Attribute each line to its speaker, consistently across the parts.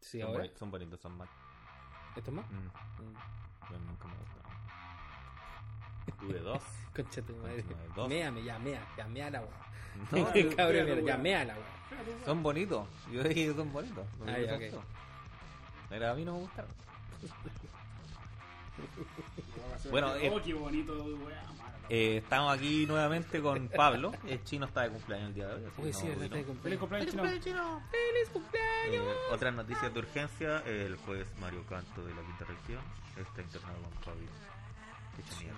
Speaker 1: Sí,
Speaker 2: son,
Speaker 1: ahora. ¿Eh,
Speaker 2: boni- son bonitos, son más.
Speaker 1: ¿Esto es más?
Speaker 2: Mm,
Speaker 1: Mm.
Speaker 2: pero nunca me gustaron. Tuve dos.
Speaker 1: Concha tu madre.
Speaker 2: Concha tu madre, dos.
Speaker 1: Méame, ya, mea, ya, mea la weá.
Speaker 2: No,
Speaker 1: Cabrón,
Speaker 3: fea tu
Speaker 1: mira, ya,
Speaker 3: weá.
Speaker 1: mea la weá.
Speaker 2: son bonitos. Yo dije que son bonitos. No me
Speaker 1: Ah, ya, ok.
Speaker 2: gustan. Pero a mí no me gustaron. Bueno,
Speaker 3: oh,
Speaker 2: eh,
Speaker 3: qué bonito, weá, mala.
Speaker 2: Eh, estamos aquí nuevamente con Pablo. El chino está de cumpleaños el día de hoy. así
Speaker 1: Uy,
Speaker 2: que
Speaker 1: sí,
Speaker 2: no
Speaker 1: verdad,
Speaker 2: vino.
Speaker 1: está de
Speaker 3: Feliz
Speaker 1: cumpleaños.
Speaker 3: cumpleaños, chino.
Speaker 1: ¡Feliz cumpleaños!
Speaker 2: Eh, otras noticias de urgencia. El juez Mario Canto de la quinta región está internado con COVID. Qué genial.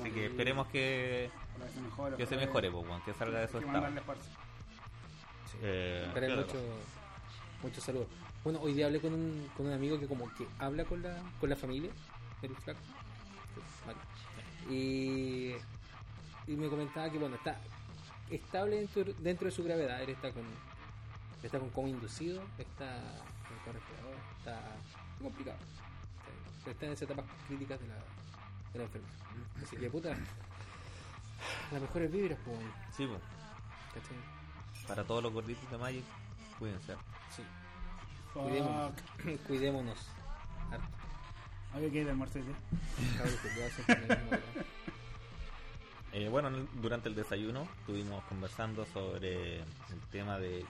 Speaker 2: Así que esperemos que,
Speaker 3: Ojalá que se mejore.
Speaker 2: que se
Speaker 3: ojalá
Speaker 2: mejore, po, weón, que salga de
Speaker 3: Hay
Speaker 2: esos
Speaker 3: que
Speaker 2: estados.
Speaker 3: mandarle esfuerzo.
Speaker 2: Eh,
Speaker 1: Pero
Speaker 2: claro.
Speaker 1: mucho, muchos saludos. Bueno, hoy día hablé con un, con un amigo que como que habla con la, con la familia, el flaco. Vale. Y, y me comentaba que bueno, está estable dentro, dentro de su gravedad. Él está con está con coma inducido, está con respirador, está complicado. Está, está en esas etapas críticas de la, de la enfermedad. Así que puta, las mejores vibras, pues,
Speaker 2: Sí, po,
Speaker 1: ¿cachai?
Speaker 2: para todos los gorditos de Magic, cuídense.
Speaker 1: Sí. Cuidémonos.
Speaker 3: Fuck.
Speaker 1: Cuidémonos. Harto.
Speaker 3: Oye, ¿qué hay de almuerzo, tío?
Speaker 1: Cabrón, que yo siempre me digo, weón.
Speaker 2: Eh, bueno, en el- durante el desayuno estuvimos conversando sobre el tema de.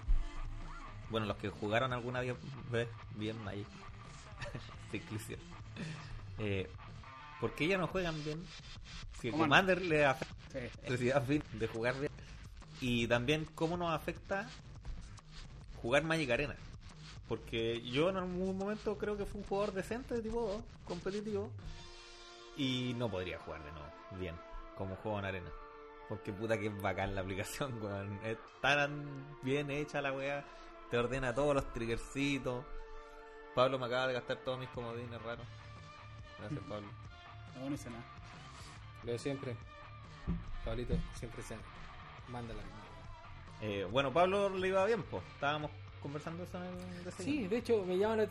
Speaker 2: Bueno, los que jugaron alguna vez vez bien Magic. Ciclicio. Eh, ¿Por qué ya no juegan bien? Si el
Speaker 3: ¿Cómo no?
Speaker 2: Commander le afecta
Speaker 3: Sí.
Speaker 2: la necesidad fin de jugar bien. Y también, ¿cómo nos afecta jugar Magic Arena? Porque yo en algún momento creo que fue un jugador decente de tipo 2, competitivo, y no podría jugar de nuevo bien como juego en arena. Porque puta que es bacán la aplicación, weón. Es tan bien hecha la weá. Te ordena todos los triggercitos. Pablo me acaba de gastar todos mis comodines raros. Gracias, Pablo.
Speaker 3: No, no hice nada.
Speaker 1: Lo de siempre. Pablito, siempre se Mándala.
Speaker 2: Eh, bueno, Pablo le iba bien, pues. Estábamos conversando eso en el desayuno.
Speaker 1: Sí, de hecho, me llama la,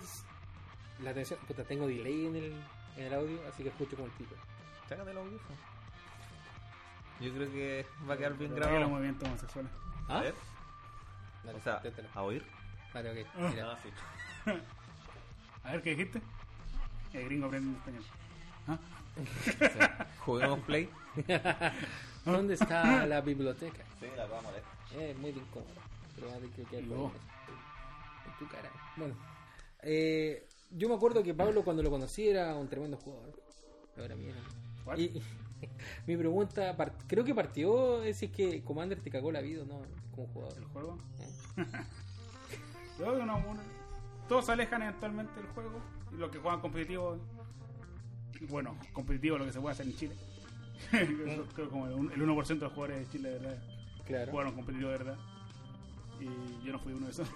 Speaker 1: la atención. Puta, tengo delay en el, en el audio, así que escucho como el pico.
Speaker 2: Sácate los audífonos. Yo creo que va a quedar bien
Speaker 3: Pero Los
Speaker 2: grabado.
Speaker 3: movimientos homosexuales.
Speaker 2: A ver,
Speaker 1: ¿Ah? Dale,
Speaker 2: o sea, ah.
Speaker 1: inténtalo.
Speaker 2: a oír.
Speaker 1: Vale, ok.
Speaker 3: Ah.
Speaker 1: Mira.
Speaker 2: Ah, sí.
Speaker 3: A ver, ¿qué dijiste? El gringo aprende español. ¿Ah?
Speaker 2: Juguemos play.
Speaker 1: ¿Dónde está la biblioteca?
Speaker 2: Sí, la vamos a leer.
Speaker 1: Es Eh, muy incómodo. Pero va a tener que quedar
Speaker 3: No.
Speaker 1: con eso. En tu cara. Bueno. Eh, yo me acuerdo que Pablo cuando lo conocí era un tremendo jugador. Ahora mira.
Speaker 3: What?
Speaker 1: Y, mi pregunta, par- creo que partió, es si es que Commander te cagó la vida, ¿no? Como jugador.
Speaker 3: ¿El juego?
Speaker 1: ¿eh?
Speaker 3: Yo creo que no, uno- todos se alejan eventualmente del juego. Y los que juegan competitivo. Bueno, competitivo es lo que se puede hacer en Chile. creo que como el un- el 1% de los jugadores de Chile, de verdad.
Speaker 1: Claro.
Speaker 3: Jugaron competitivo, de verdad. Y yo no fui uno de esos.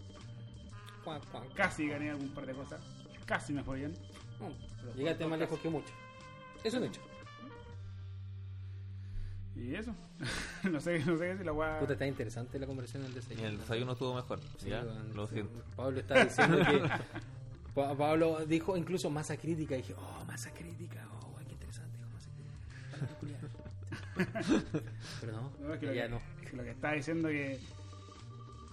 Speaker 1: Cuac, cuac.
Speaker 3: Casi gané algún par de cosas. Casi me fue bien.
Speaker 1: Mm, Llegaste más lejos que mucho. Es un hecho.
Speaker 3: Y eso. no sé, no sé si la weá.
Speaker 1: Puta, está interesante la conversación del desayuno.
Speaker 2: El desayuno estuvo mejor.
Speaker 1: Sí,
Speaker 2: ya,
Speaker 1: weón,
Speaker 2: lo
Speaker 1: sí.
Speaker 2: siento.
Speaker 1: Pablo está diciendo que. Pa- Pablo dijo incluso masa crítica. Y dije, oh, masa crítica. Oh, guay, qué interesante. Dijo masa crítica. Pero no,
Speaker 3: No, es que lo
Speaker 1: ya
Speaker 3: que-
Speaker 1: no.
Speaker 3: es que lo que estaba diciendo que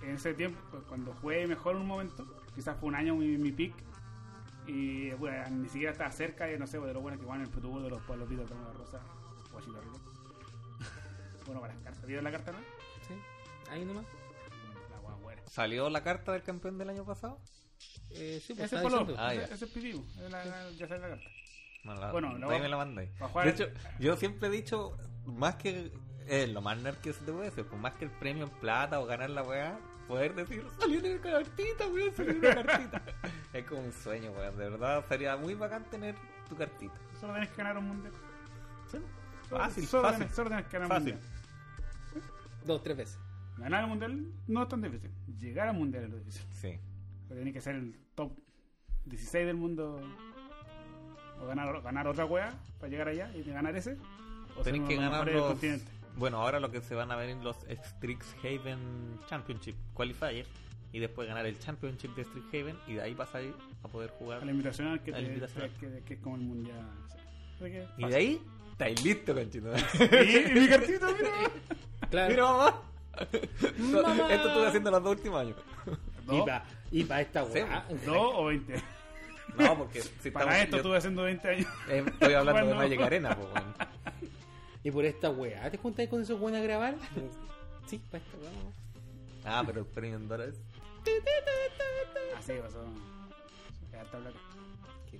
Speaker 3: en ese tiempo, pues, cuando jugué mejor en un momento, quizás fue un año mi, mi pick, y bueno, ni siquiera estaba cerca de, no sé, de lo bueno que van en el Pro Tour, de los pueblos de Toma de Rosa, Washington Rico. bueno, para las cartas, ¿vieron la carta, no?
Speaker 1: Sí, ahí nomás.
Speaker 3: La guagua buena.
Speaker 2: ¿Salió la carta del campeón del año pasado?
Speaker 1: Eh, sí, pues
Speaker 3: Ese
Speaker 1: estaba
Speaker 3: es Polo,
Speaker 1: diciendo.
Speaker 2: Ah,
Speaker 3: ese,
Speaker 2: ya.
Speaker 3: ese es Pitiu, es la- la- ya sale la carta.
Speaker 2: No, la-
Speaker 3: Bueno, la
Speaker 2: ahí
Speaker 3: va-
Speaker 2: me la mandáis.
Speaker 3: va a jugar
Speaker 2: De
Speaker 3: el-
Speaker 2: hecho, yo siempre he dicho, más que eh, lo más nerd que se te puede decir, pues más que el premio en plata o ganar la weá, poder decir, salió una cartita, weón, salió una cartita. es como un sueño, weón. De verdad, sería muy bacán tener tu cartita.
Speaker 3: Solo tenés que ganar un mundial. Solo-
Speaker 2: Fácil,
Speaker 3: solo,
Speaker 2: fácil.
Speaker 3: Tenés, solo tenés que ganar
Speaker 2: Fácil.
Speaker 3: un mundial.
Speaker 1: Dos, tres veces.
Speaker 3: Ganar el mundial no es tan difícil. Llegar al mundial es lo difícil.
Speaker 2: Sí.
Speaker 3: Pero tiene que ser el top 16 del mundo. O ganar, ganar otra wea para llegar allá y ganar ese. O ser
Speaker 2: Tenés
Speaker 3: uno
Speaker 2: que
Speaker 3: de los
Speaker 2: ganar
Speaker 3: mejores del
Speaker 2: los...
Speaker 3: continente.
Speaker 2: Bueno, ahora lo que se van a ver en los Strixhaven Championship Qualifier y después ganar el Championship de Strixhaven y de ahí vas a ir a poder jugar.
Speaker 3: A la invitación que,
Speaker 2: A la
Speaker 3: te-
Speaker 2: invitacional.
Speaker 3: que, que es como el mundial. sí. Así que-
Speaker 2: Y de ahí, estáis listo, conchito.
Speaker 3: Y- y mi cartita, mira.
Speaker 1: Claro.
Speaker 2: Mira, mamá.
Speaker 1: Mamá.
Speaker 2: Esto estuve haciendo los dos últimos años.
Speaker 3: No. pues,
Speaker 1: Y, pa- Y para esta
Speaker 2: Sí,
Speaker 1: weá.
Speaker 3: ¿Dos o 20?
Speaker 2: No, porque si
Speaker 3: Para esto
Speaker 2: estamos- yo-
Speaker 3: estuve haciendo 20 años.
Speaker 2: eh, estoy hablando de
Speaker 3: Bueno.
Speaker 2: Magic Arena, pues, weón.
Speaker 1: Y por esta weá. ¿Te juntáis con esos weones a grabar? Sí, para esta weá.
Speaker 2: Ah, pero el premio en dólares.
Speaker 3: Así pasó. Es harta plata.
Speaker 1: Que-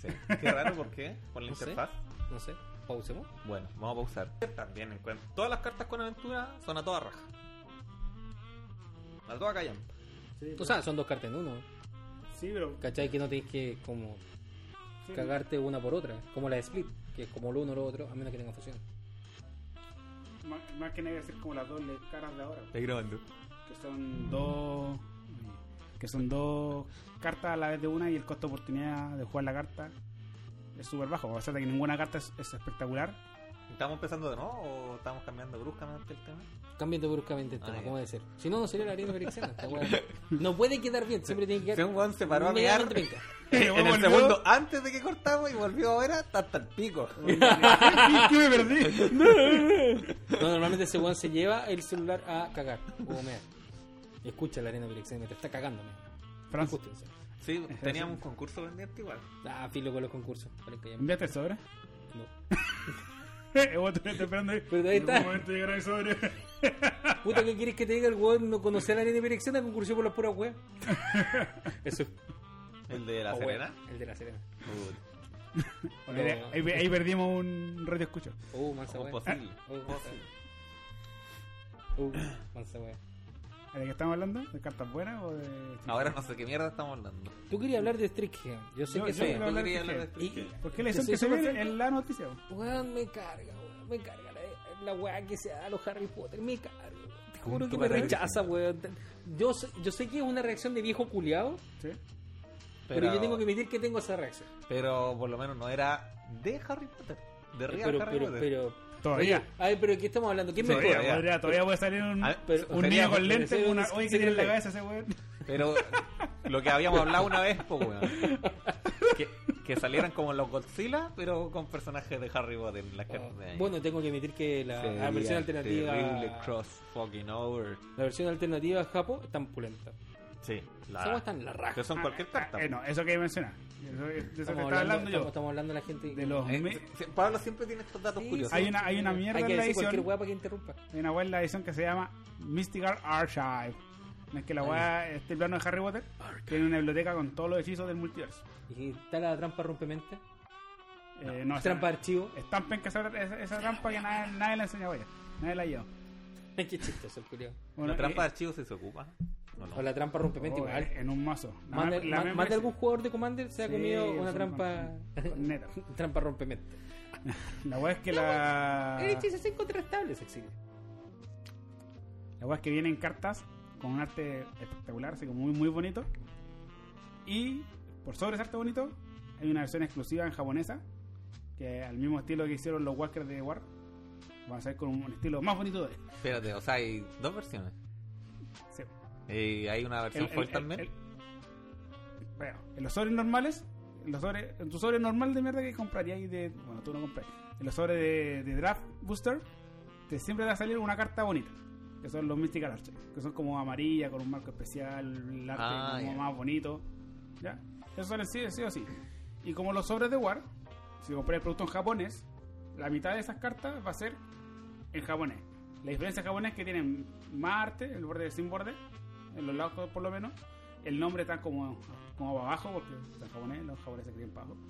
Speaker 2: Sí. Qué raro, ¿por qué? Por la
Speaker 1: No sé.
Speaker 2: interfaz.
Speaker 1: No sé. Pausemos.
Speaker 2: Bueno, vamos a pausar. También encuentro. Todas las cartas con aventura son a toda raja. A toda callan.
Speaker 1: O sea, son dos cartas en uno. ¿eh?
Speaker 3: Sí, pero.
Speaker 1: ¿Cachai? Que no tenéis que como
Speaker 3: sí,
Speaker 1: cagarte una por otra. Como la de Split. Que es como lo uno o lo otro. A menos que tenga fusión.
Speaker 3: Más, más que nada iba a ser como las dos le- caras de ahora.
Speaker 2: Estoy grabando.
Speaker 3: Que son dos. Que son dos cartas a la vez de una y el costo de oportunidad de jugar la carta es súper bajo. O sea, que ninguna carta es, es espectacular.
Speaker 2: ¿Estamos empezando de nuevo o estamos cambiando bruscamente el tema?
Speaker 1: Cambiando bruscamente el
Speaker 2: Ah,
Speaker 1: tema,
Speaker 2: ya.
Speaker 1: como debe ser. Si no, no sería la arena verificación. No puede quedar bien, siempre tiene que quedar.
Speaker 2: Si un weón se paró a
Speaker 1: medianamente
Speaker 2: mear.
Speaker 1: penca.
Speaker 3: Pero
Speaker 2: en el
Speaker 3: volvió.
Speaker 2: segundo antes de que cortamos y volvió ahora hasta el pico.
Speaker 3: ¿Qué me perdí?
Speaker 1: No, normalmente ese weón se lleva el celular a cagar o mear. Escucha la arena dirección mientras está cagando. mea.
Speaker 3: Francis,
Speaker 1: Justo, o sea.
Speaker 2: Sí, teníamos un concurso pendiente igual.
Speaker 1: Ah, filo con los concursos. Vale, que ya-
Speaker 3: ¿enviaste el sobre?
Speaker 1: no.
Speaker 3: Eh, Vos estuviste esperando ahí.
Speaker 1: Pero ahí
Speaker 3: En algún
Speaker 1: está.
Speaker 3: momento llegará el sobre.
Speaker 1: Puta, ¿qué quieres que te diga el weón? No conocer la arena dirección, a concurso por la pura weas. Eso es.
Speaker 2: El de la
Speaker 1: o wea,
Speaker 2: Serena.
Speaker 1: El de la serena.
Speaker 2: Uh,
Speaker 3: Bueno, ahí, ahí- ahí perdimos un radio escucho.
Speaker 1: Uh, mansa
Speaker 2: ¿cómo es
Speaker 1: wea.
Speaker 2: posible?
Speaker 1: Oh, mansa
Speaker 2: Posible.
Speaker 1: wea. Uh, mansa wea.
Speaker 3: ¿De qué estamos hablando? ¿De cartas buenas o de.?
Speaker 2: Ahora no sé qué mierda estamos hablando.
Speaker 1: Tú querías hablar de Strickland. Yo sé
Speaker 3: Yo-
Speaker 1: que
Speaker 3: yo
Speaker 1: sí.
Speaker 3: quiero
Speaker 2: Yo
Speaker 3: hablar
Speaker 2: quería
Speaker 3: de
Speaker 2: hablar de
Speaker 1: Y-
Speaker 2: esto.
Speaker 3: ¿Por qué le
Speaker 1: Yo
Speaker 3: dicen
Speaker 1: soy
Speaker 3: que se
Speaker 1: súper
Speaker 3: ve
Speaker 1: fan.
Speaker 3: en la noticia? bo?
Speaker 1: Weón, me carga, weón, me carga la, la weá que se da a los Harry Potter, me carga. weón. Te juro
Speaker 2: Punto
Speaker 1: que me
Speaker 2: para
Speaker 1: rechaza,
Speaker 2: Virginia.
Speaker 1: weón. Yo, sé- yo sé que es una reacción de viejo culiado,
Speaker 3: ¿Sí?
Speaker 1: pero, yo tengo que admitir que tengo esa reacción.
Speaker 2: Pero por lo menos no era de Harry Potter. De
Speaker 1: Pero,
Speaker 2: Real
Speaker 1: Eh, pero,
Speaker 2: Harry
Speaker 1: pero,
Speaker 2: Potter.
Speaker 3: Todavía.
Speaker 1: Oye, a ver, pero ¿de qué estamos hablando? ¿Quién
Speaker 2: Todavía,
Speaker 1: mejor?
Speaker 3: Todavía, podría- todavía puede salir un,
Speaker 2: A ver,
Speaker 1: pero-
Speaker 3: un
Speaker 2: sugería-
Speaker 3: niño con
Speaker 1: pero
Speaker 3: lentes
Speaker 1: ese
Speaker 3: con una.
Speaker 1: es un-
Speaker 3: Oye,
Speaker 1: ese
Speaker 3: que tiene en la
Speaker 1: es-
Speaker 3: cabeza ese weón.
Speaker 2: Pero lo que habíamos hablado una vez, pues, weón. Que, que salieran como los Godzilla, pero con personajes de Harry Potter. en las cartas de
Speaker 1: Ah,
Speaker 2: ahí.
Speaker 1: Bueno, tengo que admitir que la, la
Speaker 2: Sería
Speaker 1: versión
Speaker 2: Terrible
Speaker 1: alternativa.
Speaker 2: cross fucking over.
Speaker 1: La versión alternativa a Japo es tan pulenta.
Speaker 2: Sí,
Speaker 1: Esa hueá está en la raja.
Speaker 2: Que son cualquier carta.
Speaker 3: Ah, eh, no, eso que mencionas. Eso, de eso te
Speaker 1: Estamos
Speaker 3: estaba
Speaker 1: hablando,
Speaker 3: hablando
Speaker 1: estamos,
Speaker 3: yo.
Speaker 1: estamos hablando de la gente.
Speaker 3: De los.
Speaker 2: Eh,
Speaker 3: me-
Speaker 2: sí, sí, Pablo siempre tiene estos datos
Speaker 1: Sí,
Speaker 2: curiosos.
Speaker 1: sí,
Speaker 3: Hay una- hay una mierda
Speaker 1: hay que
Speaker 3: en la
Speaker 1: decir cualquier
Speaker 3: edición.
Speaker 1: weá para que interrumpa.
Speaker 3: Hay una weá en la edición que se llama Mystical Archive. No es que la weá, este plano de Harry Potter, tiene una biblioteca con todos los hechizos del multiverso.
Speaker 1: Y está la trampa rompemente.
Speaker 3: Eh, no, esa-
Speaker 1: Trampa archivo.
Speaker 3: Es tan penca esa, esa- esa trampa que nadie, nadie la enseña, vaya. Nadie la lleva.
Speaker 1: Qué chistoso el culiao.
Speaker 2: ¿La
Speaker 3: eh,
Speaker 2: trampa de archivos se ocupa? No, no.
Speaker 1: O la trampa rompemento igual.
Speaker 3: oh, En un mazo. eh, La
Speaker 1: Más
Speaker 3: me-
Speaker 1: de,
Speaker 3: la
Speaker 1: ma-
Speaker 3: meme
Speaker 1: más de
Speaker 3: es-
Speaker 1: algún jugador de Commander se ha
Speaker 3: Sí,
Speaker 1: comido una
Speaker 3: es un
Speaker 1: trampa.
Speaker 3: campeón. Neta.
Speaker 1: trampa rompemente.
Speaker 3: La weá es que la.
Speaker 1: El hechizo es incontrastable, se exhibe.
Speaker 3: La weá es que vienen cartas con un arte espectacular, así como muy, muy bonito. Y por sobre ese arte bonito, hay una versión exclusiva en japonesa, que al mismo estilo que hicieron los Walkers de War, va a ser con un estilo más bonito de
Speaker 2: Espérate, o sea, hay dos versiones.
Speaker 3: sí.
Speaker 2: Y hay una versión
Speaker 3: El- el-
Speaker 2: foil
Speaker 3: el-
Speaker 2: también.
Speaker 3: el- bueno, en los sobres normales, en, los sobres, en tu sobre normal de mierda que comprarías y de. Bueno, tú no compras. En los sobres de, de Draft Booster, te siempre va a salir una carta bonita. Que son los Mystical Arches. Que son como amarilla, con un marco especial, el arte
Speaker 2: Ah,
Speaker 3: como
Speaker 2: ya.
Speaker 3: más bonito. ¿Ya? Eso sale sí, sí o sí. Y como los sobres de War, si compras el producto en japonés, la mitad de esas cartas va a ser en japonés. La diferencia en japonés es que tienen más arte, el borde sin borde, en los lados por lo menos. El nombre está como, como para abajo, porque está en japonés, los japoneses escriben para abajo.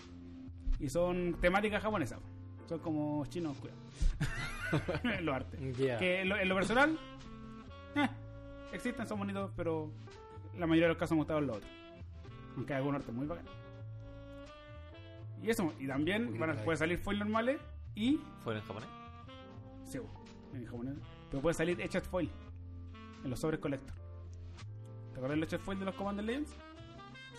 Speaker 3: Y son temáticas japonesas. Son como chinos, cuidado. los artes.
Speaker 1: Ya.
Speaker 3: Que en lo, en lo personal, eh, existen, son bonitos, pero la mayoría de los casos me gustaron los otros. Aunque hay algún arte muy bacán. Y eso, y también
Speaker 1: Muy
Speaker 3: van a,
Speaker 1: bacán.
Speaker 3: puede salir foil normales y
Speaker 2: ¿Foil en japonés?
Speaker 3: Sí, bo, en japonés. Pero puede salir Etched Foil en los sobres Collector. ¿Te acuerdas del Etched Foil de los Commander Legends?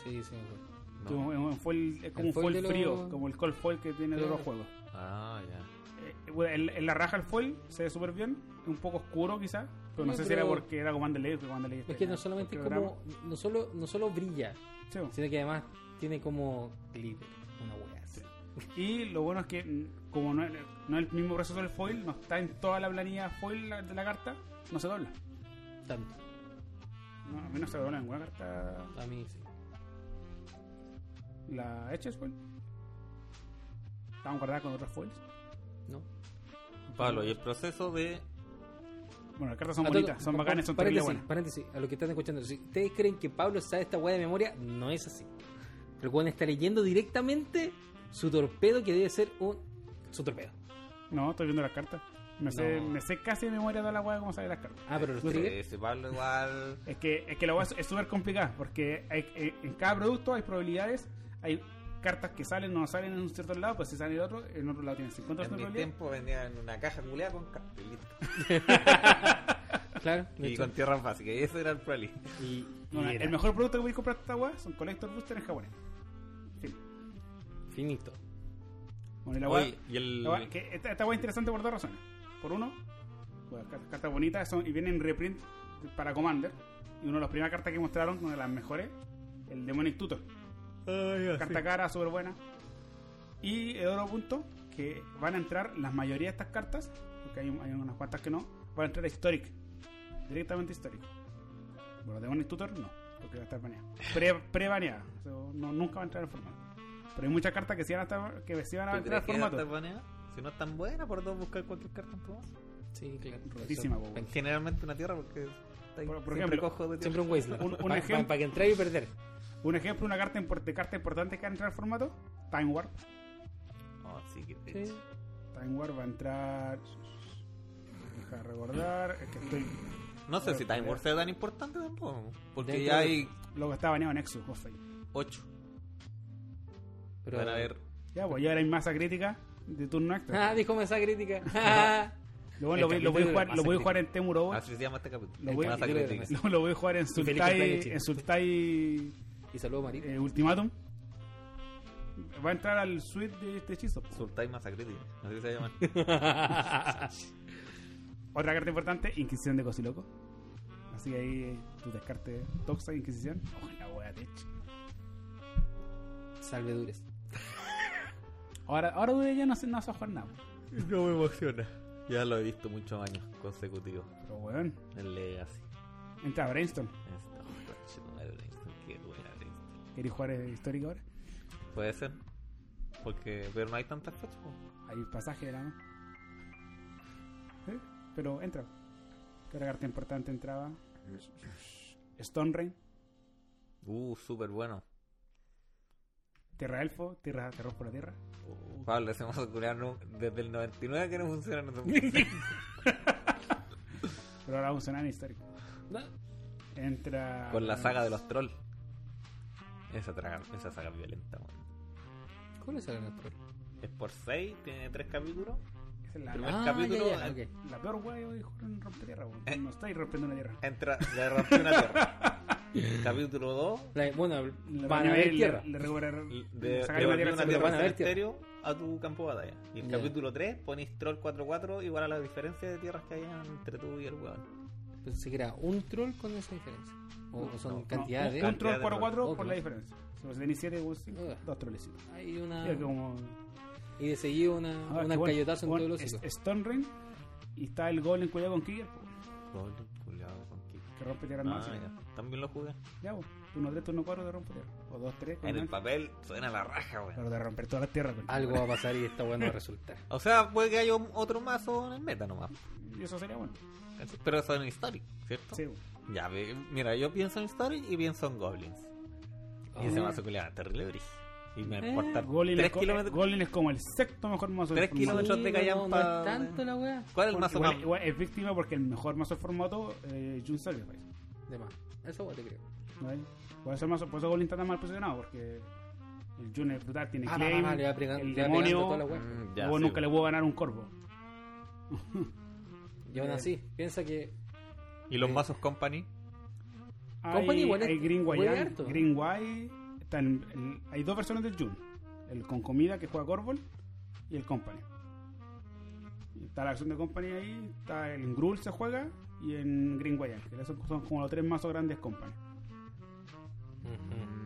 Speaker 1: Sí, sí, me acuerdo.
Speaker 2: No.
Speaker 3: Que es un- es un foil- es como
Speaker 1: El foil
Speaker 3: un foil,
Speaker 1: de los-
Speaker 3: frío, como el Cold Foil que tiene de
Speaker 1: Claro.
Speaker 3: los juegos.
Speaker 2: Ah, ya.
Speaker 3: Eh, bueno, en, en la raja el foil se ve súper bien, es un poco oscuro quizás, pero no
Speaker 1: Sí,
Speaker 3: sé si
Speaker 1: pero-
Speaker 3: era porque era Commander Legends. porque Commander Legends
Speaker 1: Es que
Speaker 3: tenía
Speaker 1: no solamente es
Speaker 3: otro programa.
Speaker 1: como. No solo, no solo brilla,
Speaker 3: Sí, bo.
Speaker 1: sino que además tiene como glitter. Una weá así.
Speaker 3: Y lo bueno es que, mm, como no, no es el mismo proceso del foil, no está en toda la planilla foil la- de la carta, no se dobla.
Speaker 1: Tanto.
Speaker 3: No, a mí no se logró ninguna carta.
Speaker 1: A mí sí.
Speaker 3: La eches, güey. Estaban guardadas con otras foils.
Speaker 1: ¿No?
Speaker 2: Pablo, y el proceso de.
Speaker 3: Bueno, las cartas son
Speaker 1: A todo-
Speaker 3: bonitas, son
Speaker 1: Ah, pa- pa-
Speaker 3: bacanas, son terribles
Speaker 1: paréntesis,
Speaker 3: buenas.
Speaker 1: Paréntesis, a los que están escuchando, si ustedes creen que Pablo sabe esta weá de memoria, no es así. El weón está leyendo directamente su torpedo, que debe ser un. su torpedo.
Speaker 3: No, estoy viendo las cartas. Me, sé,
Speaker 1: No.
Speaker 3: me sé casi de memoria de la weá cómo salen las cartas.
Speaker 1: Ah, pero los
Speaker 3: Yo sé.
Speaker 1: triggers.
Speaker 2: Eh, Ese Pablo igual.
Speaker 3: Es que, es que la weá es- es súper complicada porque hay- hay- en cada producto hay probabilidades, hay cartas que salen o no salen en un cierto lado, pues si salen en otro, en otro lado tienen 50% de
Speaker 2: En mi
Speaker 3: probabilidad.
Speaker 2: tiempo vendían una caja culeada con cartelito.
Speaker 1: Claro, de
Speaker 2: Y
Speaker 1: hecho.
Speaker 2: con tierras básicas. Y eso era el proli.
Speaker 1: Y-
Speaker 3: No,
Speaker 1: y era
Speaker 3: el mejor producto que podéis comprar esta weá son Collector Booster en japonés. Fin.
Speaker 1: finito.
Speaker 3: Bueno, y la weá.
Speaker 2: Oye, y el.
Speaker 3: la weá- que Esta, esta weá es interesante por dos razones. Por uno, bueno, car- cartas bonitas son, y vienen reprint para Commander. Y una de las primeras cartas que mostraron, una de las mejores, el Demonic Tutor. carta cara, súper buena. Y el otro punto, que van a entrar la mayoría de estas cartas, porque hay, hay unas cuantas que no, van a entrar Historic, directamente Historic. Bueno, Demonic Tutor no, porque va a estar baneada. Pre- Pre-baneada, O sea, no, nunca va a entrar en formato. Pero hay muchas cartas que sí van a, estar- que sí van a
Speaker 2: ¿Tú
Speaker 3: entrar
Speaker 2: crees
Speaker 3: en
Speaker 2: que esta
Speaker 3: formato.
Speaker 2: banea? Si no es tan buena, por dos buscar cualquier carta en tu mazo.
Speaker 1: Sí, claro.
Speaker 3: Rotísima, po, weón.
Speaker 2: Generalmente una tierra porque. está ahí
Speaker 3: Por- por
Speaker 2: siempre
Speaker 3: ejemplo,
Speaker 2: cojo de
Speaker 1: Siempre
Speaker 2: tierra.
Speaker 1: un wasteland.
Speaker 3: Un- un
Speaker 1: para,
Speaker 3: ejemplo-
Speaker 1: que entrar y perder.
Speaker 3: Un ejemplo, una carta impor- de carta importante que va a entrar en formato, Time Warp.
Speaker 2: Oh, sí, que te
Speaker 1: Sí.
Speaker 3: Time Warp va a entrar... Deja de recordar, es que estoy...
Speaker 2: No sé
Speaker 3: Pero,
Speaker 2: si Time
Speaker 3: pero-
Speaker 2: War sea tan importante tampoco. Porque
Speaker 1: Dentro
Speaker 2: ya
Speaker 1: de-
Speaker 2: hay
Speaker 3: Luego está baneado Nexus, vos ahí.
Speaker 2: 8.
Speaker 1: Pero,
Speaker 2: Van a ver.
Speaker 3: Ya, pues ya ahora hay masa crítica de turno extra.
Speaker 1: Ah, dijo esa crítica.
Speaker 3: Lo, lo, voy- lo voy
Speaker 1: capítulo de
Speaker 3: a jugar,
Speaker 1: masa
Speaker 3: lo voy a
Speaker 1: crítica.
Speaker 3: jugar en Temuro
Speaker 2: Así se llama este capítulo.
Speaker 3: Lo voy-
Speaker 2: Masa
Speaker 1: yo creo que
Speaker 2: crítica.
Speaker 3: lo, lo voy a jugar en
Speaker 1: feliz
Speaker 3: Sultai,
Speaker 1: cumpleaños, chico.
Speaker 3: en Sultai
Speaker 1: y saludo a Marito.
Speaker 3: eh, Ultimatum. Va a entrar al suite de este hechizo.
Speaker 2: Sultai Masa crítica. Así se llama.
Speaker 3: Otra carta importante, Inquisición de Cosiloco. Así que ahí eh, tu descarte Toxa Inquisición. Oh, la wea tech.
Speaker 1: Salvedures.
Speaker 3: Ahora, ahora dude ya no, se- no se va a jugar nada.
Speaker 2: No me emociona. Ya lo he visto muchos años consecutivos
Speaker 3: Pero weón,
Speaker 2: en Legacy.
Speaker 3: entra Brainstorm.
Speaker 2: Esta conchetumare, Brainstorm, qué buena Brainstorm.
Speaker 3: ¿Queréis jugar eh, histórico ahora?
Speaker 2: Puede ser. Porque, pero no hay tantas fechas. po.
Speaker 3: Hay un pasaje de la mano. ¿Eh? Pero entra. ¿Qué otra carta importante entraba? Stone Rain,
Speaker 2: Uh, súper bueno.
Speaker 3: Tierra Elfo, Tierra Terror por la Tierra.
Speaker 1: Uh.
Speaker 2: Pablo, ese mazo culiao no- desde el 99 que no funciona. No
Speaker 3: Pero ahora vamos a sonar en histórico.
Speaker 1: No,
Speaker 3: Entra.
Speaker 2: Con la saga de los trolls. Esa, traga- esa saga es violenta, weón.
Speaker 1: ¿Cómo le sale nuestro?
Speaker 2: Es por 6, tiene 3 capítulos.
Speaker 3: Esa es la,
Speaker 2: Primer
Speaker 1: Ah,
Speaker 2: capítulo,
Speaker 1: ya, ya,
Speaker 2: eh,
Speaker 1: ok.
Speaker 3: la peor wea de jugar en Rompetierra, weón.
Speaker 2: Eh.
Speaker 3: No estáis rompiendo una tierra.
Speaker 2: Entra, le rompió una tierra. capítulo 2,
Speaker 1: La- bueno,
Speaker 3: Le
Speaker 1: van a ver
Speaker 3: le-
Speaker 1: tierra.
Speaker 3: Le, recuperar.
Speaker 2: de,
Speaker 3: sacar
Speaker 2: le
Speaker 3: una
Speaker 2: volví una
Speaker 3: tierra.
Speaker 1: pero
Speaker 3: sobre-
Speaker 2: tierra
Speaker 1: van a
Speaker 2: al
Speaker 1: ver tierra.
Speaker 2: cementerio a tu campo de batalla. Y el
Speaker 1: Ya.
Speaker 2: capítulo 3 ponís troll 4-4 igual a la diferencia de tierras que hay entre tú y el weón.
Speaker 1: Pensé que era Pues un troll con esa diferencia. O, o son
Speaker 2: No, no,
Speaker 1: cantidades.
Speaker 3: Un,
Speaker 1: de-
Speaker 3: un troll
Speaker 2: Cantidad de
Speaker 3: 4-4
Speaker 1: troll.
Speaker 3: por la diferencia. Si vos tenéis 7, vos sí,
Speaker 1: Ah.
Speaker 3: dos trolecitos.
Speaker 1: Hay una.
Speaker 3: Ya que como-
Speaker 1: Y de seguido una,
Speaker 3: Ah,
Speaker 1: una
Speaker 3: qué bueno.
Speaker 1: cayotazo en
Speaker 3: Bueno,
Speaker 1: todos los
Speaker 3: es-
Speaker 1: hijos.
Speaker 3: Stone Rain y está el gol en cuidado con Krieger. po.
Speaker 2: Golden, culiao, con kick.
Speaker 3: Que rompe tierra
Speaker 2: Ah,
Speaker 3: más.
Speaker 2: ya. También lo jugué.
Speaker 3: Ya, vos. Turno 3, turno 4 de romper tierra. O 2, 3.
Speaker 2: En el papel suena la raja, weón.
Speaker 3: Pero de romper todas las tierras. pues. con-
Speaker 1: Algo va a pasar y esta weá no va a resultar.
Speaker 2: O sea, puede que haya un- otro mazo en el meta nomás.
Speaker 3: Y eso sería bueno.
Speaker 2: Pero son Historic, ¿cierto?
Speaker 3: Sí, vos.
Speaker 2: Ya, ve- mira, yo pienso en Historic y pienso en Goblins. Y ese
Speaker 1: Oh.
Speaker 2: mazo culiao es terrible brillo. Y eh, me
Speaker 1: Eh,
Speaker 2: importa
Speaker 3: Golin,
Speaker 2: 3
Speaker 3: es co-
Speaker 2: kilómetros.
Speaker 3: Golin es como el sexto mejor mazo del
Speaker 2: Tres
Speaker 3: formato.
Speaker 2: kilómetros.
Speaker 1: Sí,
Speaker 2: de
Speaker 1: no,
Speaker 2: callampa,
Speaker 1: No es tanto
Speaker 2: weón.
Speaker 1: la weá.
Speaker 2: ¿Cuál es el
Speaker 3: Porque
Speaker 2: mazo
Speaker 3: igual-
Speaker 2: más?
Speaker 3: igual es víctima porque el mejor mazo del formato eh, Jun Sacrifice.
Speaker 1: De más. Esa weá te creo.
Speaker 3: ¿no hay? Por eso, el mazo, por eso Golin está tan mal posicionado porque el Jun es brutal, tiene
Speaker 1: Ah, va,
Speaker 3: claim,
Speaker 1: va, va, le va pregando-
Speaker 3: el
Speaker 1: le va pegando
Speaker 3: demonio.
Speaker 1: toda la weá.
Speaker 2: Mm,
Speaker 3: vos
Speaker 2: sí,
Speaker 3: nunca
Speaker 2: weón.
Speaker 3: le puedo ganar un corvo.
Speaker 1: Y
Speaker 3: Eh.
Speaker 1: aún así, piensa que.
Speaker 2: ¿Y los mazos Company?
Speaker 1: Company
Speaker 3: Hay,
Speaker 1: igual es-
Speaker 3: hay Green
Speaker 1: huele
Speaker 3: Guay,
Speaker 1: harto.
Speaker 3: Green Guay, está el- el- hay dos versiones del Jun, el con comida que juega Gorbol y el Company. Y Está la versión de Company ahí, está el Grul se juega y en Green Guayan, que son, son como los tres mazos grandes Company.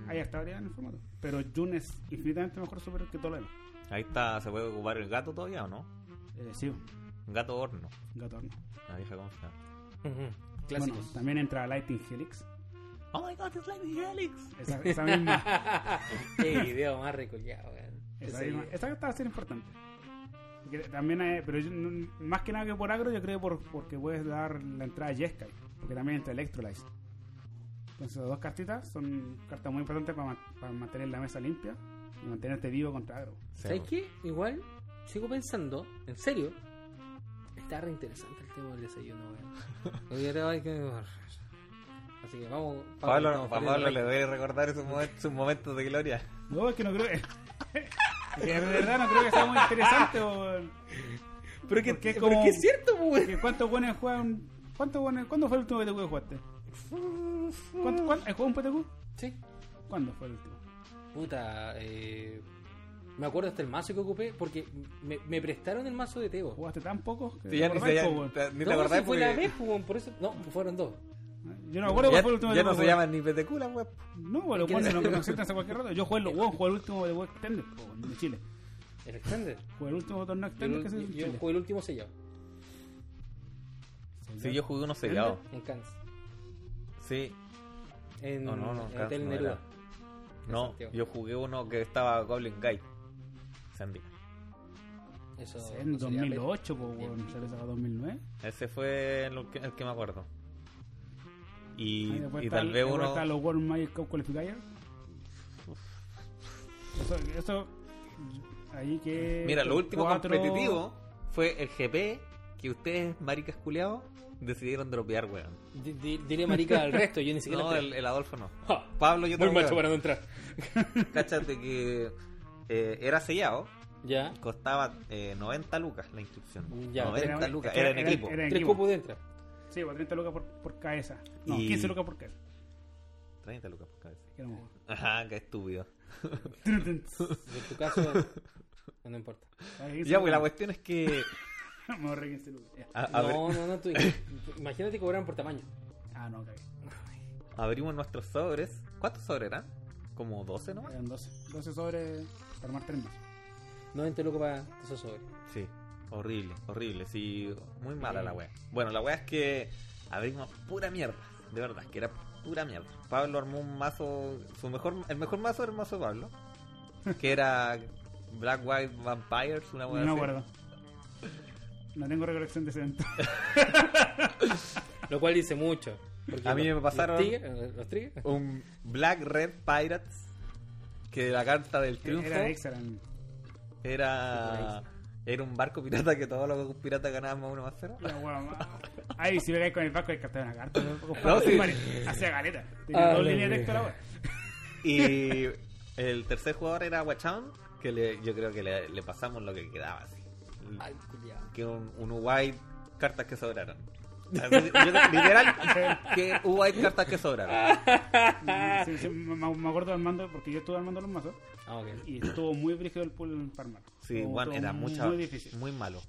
Speaker 3: Ahí
Speaker 1: Mm.
Speaker 3: está variedad en el formato. Pero Jun es infinitamente mejor super que todo lo demás.
Speaker 2: Ahí está, ¿se puede ocupar el gato todavía o no?
Speaker 3: Eh, sí,
Speaker 2: Gato horno,
Speaker 3: Gatorno.
Speaker 2: la vieja confianza.
Speaker 1: Ujú. Clásicos.
Speaker 3: Bueno, también entra Lighting Helix.
Speaker 2: Oh my god, it's like the Helix.
Speaker 3: Esa, esa misma.
Speaker 1: Qué video más reculeado, weón.
Speaker 3: Esa,
Speaker 1: Ese
Speaker 3: misma.
Speaker 1: video.
Speaker 3: Esa va a ser importante. Porque también hay- pero yo no- más que nada que por agro, yo creo por, porque puedes dar la entrada a Jeskai, porque también entra Electrolyze. Entonces, las dos cartitas son cartas muy importantes para, ma- para mantener la mesa limpia y mantenerte vivo contra agro.
Speaker 1: ¿Sabes qué? Igual sigo pensando, en serio, está re interesante el tema del desayuno, weón. Porque ahora hay que- Así que vamos. Pablo,
Speaker 2: Pablo,
Speaker 1: estamos
Speaker 2: a
Speaker 1: perdiendo
Speaker 2: Pablo
Speaker 1: el
Speaker 2: le debe recordar esos momentos, sus momentos de gloria.
Speaker 3: No, es que no creo. es que de verdad no creo que sea muy interesante. o-
Speaker 1: rato. Pero es que,
Speaker 3: porque
Speaker 1: pero
Speaker 3: es
Speaker 1: es
Speaker 3: como-
Speaker 1: que es cierto, po, weón.
Speaker 3: que Eh, ¿Cuántos buenos juegan? ¿Cuántos buenos- ¿Cuándo fue el último PTQ que jugaste? ¿Cuánto, cuánto, jugó un PTQ?
Speaker 1: Sí.
Speaker 3: ¿Cuándo fue el último?
Speaker 1: Puta, eh, me acuerdo hasta el mazo que ocupé porque me, me prestaron el mazo de Teo.
Speaker 3: ¿Jugaste tan pocos? que
Speaker 2: Tú ya
Speaker 3: no
Speaker 2: ni,
Speaker 3: acordáis,
Speaker 2: se- ya-
Speaker 3: po, weón.
Speaker 2: te- ni te
Speaker 1: no,
Speaker 2: acordás
Speaker 1: si fue la
Speaker 2: porque
Speaker 1: vez, po, weón, por eso. No, fueron dos.
Speaker 3: Yo no me acuerdo
Speaker 2: ya,
Speaker 3: cuál fue el último
Speaker 2: ya
Speaker 3: PTQ
Speaker 2: no
Speaker 3: que
Speaker 2: se
Speaker 3: jugué.
Speaker 2: llaman ni peteculas, weón.
Speaker 3: No, bueno, los
Speaker 1: que
Speaker 3: buenos
Speaker 1: no-
Speaker 3: no, no existen hace cualquier rato. Yo jugué en los WoW, jugué el último de WoW Extended, po, weón, de Chile.
Speaker 1: El extender.
Speaker 3: Jugué el último
Speaker 1: Yo,
Speaker 3: torneo Extended que se hizo en
Speaker 1: yo
Speaker 3: Chile.
Speaker 1: jugué el último sellado
Speaker 2: Sí, yo jugué unos sellados.
Speaker 1: en Cannes.
Speaker 2: Sí,
Speaker 1: En
Speaker 2: No, no, no,
Speaker 1: en
Speaker 2: Cannes
Speaker 1: Hotel
Speaker 2: no
Speaker 1: Neruda.
Speaker 2: era. no,
Speaker 1: Santiago.
Speaker 2: yo jugué uno que estaba Goblin Guy. Sandy.
Speaker 1: Eso
Speaker 3: Sí,
Speaker 1: no
Speaker 3: En
Speaker 1: sería
Speaker 3: 2008, po,
Speaker 1: Bien.
Speaker 3: weón, se le sacó 2009.
Speaker 2: Ese fue lo que- el que me acuerdo. Y,
Speaker 3: Ahí después
Speaker 2: y
Speaker 3: está-
Speaker 2: tal vez
Speaker 3: después
Speaker 2: uno.
Speaker 3: está los World Magic Cup Qualifier. Eso, eso. Ahí que.
Speaker 2: Mira, lo último
Speaker 3: cuatro-
Speaker 2: competitivo fue el GP que ustedes, maricas culiados, decidieron dropear, weón.
Speaker 1: Di- di- Dile marica al resto, yo ni siquiera.
Speaker 2: No,
Speaker 1: entré.
Speaker 2: el, el Adolfo no.
Speaker 1: Ja,
Speaker 2: Pablo, yo
Speaker 1: muy
Speaker 2: también.
Speaker 1: macho para no entrar.
Speaker 2: Cáchate que eh, era sellado,
Speaker 1: Ya.
Speaker 2: costaba eh, 90 lucas la inscripción.
Speaker 3: Mm,
Speaker 1: Ya,
Speaker 2: 90
Speaker 3: era-
Speaker 2: lucas,
Speaker 3: es que
Speaker 2: era en
Speaker 3: era-
Speaker 2: equipo.
Speaker 3: era- En
Speaker 1: Tres
Speaker 3: equipo.
Speaker 1: cupos de entrada.
Speaker 3: Sí, po, 30 lucas por, por cabeza. No,
Speaker 2: Y-
Speaker 3: 15 lucas por cabeza.
Speaker 2: 30 lucas por cabeza.
Speaker 3: Que no-
Speaker 2: Ajá, qué estúpido.
Speaker 1: En tu caso, eh, no importa.
Speaker 2: Ya, pues la cuestión es que.
Speaker 3: Me ahorré 15 lucas. ya.
Speaker 2: a- abri-
Speaker 1: No, no, no. tú- imagínate que cobraron por tamaño.
Speaker 3: Ah, no, cagué.
Speaker 2: abrimos nuestros sobres. ¿Cuántos sobres eran? Como 12 nomás.
Speaker 3: Eran 12. 12 sobres para armar 3 más.
Speaker 1: 90 lucas para esos sobres.
Speaker 2: Sí, horrible, horrible. Sí, muy mala la wea. Bueno, la wea es que abrimos pura mierda. De verdad, que era pura mierda. Pablo armó un mazo. Su mejor, el mejor mazo era el mazo de Pablo. Que era Black White Vampires, una wea
Speaker 3: No me
Speaker 2: así.
Speaker 3: acuerdo. No tengo recolección de ese evento.
Speaker 1: Lo cual dice mucho. porque
Speaker 2: A mí me pasaron-
Speaker 1: Los triggers. Los triggers.
Speaker 2: Un Black Red Pirates. Que la carta del triunfo
Speaker 3: Era de Exalan.
Speaker 2: era. Era un barco pirata que todos los piratas ganaban más uno más cero.
Speaker 3: La wea más. Ay, si me caes con el Vasco, hay que captar una carta.
Speaker 2: No, sí.
Speaker 3: Hacia galeta. Tenía
Speaker 1: Ah,
Speaker 3: dos
Speaker 1: la
Speaker 3: líneas de
Speaker 1: wea.
Speaker 3: texto la wea.
Speaker 2: Y el tercer jugador era Wacham, que le- yo creo que le, le pasamos lo que quedaba. Así.
Speaker 1: Ay, culiao.
Speaker 2: Que un, un Uruguay, cartas que sobraron. Así, yo- literal, que Uruguay, cartas que sobraron.
Speaker 3: Sí, sí, me, me acuerdo de Armando, porque yo estuve armando los mazos
Speaker 1: Ah, ok.
Speaker 3: y estuvo muy brígido el pool para armar.
Speaker 2: Sí,
Speaker 3: Estuvo-
Speaker 2: bueno,
Speaker 3: estuvo
Speaker 2: era mucha,
Speaker 3: Muy difícil.
Speaker 2: muy malo.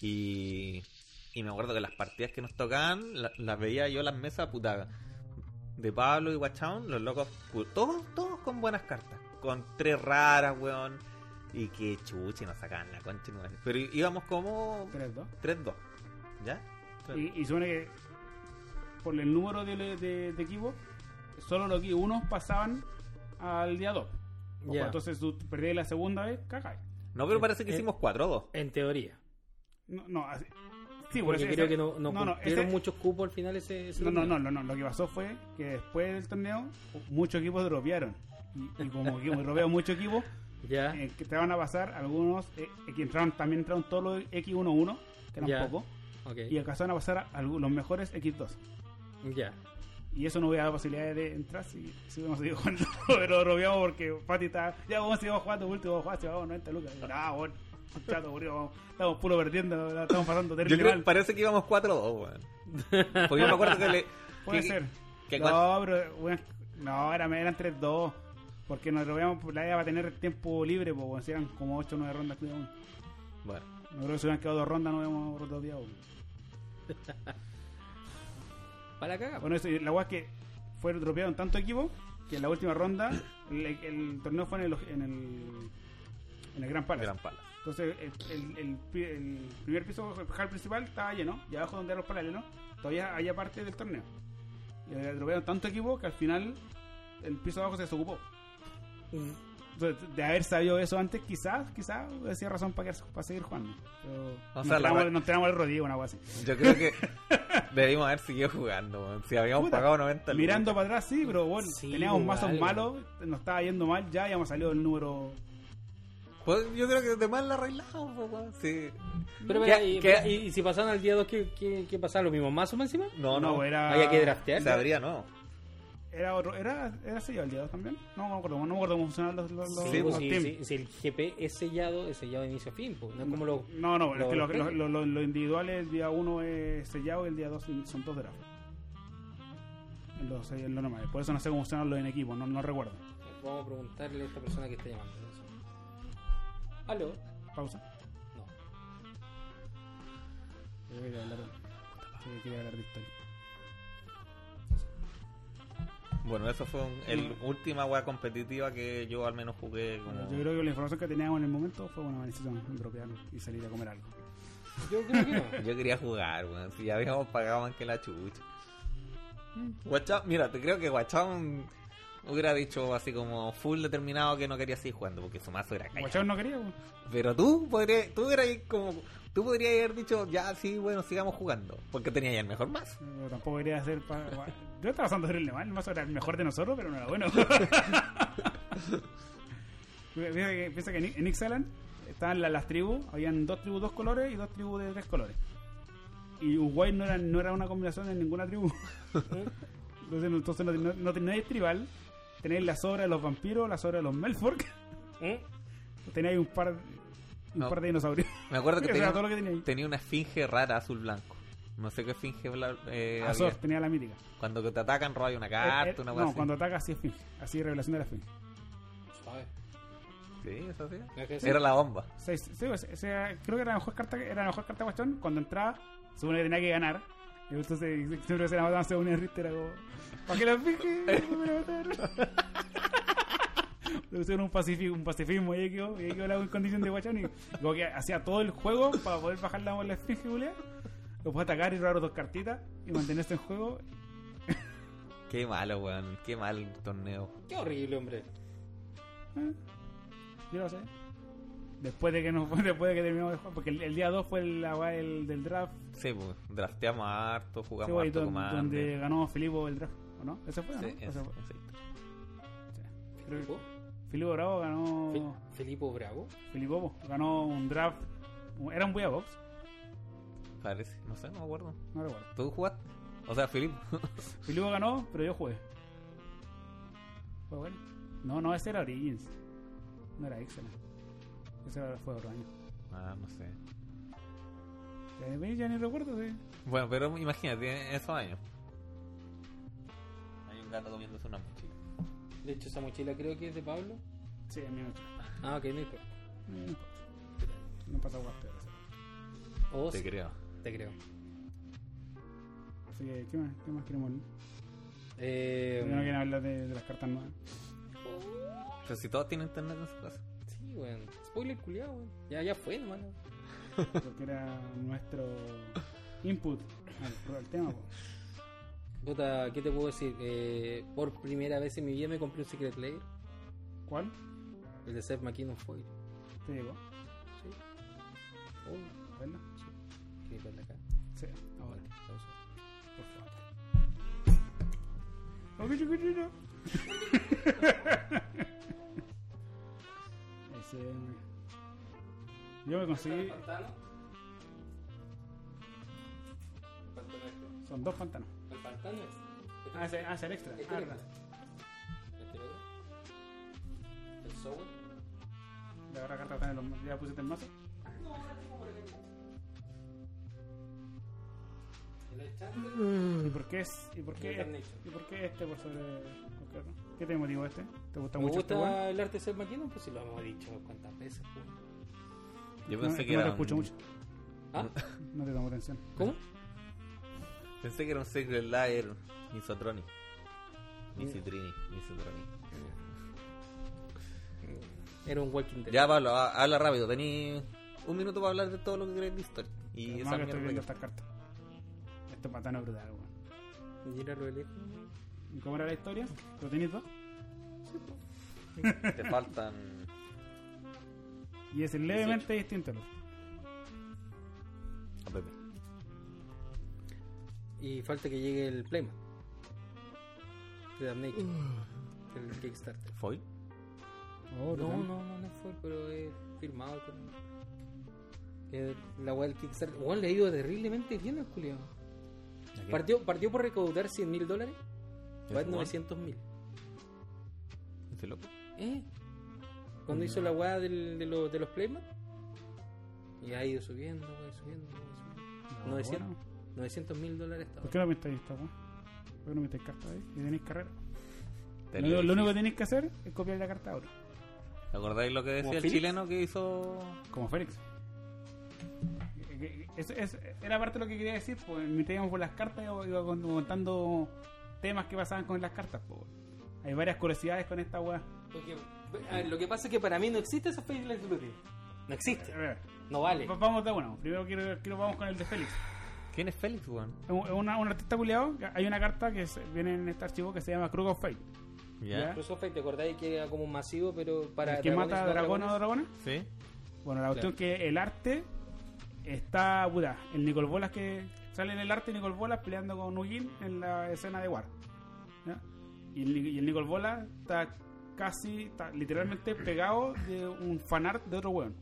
Speaker 2: Y, y me acuerdo que las partidas que nos tocaban, la- las veía yo en las mesas, puta. De Pablo y Wacham, los locos, pu- todos, todos con buenas cartas. Con tres raras, weón. Y que chuche, nos sacaban la concha. no- Pero íbamos como
Speaker 3: 3-2.
Speaker 2: 3-2. ¿Ya?
Speaker 3: Y, y supone que por el número de, de, de equipos, solo los equipos unos pasaban al día 2.
Speaker 1: Ya.
Speaker 3: Entonces, tú perdés la segunda vez, cagáis.
Speaker 2: No, pero parece que
Speaker 1: Eh,
Speaker 2: hicimos 4-2.
Speaker 1: En teoría.
Speaker 3: No, no, así. Sí, por
Speaker 1: Porque
Speaker 3: eso-
Speaker 1: creo
Speaker 3: ese-
Speaker 1: que no, no, cumplieron
Speaker 3: ese-
Speaker 1: muchos cupos al final ese. ese
Speaker 3: No, no, no,
Speaker 1: torneo.
Speaker 3: no, no, lo que pasó fue que después del torneo muchos equipos dropearon. Y, y como que dropeo muchos equipos,
Speaker 1: Ya.
Speaker 3: eh, que te van a pasar algunos eh, eh, que entraron, también entraron todos los X11, que eran
Speaker 1: Ya.
Speaker 3: pocos,
Speaker 1: ok.
Speaker 3: y acá se van a pasar a algu- los mejores X2.
Speaker 1: Ya.
Speaker 3: Y eso no hubiera dado posibilidad de entrar si, si hubiéramos seguido jugando, pero dropeamos porque Pati está, ya vamos, sigamos jugando, último, vamos a jugar, si vamos 90 lucas. Y, Ah, bueno, chato, murió, vamos, estamos puro perdiendo, la estamos pasando
Speaker 2: Yo
Speaker 3: terrible
Speaker 2: creo que
Speaker 3: mal.
Speaker 2: parece que íbamos 4-2, weón. Porque yo me acuerdo que le.
Speaker 3: Puede
Speaker 2: que-
Speaker 3: ser.
Speaker 2: que cuando-
Speaker 3: no, pero bueno, no, eran, eran 3-2. Porque nos robamos la idea va a tener tiempo libre, pues bueno, si eran como 8 o 9 rondas cada uno.
Speaker 2: Bueno,
Speaker 3: No creo que se hubieran quedado dos rondas, no hubiéramos rotopiado.
Speaker 1: Para la pues. caga.
Speaker 3: Bueno, eso, y la guay es que fue dropeado en tanto equipo que en la última ronda el, el torneo fue en el, en el, en el Gran Palace.
Speaker 2: gran pala.
Speaker 3: Entonces el, el- el pi- el primer piso, el hall principal estaba lleno y abajo donde eran los paralelos todavía había parte del torneo. Y atropellaron tanto equipo que al final el piso abajo se desocupó. Entonces, de haber sabido eso antes, quizás, quizás decía razón para, que- para seguir jugando. Pero nos,
Speaker 2: sea, la
Speaker 3: tiramos,
Speaker 2: ra-
Speaker 3: nos tiramos el rodillo, una cosa así.
Speaker 2: Yo creo que debimos haber seguido jugando, weón. Si habíamos
Speaker 3: Puta,
Speaker 2: pagado 90 lucas.
Speaker 3: Mirando para atrás, sí, pero bueno,
Speaker 1: Sí,
Speaker 3: teníamos
Speaker 1: igual,
Speaker 3: mazos
Speaker 1: weón.
Speaker 3: malos, nos estaba yendo mal, ya habíamos salido el número.
Speaker 2: Pues, yo creo que de mal la arreglamos, po, weón. Sí.
Speaker 3: mm.
Speaker 1: Pero,
Speaker 2: ¿Qué-
Speaker 1: mira, y,
Speaker 2: qué-
Speaker 1: y- y si pasaban al día 2, ¿qué, qué, qué pasaba? ¿Lo mismo mazo más encima?
Speaker 2: No, no.
Speaker 3: no, era.
Speaker 1: Había que draftear.
Speaker 2: Sabría, no.
Speaker 3: Era otro, era, era sellado el día dos también. No me acuerdo, no me acuerdo cómo funcionaban los, los, los-
Speaker 1: Sí,
Speaker 2: Sí,
Speaker 1: pues,
Speaker 3: los
Speaker 1: si,
Speaker 3: teams.
Speaker 1: si- si el GP es sellado, es sellado de inicio a fin. pues, No es como lo.
Speaker 3: No, no, es
Speaker 1: lo-
Speaker 3: que los, los, los- los- los individuales, el día 1 es sellado y el día 2 son dos draft. En los, en los normales. Por eso no sé cómo funcionan los en equipo, no, no recuerdo.
Speaker 1: Vamos a preguntarle a esta persona que está llamando. ¿Aló?
Speaker 3: Pausa.
Speaker 1: No.
Speaker 3: Yo quería hablar, yo quería hablar de historia.
Speaker 2: Bueno, eso fue un- el última weá competitiva que yo al menos jugué como...
Speaker 3: Yo creo que la información que teníamos en el momento fue una decisión dropear y salir a comer algo.
Speaker 1: Yo creo que no.
Speaker 2: Yo quería jugar, weón. Si ya habíamos pagado más que la chucha. Guachao, mira, te creo que Guachao hubiera dicho así como full determinado que no quería seguir jugando porque su mazo era caña.
Speaker 3: Guachón no quería, pues. weón.
Speaker 2: Pero tú podrías, tú hubieras como, tú podrías haber dicho ya sí, bueno, sigamos jugando porque tenía ya el mejor mazo.
Speaker 3: Yo tampoco quería hacer. pa- gua- Yo estaba pasando el mal, el mazo era el mejor de nosotros, pero no era bueno. piensa que, piensa que en en Ixalan estaban la- las, tribus, habían dos tribus, dos colores y dos tribus de tres colores. Y Uruguay no era, no era una combinación de ninguna tribu. entonces, no- entonces no, no, no tenéis tribal, tenéis la sobra de los vampiros, la sobra de los Melfork,
Speaker 1: ¿Mm?
Speaker 3: tenéis un par, un
Speaker 2: No.
Speaker 3: par de dinosaurios.
Speaker 2: Me acuerdo que
Speaker 3: Eso
Speaker 2: tenía,
Speaker 3: era todo lo que tenía ahí.
Speaker 2: tenía una esfinge rara azul blanco. No sé qué esfinge bla- eh,
Speaker 3: Azor
Speaker 2: había.
Speaker 3: tenía la mítica.
Speaker 2: Cuando te atacan roba una
Speaker 3: Ah, Eh, eh,
Speaker 2: carta, una weá
Speaker 3: no,
Speaker 2: así.
Speaker 3: cuando ataca así es fin, así es revelación de la fin.
Speaker 1: Suave.
Speaker 2: Sí, eso sí.
Speaker 1: ¿Es que sí?
Speaker 2: Era la bomba.
Speaker 3: Sí, sí, sí, o sea, creo que era la mejor carta, era la mejor carta cuestión. Cuando entraba, supone que tenía que ganar. Y entonces siempre se la mataban a una Richter, era como, ¿para qué la fije? No me la mataron. Le pusieron un pacifismo, un pacifismo y ahí quedó, y ahí quedó la condición de guachón. Y como que hacía todo el juego para poder bajar la, la esfinge, Julia. Lo puedes atacar y robar dos cartitas y mantenerse en juego.
Speaker 2: Qué malo, weón. Qué mal torneo.
Speaker 1: Qué horrible, hombre.
Speaker 3: Eh, Yo lo sé. Después de que nos, después de que terminamos el juego, porque el, el día 2 fue la weá del, del draft.
Speaker 2: Sí, pues, drafteamos harto, jugamos
Speaker 3: Sí, güey,
Speaker 2: harto
Speaker 3: don-
Speaker 2: comando.
Speaker 3: donde ganó Filipo el draft, ¿o no? ¿Ese fue? o no? Ese fue. Creo que- Mm.
Speaker 1: ¿Filipo?
Speaker 3: Filipo Bravo ganó.
Speaker 1: Fe- ¿Filipo Bravo?
Speaker 3: Filipo ganó un draft. un- Era un Buya Box,
Speaker 2: Parece, no sé, no me acuerdo.
Speaker 3: no recuerdo.
Speaker 2: ¿Tú jugaste? O sea, Filipe.
Speaker 3: Filipo ganó, pero yo jugué. Fue bueno. No, no, ese era Origins. No era Excellent. Ese era- fue otro año.
Speaker 2: ah, no sé.
Speaker 3: Eh, ve, Ya ni recuerdo, sí.
Speaker 2: Bueno, pero imagínate, en esos años. Hay un gato comiéndose una mochila.
Speaker 1: De hecho, esa mochila creo que es de Pablo.
Speaker 3: Sí, a mí no. me-
Speaker 1: Ah, ok, no importa.
Speaker 3: No importa. Eh, No pasa guas peores.
Speaker 1: Oh,
Speaker 2: Te
Speaker 1: sí,
Speaker 2: creo.
Speaker 1: te creo.
Speaker 3: Así que, ¿qué más, qué más queremos? leer?
Speaker 1: Eh,
Speaker 3: Yo no quiero hablar de, de las cartas nuevas.
Speaker 2: Pero si todos tienen internet en su casa.
Speaker 1: Sí, weón. Spoiler culiado, weón. Ya, ya fue, hermano.
Speaker 3: Porque era nuestro input al, al tema. po.
Speaker 1: Puta, ¿qué te puedo decir? Eh, por primera vez en mi vida me compré un Secret Lair.
Speaker 3: ¿Cuál?
Speaker 1: El de Seth McKinnon Foil.
Speaker 3: Te digo.
Speaker 1: Sí. Oh,
Speaker 3: ¿Verdad?
Speaker 1: quería verla acá.
Speaker 3: Sí, ahora,
Speaker 1: Aplausos.
Speaker 3: por favor. Ok, chico, chico. Ese, Yo me conseguí. Son dos pantanos.
Speaker 1: El pantano es.
Speaker 3: Ah, ese, ah, ese el extra.
Speaker 1: Este
Speaker 3: Ah,
Speaker 1: es
Speaker 3: verdad.
Speaker 1: Este otro. El software.
Speaker 3: La otra carta está en los. ¿Ya pusiste el mazo?
Speaker 1: El
Speaker 3: ¿Y por qué es? ¿Y por
Speaker 1: El
Speaker 3: qué,
Speaker 1: Carnation.
Speaker 3: ¿y por qué este por sobre cualquier otro? ¿Qué te motivó este? ¿Te gusta
Speaker 1: ¿Me
Speaker 3: mucho este weón?
Speaker 1: gusta el arte de Seth McKinnon? Pues si lo hemos dicho cuántas veces. pues.
Speaker 2: Yo
Speaker 3: No,
Speaker 2: pensé
Speaker 3: es
Speaker 2: que
Speaker 3: no
Speaker 2: era.
Speaker 3: te
Speaker 2: un-
Speaker 3: escucho mucho.
Speaker 1: ¿Ah?
Speaker 3: No te tomo atención.
Speaker 1: ¿Cómo?
Speaker 2: Pensé que era un Secret Lair Misotroni. Misitrini, Misotroni.
Speaker 1: Era un Walking Dead.
Speaker 2: Ya, Pablo, ha- habla rápido. Tení un minuto para hablar de todo lo que crees de historia.
Speaker 3: Y
Speaker 2: Y
Speaker 3: no,
Speaker 2: esa
Speaker 3: que estoy
Speaker 2: mierda
Speaker 3: viendo
Speaker 2: que-
Speaker 3: estas cartas. Este pantano es brutal, weón.
Speaker 1: Mira lo de lejos.
Speaker 3: ¿Y ¿Cómo era la historia? ¿Lo tenéis dos?
Speaker 2: Te faltan.
Speaker 3: Y es levemente distinto. ¿no?
Speaker 2: A Pepe.
Speaker 1: Y falta que llegue el Playman. De Damnation. El Kickstarter.
Speaker 2: ¿Foy?
Speaker 3: Oh,
Speaker 1: Ah. No,
Speaker 3: total.
Speaker 1: no, no, no fue, pero he firmado con. Eh, La web del Kickstarter. Bueno, le ha ido terriblemente bien al culiao. Partió, partió por recaudar 100 mil dólares. Va en
Speaker 2: bueno.
Speaker 1: 900 mil.
Speaker 2: ¿Este loco?
Speaker 1: ¿Eh? Cuando hizo la weá del- de, los- de los Playman. Y ha ido subiendo, weá, subiendo, weá, subiendo.
Speaker 3: No,
Speaker 1: 900
Speaker 3: bueno.
Speaker 1: 900 mil dólares hasta
Speaker 3: ¿Por
Speaker 1: ahora.
Speaker 3: qué no metáis esta, weón? ¿Por qué no metáis carta ahí? Y tenéis carrera.
Speaker 2: Te
Speaker 3: Lo,
Speaker 2: lo-
Speaker 3: lo único que tenéis que hacer es copiar la carta ahora.
Speaker 2: ¿Te acordáis lo que decía
Speaker 1: ¿Como
Speaker 2: el
Speaker 1: Philips?
Speaker 2: chileno que hizo.
Speaker 3: Como Félix. Eso, eso- era parte de lo que quería decir, pues mientras íbamos por las cartas iba, iba con- contando temas que pasaban con las cartas, pues. Hay varias curiosidades con esta weá.
Speaker 1: Porque, a ver, lo que pasa es que para mí no existe esa película exclusiva. No
Speaker 3: A
Speaker 1: existe.
Speaker 3: ver,
Speaker 1: No vale.
Speaker 3: va- vamos de bueno. Primero quiero, quiero vamos con el de Félix.
Speaker 2: ¿Quién es Félix, weón?
Speaker 3: Es un- es una- un artista culiado, hay una carta que se- viene en este archivo que se llama Crook of Fate.
Speaker 2: ¿Ya?
Speaker 1: Incluso Fate, ¿te acordáis que era como un masivo, pero para.
Speaker 3: El que
Speaker 1: dragones,
Speaker 3: mata a
Speaker 1: no
Speaker 3: dragón o
Speaker 1: dragones?
Speaker 3: dragona.
Speaker 2: ¿Sí?
Speaker 3: Bueno, la cuestión es que el arte está puta. El Nicol Bolas que sale en el arte Nicol Bolas peleando con Ugin en la escena de War. ¿ya? Y, el, y el Nicol Bolas está casi, está literalmente pegado de un fanart de otro weón.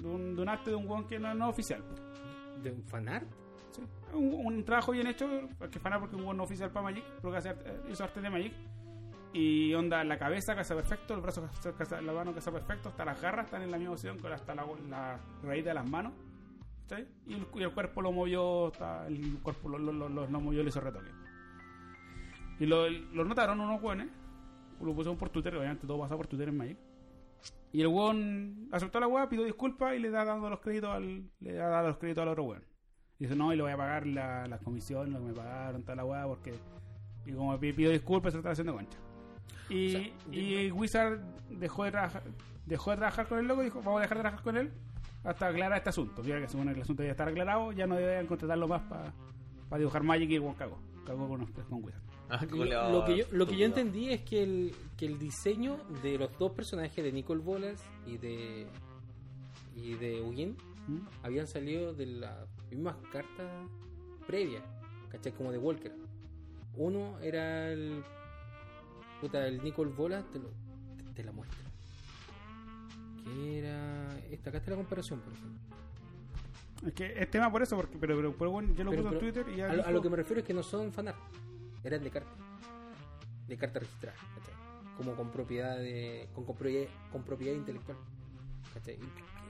Speaker 3: De un, de un arte de un weón que no, no es oficial.
Speaker 1: ¿De un fanart?
Speaker 3: Sí. Un, un trabajo bien hecho, que fan porque un no oficial para Magic, pero que hace arte- eh, hizo arte de Magic. Y onda, la cabeza casa perfecto, el brazo casa- casa- la mano casa perfecto, hasta las garras están en la misma opción con hasta la, la raíz de las manos. ¿sí? Y, el, y el cuerpo lo movió, hasta el cuerpo lo, lo- lo- lo- lo movió, le hizo retoque. Y lo, lo notaron unos hueones, lo pusieron por Twitter, obviamente todo pasa por Twitter en Magic. Y el hueón aceptó la hueá, pidió disculpas y le da dando los créditos al, le da dando los créditos al otro hueón. Y dice, no, y le voy a pagar la, las comisiones, lo que me pagaron, tal la weá, porque. Y como pi- pido disculpas, se lo estaba haciendo concha. Y,
Speaker 1: sea,
Speaker 3: y Wizard dejó de, trabajar, dejó de trabajar con el loco y dijo, vamos a dejar de trabajar con él hasta aclarar este asunto. Ya que según el asunto ya está aclarado, ya no deben contratarlo más para dibujar Magic y el weón cagó. Cagó con, con Wizard.
Speaker 2: Ah,
Speaker 1: Lo,
Speaker 2: culiao,
Speaker 1: lo que yo, lo que yo
Speaker 2: estúpido.
Speaker 1: entendí es que el, que el diseño de los dos personajes de Nicole Bolas y de. y de Ugin
Speaker 3: ¿Mm?
Speaker 1: habían salido de las mismas cartas previas, ¿cachai? Como de Walker. Uno era el. Puta, el Nicole Bola, te, lo, te, te la muestra. Que era. Esta, acá está la comparación, por ejemplo.
Speaker 3: Es que es tema por eso, porque, pero, pero, pero bueno, yo lo
Speaker 1: Pero-
Speaker 3: puse en
Speaker 1: pero
Speaker 3: Twitter y ya.
Speaker 1: a, lo, a
Speaker 3: dijo-
Speaker 1: lo que me refiero es que no son fanart, eran de carta. De carta registrada, ¿cachai? Como con propiedad de. con, con propiedad, con propiedad intelectual. ¿cachai?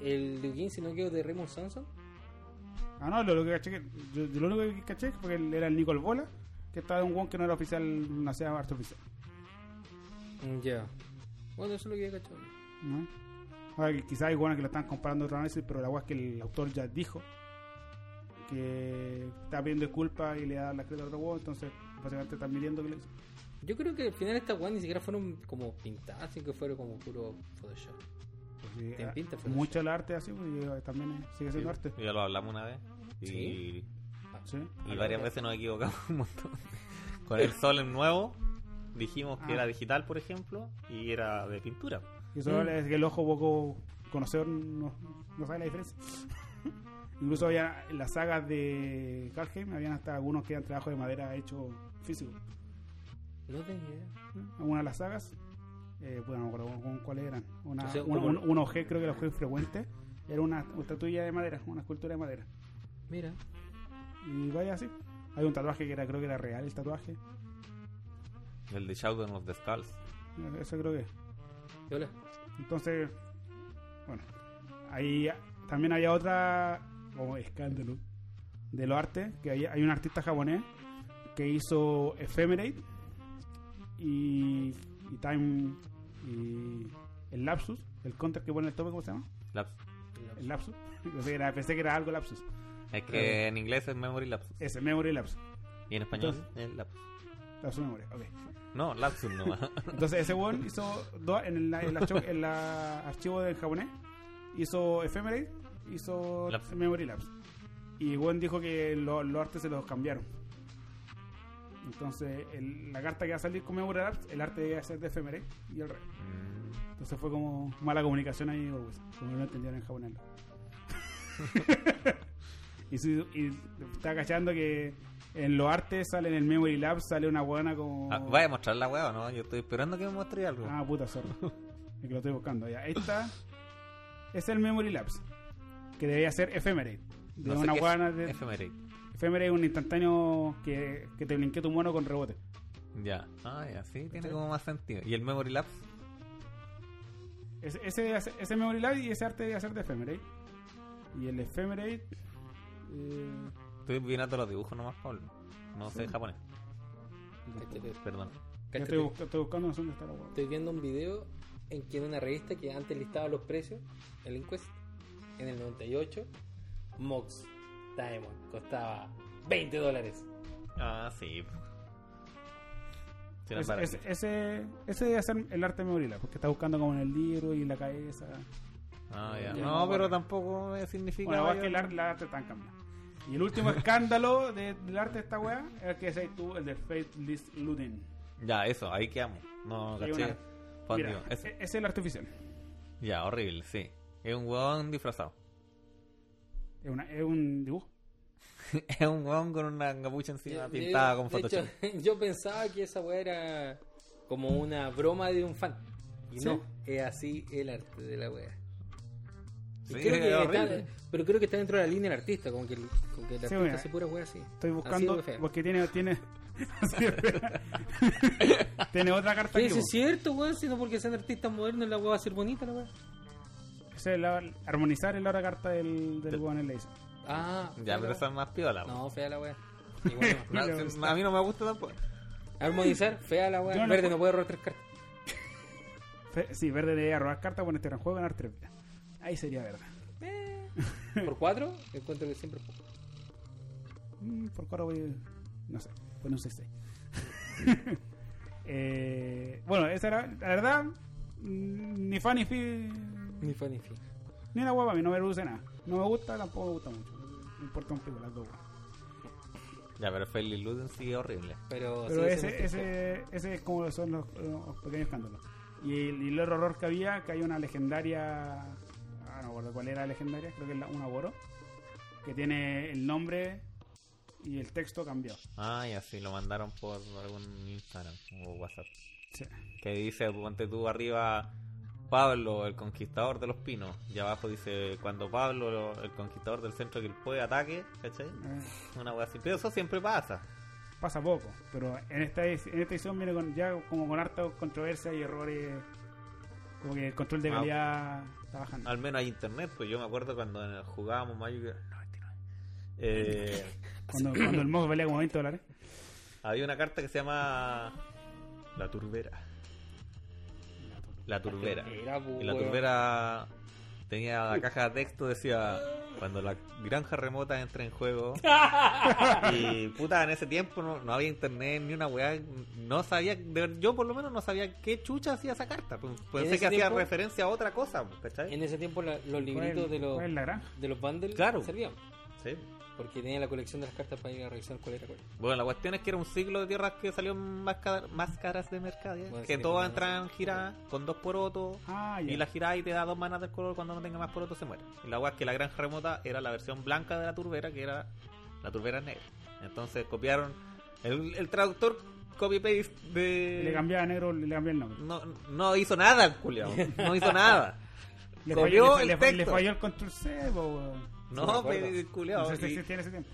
Speaker 1: El de Ugin, si no quedó de Raymond Sanson,
Speaker 3: Ah, no, lo, lo que caché, que- yo, yo lo único que caché es porque él era el Nicol Bola, que estaba de un guan que no era oficial, no hacía arte oficial.
Speaker 1: ya. Bueno, eso es lo que he cachado.
Speaker 3: ¿no? Ahora, que quizás hay guanas que lo están comparando a otro análisis, pero la guay es que el autor ya dijo que está pidiendo disculpas y le da la crédito a otro guan, entonces básicamente están midiendo que le hizo.
Speaker 1: Yo creo que al final estas weas ni siquiera fueron como pintadas, sino que fueron como puro Photoshop.
Speaker 3: Pues, sí,
Speaker 1: Te
Speaker 3: ah,
Speaker 1: pinta, fue
Speaker 3: mucho el arte así, pues, y eh, también eh, sigue siendo arte.
Speaker 2: Ya lo hablamos una vez. Y,
Speaker 1: Sí.
Speaker 3: Sí.
Speaker 2: y varias veces nos equivocamos un montón. Con el Solem nuevo dijimos que
Speaker 3: Ah.
Speaker 2: era digital, por ejemplo, y era de pintura.
Speaker 3: Y eso
Speaker 1: Mm.
Speaker 3: es que el ojo poco conocedor no, no sabe la diferencia. Incluso había en las sagas de Calheim habían hasta algunos que eran trabajos de madera hecho físico.
Speaker 1: No tengo idea.
Speaker 3: Algunas de las sagas, eh, bueno, no me acuerdo con cuáles eran. Una,
Speaker 1: O sea,
Speaker 3: una-
Speaker 1: como-
Speaker 3: un, un objeto, creo que la fue frecuente, era una estatuilla de madera, una escultura de madera.
Speaker 1: Mira,
Speaker 3: Y vaya así. Hay un tatuaje que era, creo que era real el tatuaje.
Speaker 2: El de Shadow of the Skulls.
Speaker 3: Eso creo que es.
Speaker 1: y hola.
Speaker 3: Entonces, bueno, ahí también había otra como escándalo de lo arte, que hay, hay un artista japonés que hizo Ephemerate y, y Time y el Lapsus, el counter que pone el tope, ¿cómo se llama?
Speaker 2: Laps-
Speaker 3: El Lapsus. Yo sé que era- pensé que era algo Lapsus.
Speaker 2: Es que
Speaker 1: Claro.
Speaker 2: en inglés es memory lapsus.
Speaker 3: Ese, Memory Lapsus.
Speaker 2: Y en español
Speaker 3: Entonces-
Speaker 2: es lapsus.
Speaker 3: Lapsus Memory, ok.
Speaker 2: No, lapsus nomás.
Speaker 3: Entonces ese weón hizo dos en el, en la cho- en la archivo del japonés, hizo Ephemerate, hizo
Speaker 2: Lapse.
Speaker 3: Memory Lapse. Y el weón dijo que lo- los artes se los cambiaron. Entonces, el- la carta que va a salir conmemora el arte, el arte debe ser de efeméride y el rey.
Speaker 2: Mm.
Speaker 3: Entonces fue como mala comunicación ahí, o, pues, como no entendieron en japonés. y, si- y estaba cachando que en los artes sale en el Memory Lab, sale una buena como...
Speaker 2: Ah, ¿Vaya a mostrar la weá o no? Yo estoy esperando que me muestre algo.
Speaker 3: Ah, puta zorra. Es que lo estoy buscando. Ya. Esta es el Memory Labs. Que debería ser efeméride. De
Speaker 2: no sé
Speaker 3: una
Speaker 2: qué es
Speaker 3: guana de.
Speaker 2: efeméride.
Speaker 3: Efeméride es un instantáneo que, que te blinquea tu mono con rebote.
Speaker 2: Ya. Ah, ya, sí, tiene
Speaker 3: ¿Cachai?
Speaker 2: como más sentido. ¿Y el Memory Lapse?
Speaker 3: Ese, ese, debería ser- ese Memory Labs y ese arte debería ser de efeméride. Y el efeméride. eh,
Speaker 2: Estoy mirando los dibujos nomás, Pablo. No sé japonés,
Speaker 1: Cáchate,
Speaker 2: Pues, perdón.
Speaker 3: ya
Speaker 1: cáchate.
Speaker 3: estoy, busca- estoy buscando no sé dónde está la hueá.
Speaker 1: Estoy viendo un video en que en una revista que antes listaba los precios, el Inquest, en el 98, Mox Diamond costaba 20 dólares.
Speaker 2: Ah, sí. Sí, no es
Speaker 3: Ese,
Speaker 2: barato.
Speaker 3: ese, ese, ese debería ser el arte Memory Labs. Porque está buscando como en el libro y en la cabeza.
Speaker 2: Ah, ya.
Speaker 3: Ya,
Speaker 2: No, pero
Speaker 3: bueno.
Speaker 2: tampoco me significa.
Speaker 3: Bueno, la
Speaker 2: mayor-
Speaker 3: verdad es que el arte, el arte está cambiando. Y el último escándalo de- del arte de esta weá es el que decís tú, el de Faithless Looting.
Speaker 2: Ya, eso, ahí quedamos. No,
Speaker 3: Hay
Speaker 2: caché.
Speaker 3: una-
Speaker 2: Pan,
Speaker 3: Mira, eh.
Speaker 2: digo,
Speaker 3: es,
Speaker 2: eso.
Speaker 3: es el arte oficial.
Speaker 2: Ya, horrible, sí. Es un huevón disfrazado.
Speaker 3: Es, una- es un dibujo.
Speaker 2: es un huevón con una capucha encima
Speaker 1: De-
Speaker 2: pintada
Speaker 1: de-
Speaker 2: con
Speaker 1: de
Speaker 2: Photoshop.
Speaker 1: hecho, yo pensaba que esa weá era como una broma de un fan. Y
Speaker 3: Sí.
Speaker 1: no, es así el arte de la weá. Y
Speaker 2: Sí,
Speaker 1: creo
Speaker 2: es
Speaker 1: que
Speaker 2: horrible.
Speaker 1: está- pero creo que está dentro de la línea del artista, como que el, como que el
Speaker 3: Sí,
Speaker 1: artista
Speaker 3: mira.
Speaker 1: hace pura weá así.
Speaker 3: Estoy
Speaker 1: Así
Speaker 3: buscando
Speaker 1: de fea.
Speaker 3: porque tiene tiene así de fea. tiene otra carta
Speaker 1: Que
Speaker 3: aquí.
Speaker 1: eso
Speaker 3: po.
Speaker 1: es cierto, weón, sino porque sean artistas modernos la weá va a ser bonita la weá.
Speaker 3: Esa es la- armonizar es la otra carta del del
Speaker 2: Del-
Speaker 3: weón en la isla.
Speaker 1: Ah,
Speaker 2: Ya, pero esa es más piola. po.
Speaker 1: No, fea la weá. Y bueno,
Speaker 2: No,
Speaker 3: Mira,
Speaker 2: si- a mí no me gusta tampoco.
Speaker 1: armonizar, fea la weá.
Speaker 3: Yo no
Speaker 1: Verde
Speaker 3: puedo-
Speaker 1: no puede robar tres cartas.
Speaker 3: Fe- Sí, verde debería robar cartas con este gran juego ganar tres vidas. Ahí sería verde.
Speaker 1: Por cuatro, encuentro que siempre es poco.
Speaker 3: Mm, por cuatro voy. No sé, pone un 6-6. Eh, bueno, esa era. La verdad, mm, ni fan ni fi.
Speaker 1: Ni fan ni fin.
Speaker 3: Ni una guapa, a mí no me produce nada. No me gusta, tampoco me gusta mucho. Me importa un pico las dos weas.
Speaker 2: Ya, pero Feliz Luden sí es horrible.
Speaker 1: Pero,
Speaker 3: Pero
Speaker 1: Pues sí,
Speaker 3: ese,
Speaker 1: sí,
Speaker 3: ese, ese es como son los, los pequeños escándalos. Y el, y el otro horror que había, que hay una legendaria. Ah, no me acuerdo cuál era la legendaria, creo que es la, una Boro. Que tiene el nombre y el texto cambiado.
Speaker 2: Ah, ya, sí, lo mandaron por algún Instagram o WhatsApp.
Speaker 3: Sí.
Speaker 2: Que dice, ponte tú arriba Pablo, el conquistador de los pinos. Y abajo dice, cuando Pablo, lo- el conquistador del centro que puede ataque, ¿cachai?
Speaker 3: Eh.
Speaker 2: Una wea así. Pero eso siempre pasa.
Speaker 3: pasa poco, pero en esta, edi- en esta edición viene con, ya como con harta controversia y errores, como que el control de
Speaker 2: Ah,
Speaker 3: calidad está bajando.
Speaker 2: Al menos hay internet, pues yo me acuerdo cuando en el- jugábamos Magic 99. Eh,
Speaker 3: Cuando, cuando el mouse valía como 20 dólares,
Speaker 2: había una carta que se llama La Turbera. La Turbera.
Speaker 1: Turbera, pues,
Speaker 2: Y la
Speaker 1: weón.
Speaker 2: Turbera tenía la caja de texto, decía, cuando la granja remota entra en juego. Y puta, en ese tiempo no, no había internet ni una weá. No sabía, de- yo por lo menos no sabía qué chucha hacía esa carta. pues, Pensé que
Speaker 1: ese
Speaker 2: hacía
Speaker 1: tiempo?
Speaker 2: referencia a otra cosa, pues, ¿cachai?
Speaker 1: En ese tiempo la- los libritos
Speaker 3: ¿Cuál-
Speaker 1: de los,
Speaker 3: cuál es la granja?
Speaker 1: de los bundles
Speaker 2: Claro.
Speaker 1: servían.
Speaker 2: Sí.
Speaker 1: Porque tenía la colección de las cartas para ir a revisar cuál era cuál.
Speaker 2: Bueno, la cuestión es que era un ciclo de tierras que salió más, ca- más caras de mercadería.
Speaker 1: Bueno,
Speaker 2: que
Speaker 1: sí,
Speaker 2: todas
Speaker 1: sí,
Speaker 2: entran giradas con dos porotos.
Speaker 3: Ah, ya.
Speaker 2: Y la girada y te da dos manas del color cuando no tenga más porotos se muere. Y la weá es que la granja remota era la versión blanca de la turbera, que era la turbera negra. Entonces copiaron el, el traductor copy-paste
Speaker 3: Le
Speaker 2: de...
Speaker 3: cambiaba a negro, le cambiaba el nombre.
Speaker 2: No, no hizo nada, el culiao. No hizo nada.
Speaker 3: Le
Speaker 2: Copió
Speaker 3: falló, le-
Speaker 2: el
Speaker 3: le, fa- le
Speaker 2: texto.
Speaker 3: falló el control C, po, weón.
Speaker 1: me
Speaker 2: No,
Speaker 1: acuerdo.
Speaker 2: pero el
Speaker 3: No
Speaker 2: culiao.
Speaker 3: sé si
Speaker 2: y-
Speaker 3: existía en ese tiempo.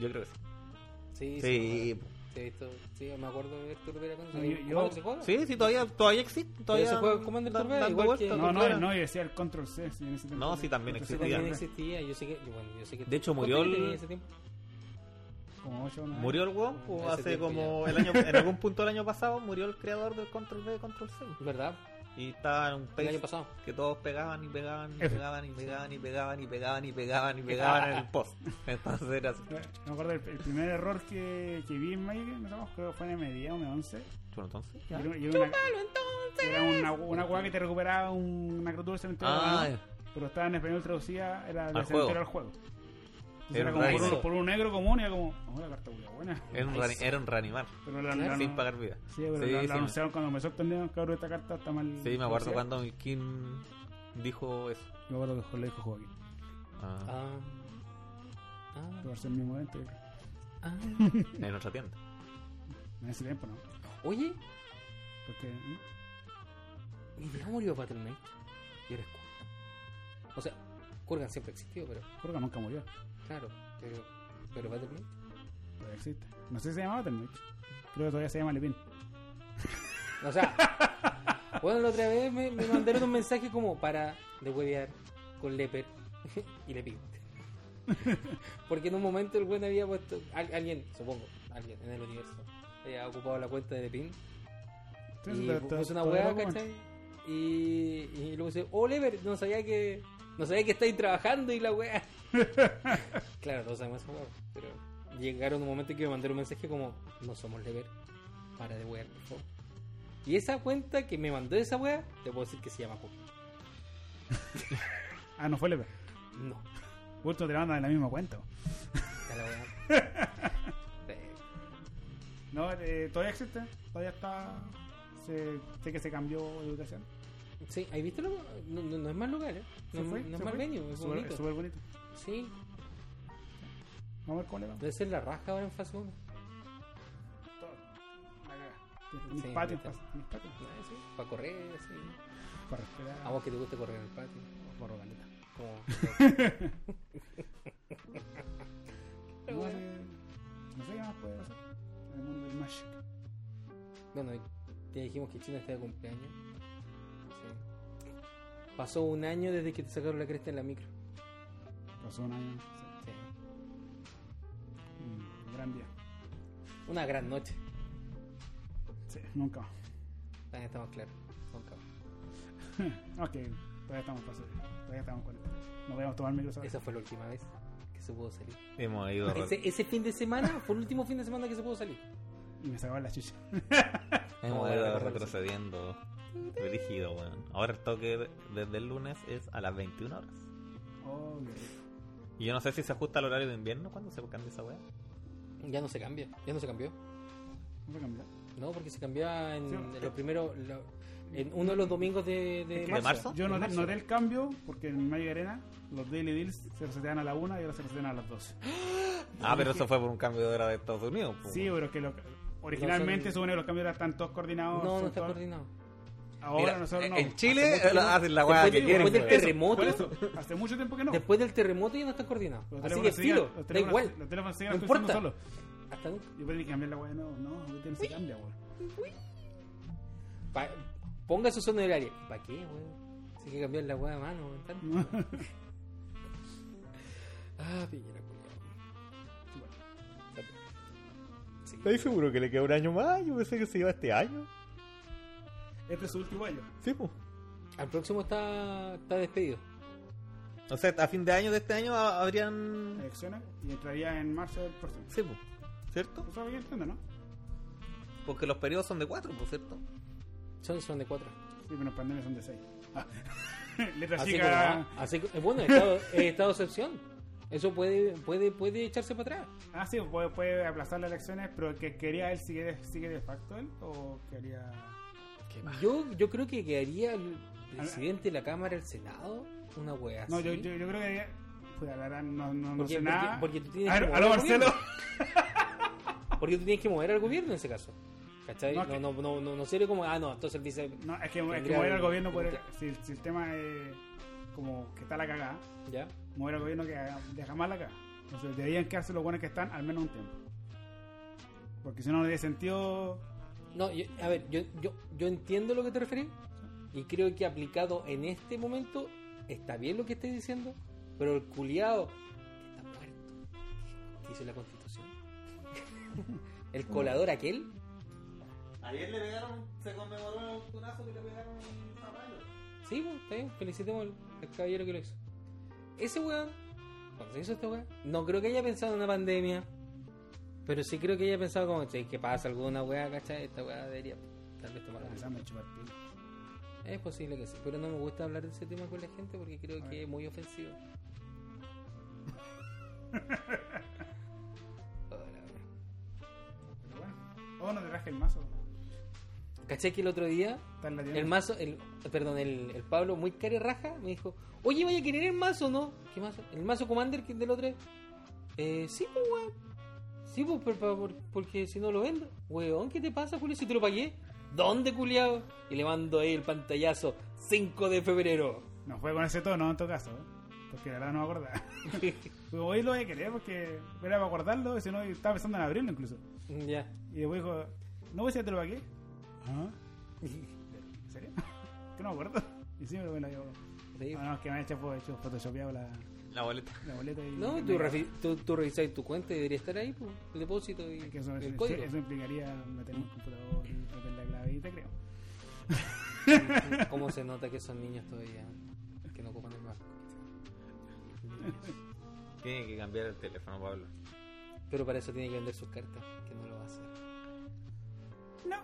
Speaker 2: Yo creo que sí.
Speaker 1: Sí,
Speaker 2: Sí,
Speaker 1: sí. Sí, esto- sí, me acuerdo de Turbera con
Speaker 3: No, yo- yo-
Speaker 1: ¿Cómo se juega?
Speaker 2: Sí, sí, todavía, todavía existe. Todavía
Speaker 1: se juega Commander
Speaker 2: dan-
Speaker 1: Turbera,
Speaker 2: dando
Speaker 1: igual
Speaker 2: vueltas,
Speaker 1: que-
Speaker 3: No,
Speaker 2: turbera.
Speaker 3: no, no, yo decía el control C. sí, en ese tiempo.
Speaker 2: No, sí, también
Speaker 3: Control C,
Speaker 1: También
Speaker 2: existía.
Speaker 3: control
Speaker 1: existía, yo sé que, bueno, yo sé que
Speaker 2: De hecho, murió
Speaker 1: ¿Cuánto
Speaker 2: el-
Speaker 1: tenía ese tiempo?
Speaker 3: C, Como ocho, ¿no?
Speaker 2: Murió el weón, pues,
Speaker 1: Hace
Speaker 2: hace
Speaker 1: tiempo
Speaker 2: como el año, en algún punto del año pasado murió el creador del Control B, Control C.
Speaker 1: ¿Verdad?
Speaker 2: Y estaba en un
Speaker 1: El año
Speaker 2: pace
Speaker 1: pasado.
Speaker 2: que todos pegaban y pegaban y
Speaker 3: F.
Speaker 2: pegaban y pegaban y pegaban y pegaban y pegaban y pegaban en el post. Entonces era así.
Speaker 3: No, me acuerdo, el, el primer error que, que vi en Magic, no sé, creo que fue en M10 o M11.
Speaker 2: Bueno, entonces.
Speaker 3: Y era- y era una- Era una, una weá que te recuperaba un- una criatura del cementerio. de la
Speaker 2: Ah,
Speaker 3: mano, pero estaba en español traducida, era
Speaker 2: Al
Speaker 3: del cementerio al juego. Era
Speaker 2: Era
Speaker 3: como por
Speaker 2: rarísimo.
Speaker 3: un, por un negro común y era como, oh, la carta culia buena.
Speaker 2: Era un, rani- era un reanimar.
Speaker 3: Pero la,
Speaker 1: Claro.
Speaker 3: la-
Speaker 2: Sin pagar vida.
Speaker 3: Sí, pero
Speaker 2: Sí,
Speaker 3: la,
Speaker 2: sí,
Speaker 3: la
Speaker 2: me-
Speaker 3: anunciaron cuando empezó el torneo, cabrón, esta carta está mal.
Speaker 2: Sí, me acuerdo
Speaker 3: anunciada.
Speaker 2: cuando Milkin dijo eso.
Speaker 3: Me acuerdo que lo dijo Joaquín.
Speaker 2: Ah,
Speaker 1: Ah. Ah.
Speaker 3: Pero va a ser el mismo evento. yo creo.
Speaker 1: Ah.
Speaker 2: En otra tienda.
Speaker 3: En ese tiempo, ¿no?
Speaker 1: Oye,
Speaker 3: Porque. ¿eh?
Speaker 1: mi idea murió Battle Knight. Y ahora es Kurgan. O sea, Kurgan siempre existió, pero.
Speaker 3: Creo que nunca murió.
Speaker 1: Claro. Pero, pero Battle Knight.
Speaker 3: Todavía existe. No sé si se llamaba Termix. Creo que todavía se llama Lepin.
Speaker 1: O sea, bueno, la otra vez me, me mandaron un mensaje como para de huevear con Leper y le pico. Porque en un momento el weón había puesto, al- alguien, supongo, alguien en el universo, había ocupado la cuenta de Lepin y pu- puso una hueá, ¿cachai? Y, y luego dice, oh Leper, no sabía que, no sabía que estáis trabajando y la hueá. claro, todos sabemos esa hueá, pero llegaron un momento que me mandaron un mensaje como, no somos Leper, para de huear, por favor. Y esa cuenta que me mandó esa wea, te puedo decir que se llama Pokémon.
Speaker 3: Ah, no fue Lepe.
Speaker 1: No,
Speaker 3: Justo te la mandan en la misma cuenta.
Speaker 1: ya la wea. Eh,
Speaker 3: No, eh, todavía existe. Todavía está. Se, sé que se cambió de ubicación.
Speaker 1: Sí, ¿hay visto? lo- No, no, no es mal lugar, ¿eh? No,
Speaker 3: ¿Se
Speaker 1: es-
Speaker 3: fue?
Speaker 1: no
Speaker 3: ¿Se
Speaker 1: es mal
Speaker 3: fue?
Speaker 1: venue, es
Speaker 3: Súper-
Speaker 1: bonito.
Speaker 3: Súper bonito.
Speaker 1: Sí,
Speaker 3: Vamos a ver cómo le va.
Speaker 1: debe ser la raja ahora en fase 1.
Speaker 3: Todo. La cagada.
Speaker 1: Sí,
Speaker 3: Mis patios,
Speaker 1: ahorita.
Speaker 3: pas- mis patios.
Speaker 1: Ah, Para correr, así.
Speaker 3: Para respirar.
Speaker 1: A vos que te gusta correr en el patio.
Speaker 3: Por Rogaleta.
Speaker 1: Como...
Speaker 3: No sé, no sé qué más puede pasar. En el mundo del Magic.
Speaker 1: bueno, ya dijimos que China está de cumpleaños. Sí. Pasó un año desde que te sacaron la cresta en la micro.
Speaker 3: Pasó un año. sí.
Speaker 1: Sí.
Speaker 3: Un gran día.
Speaker 1: Una gran noche.
Speaker 3: Sí, nunca más.
Speaker 1: También estamos claros. Con cabo.
Speaker 3: Ok, todavía estamos pasados. Todavía estamos con No podemos tomar micros ahora.
Speaker 1: Esa fue la última vez que se pudo salir.
Speaker 2: Hemos ido. ro-
Speaker 1: Ese, ese fin de semana fue el último fin de semana que se pudo salir.
Speaker 3: Y me sacaban la chicha.
Speaker 2: Hemos
Speaker 1: No,
Speaker 2: ido
Speaker 1: vale, vale.
Speaker 2: retrocediendo. Rígido, weón. Ahora el toque de- desde el lunes es a las 21 horas.
Speaker 3: Oh, qué rico.
Speaker 2: Y yo no sé si se ajusta al horario de invierno cuando se cambia esa weá.
Speaker 1: Ya no se cambia, ya no se cambió.
Speaker 3: Vamos a cambiar.
Speaker 1: No, porque se cambiaba en,
Speaker 3: Sí.
Speaker 1: en los primeros. lo- en uno de los domingos de, de
Speaker 2: ¿De marzo?
Speaker 3: Yo
Speaker 1: De
Speaker 3: noté,
Speaker 1: marzo.
Speaker 3: noté el cambio porque en Magic Arena los Daily Deals se resetean a la 1 y ahora se resetean a las 12.
Speaker 2: Ah, pero eso fue por un cambio de hora de Estados Unidos. po,
Speaker 1: Oh.
Speaker 3: Sí,
Speaker 2: weón.
Speaker 3: pero que lo- originalmente supone que los cambios eran todos coordinados.
Speaker 1: No, no
Speaker 3: son
Speaker 1: está
Speaker 3: todos-
Speaker 1: coordinado.
Speaker 3: Ahora
Speaker 2: Mira,
Speaker 3: nosotros
Speaker 2: en-
Speaker 3: no.
Speaker 2: En Chile
Speaker 1: Hace mucho
Speaker 2: la-
Speaker 1: que no.
Speaker 2: hacen la
Speaker 1: Después
Speaker 2: weá que
Speaker 1: del-
Speaker 2: quieren.
Speaker 1: después del
Speaker 2: weón.
Speaker 1: terremoto,
Speaker 3: Por eso, hace mucho tiempo que no.
Speaker 1: después del terremoto ya no está coordinado.
Speaker 3: Los
Speaker 1: Así que
Speaker 3: teléfonos siguen-
Speaker 1: filo,
Speaker 3: los
Speaker 1: da
Speaker 3: teléfonos-
Speaker 1: igual.
Speaker 3: Los teléfonos siguen
Speaker 1: No
Speaker 3: actualizando
Speaker 1: importa.
Speaker 3: solos.
Speaker 1: Hasta nunca.
Speaker 3: Yo pedí que cambiar la weá, no, no, no se cambia, weón.
Speaker 1: Pa- ponga su zona horaria. ¿Para qué, weón? Si hay que cambiar la weá de mano, weón. tanto. Ah, pillera, culiao. Sí.
Speaker 2: ¿Estáis seguro que le queda un año más? Yo pensé que se iba este año.
Speaker 3: Este es su último año.
Speaker 2: Sí, pues.
Speaker 1: Al próximo está, está despedido.
Speaker 2: O sea, a fin de año de este año ha- habrían.
Speaker 3: Elecciones y entraría en marzo del próximo.
Speaker 2: Sí, pues. ¿Cierto?
Speaker 3: Eso bien entiendo, ¿no?
Speaker 2: Porque los periodos son de cuatro, por cierto.
Speaker 1: Son, son de cuatro.
Speaker 3: Sí, pero los pandemias son de 6. Letra
Speaker 1: Así como,
Speaker 3: chica.
Speaker 1: ah, así, co- eh, bueno, estado, eh, estado de excepción. Eso puede, puede, puede echarse para atrás.
Speaker 3: Ah, sí, puede, puede aplazar las elecciones, pero el que quería él sigue, de- sigue de facto él o quería.
Speaker 1: Yo, yo creo que quedaría el presidente, la Cámara, el Senado, una wea así.
Speaker 3: No, yo, yo, yo creo que. haría- Puta, la verdad, no, no, no
Speaker 1: Porque-
Speaker 3: sé
Speaker 1: porque-
Speaker 3: nada.
Speaker 1: porque tú tienes
Speaker 3: A ver,
Speaker 1: como
Speaker 3: aló,
Speaker 1: algo
Speaker 3: Marcelo.
Speaker 1: Porque tú tienes que mover al gobierno en ese caso. ¿Cachai?
Speaker 3: No,
Speaker 1: No,
Speaker 3: que-
Speaker 1: no, no, no, no sirve como, ah, no, entonces el vice.
Speaker 3: No, es que, es que
Speaker 1: Tendría
Speaker 3: mover al
Speaker 1: el-
Speaker 3: gobierno. Puede,
Speaker 1: tendría-
Speaker 3: si, si el tema es como que está la cagada,
Speaker 1: ¿Ya?
Speaker 3: mover al gobierno que haga- deja mal la cagada. Entonces deberían quedarse los buenos que están al menos un tiempo. Porque si no, no tiene sentido.
Speaker 1: No, yo- a ver, yo, yo, yo entiendo lo que te referís y creo que aplicado en este momento está bien lo que estás diciendo, pero el culiado que está muerto, que hizo la constitución, el colador aquel,
Speaker 2: Ayer le pegaron, se conmemoró el tunazo que le pegaron a Rayo.
Speaker 1: sí, pues, está bien, felicitemos al, al caballero que lo hizo. Ese weón, cuando se hizo esta weón, no creo que haya pensado en una pandemia, pero sí creo que haya pensado como, "Sí, que pasa alguna weá, ¿cachai? Esta weá debería tal vez tomar
Speaker 3: Pensando en chupar pila.
Speaker 1: Es posible que sí, pero no me gusta hablar de ese tema con la gente porque creo
Speaker 3: A
Speaker 1: que
Speaker 3: ver.
Speaker 1: es muy ofensivo. Hola, weón.
Speaker 3: Pero bueno. Oh, no te traje el mazo.
Speaker 1: ¿Cachai que el otro día
Speaker 3: Está en la tienda.
Speaker 1: el mazo, el, perdón, el, el Pablo, muy cara y raja, me dijo, oye, vaya a querer el mazo, ¿no? ¿Qué mazo? ¿El mazo Commander que es del otro? Eh, sí, pues, weón. Sí, pues, pero, pa- por- porque si no lo vendo. Weón, ¿qué te pasa, Julio, si te lo pagué? ¿Dónde, culiao? Y le mando ahí el pantallazo, 5 de febrero.
Speaker 3: No fue con ese tono en todo caso, ¿eh? porque la verdad no me acordaba. Digo, hoy lo voy a querer porque era para acordarlo, si no estaba pensando en abrirlo incluso.
Speaker 1: ya.
Speaker 3: Y después dijo, ¿no voy a te lo pagué? ¿Ah? ¿En serio? que no me acuerdo. Y sí, me lo llevo.
Speaker 1: Sí.
Speaker 3: No, no, es que me han hecho, fo- hecho photoshopeado la,
Speaker 2: La boleta.
Speaker 3: la boleta y...
Speaker 1: No, tú, refi- tú, tú revisas tu cuenta y debería estar ahí, pues, el depósito y
Speaker 3: Que eso,
Speaker 1: el
Speaker 3: eso-
Speaker 1: código.
Speaker 3: eso implicaría meter un computador y meter la clavita, creo.
Speaker 1: ¿Cómo se nota que son niños todavía? Que no ocupan el banco.
Speaker 2: Tiene que cambiar el teléfono, Pablo.
Speaker 1: Pero para eso tiene que vender sus cartas, que no lo va a hacer.
Speaker 3: No.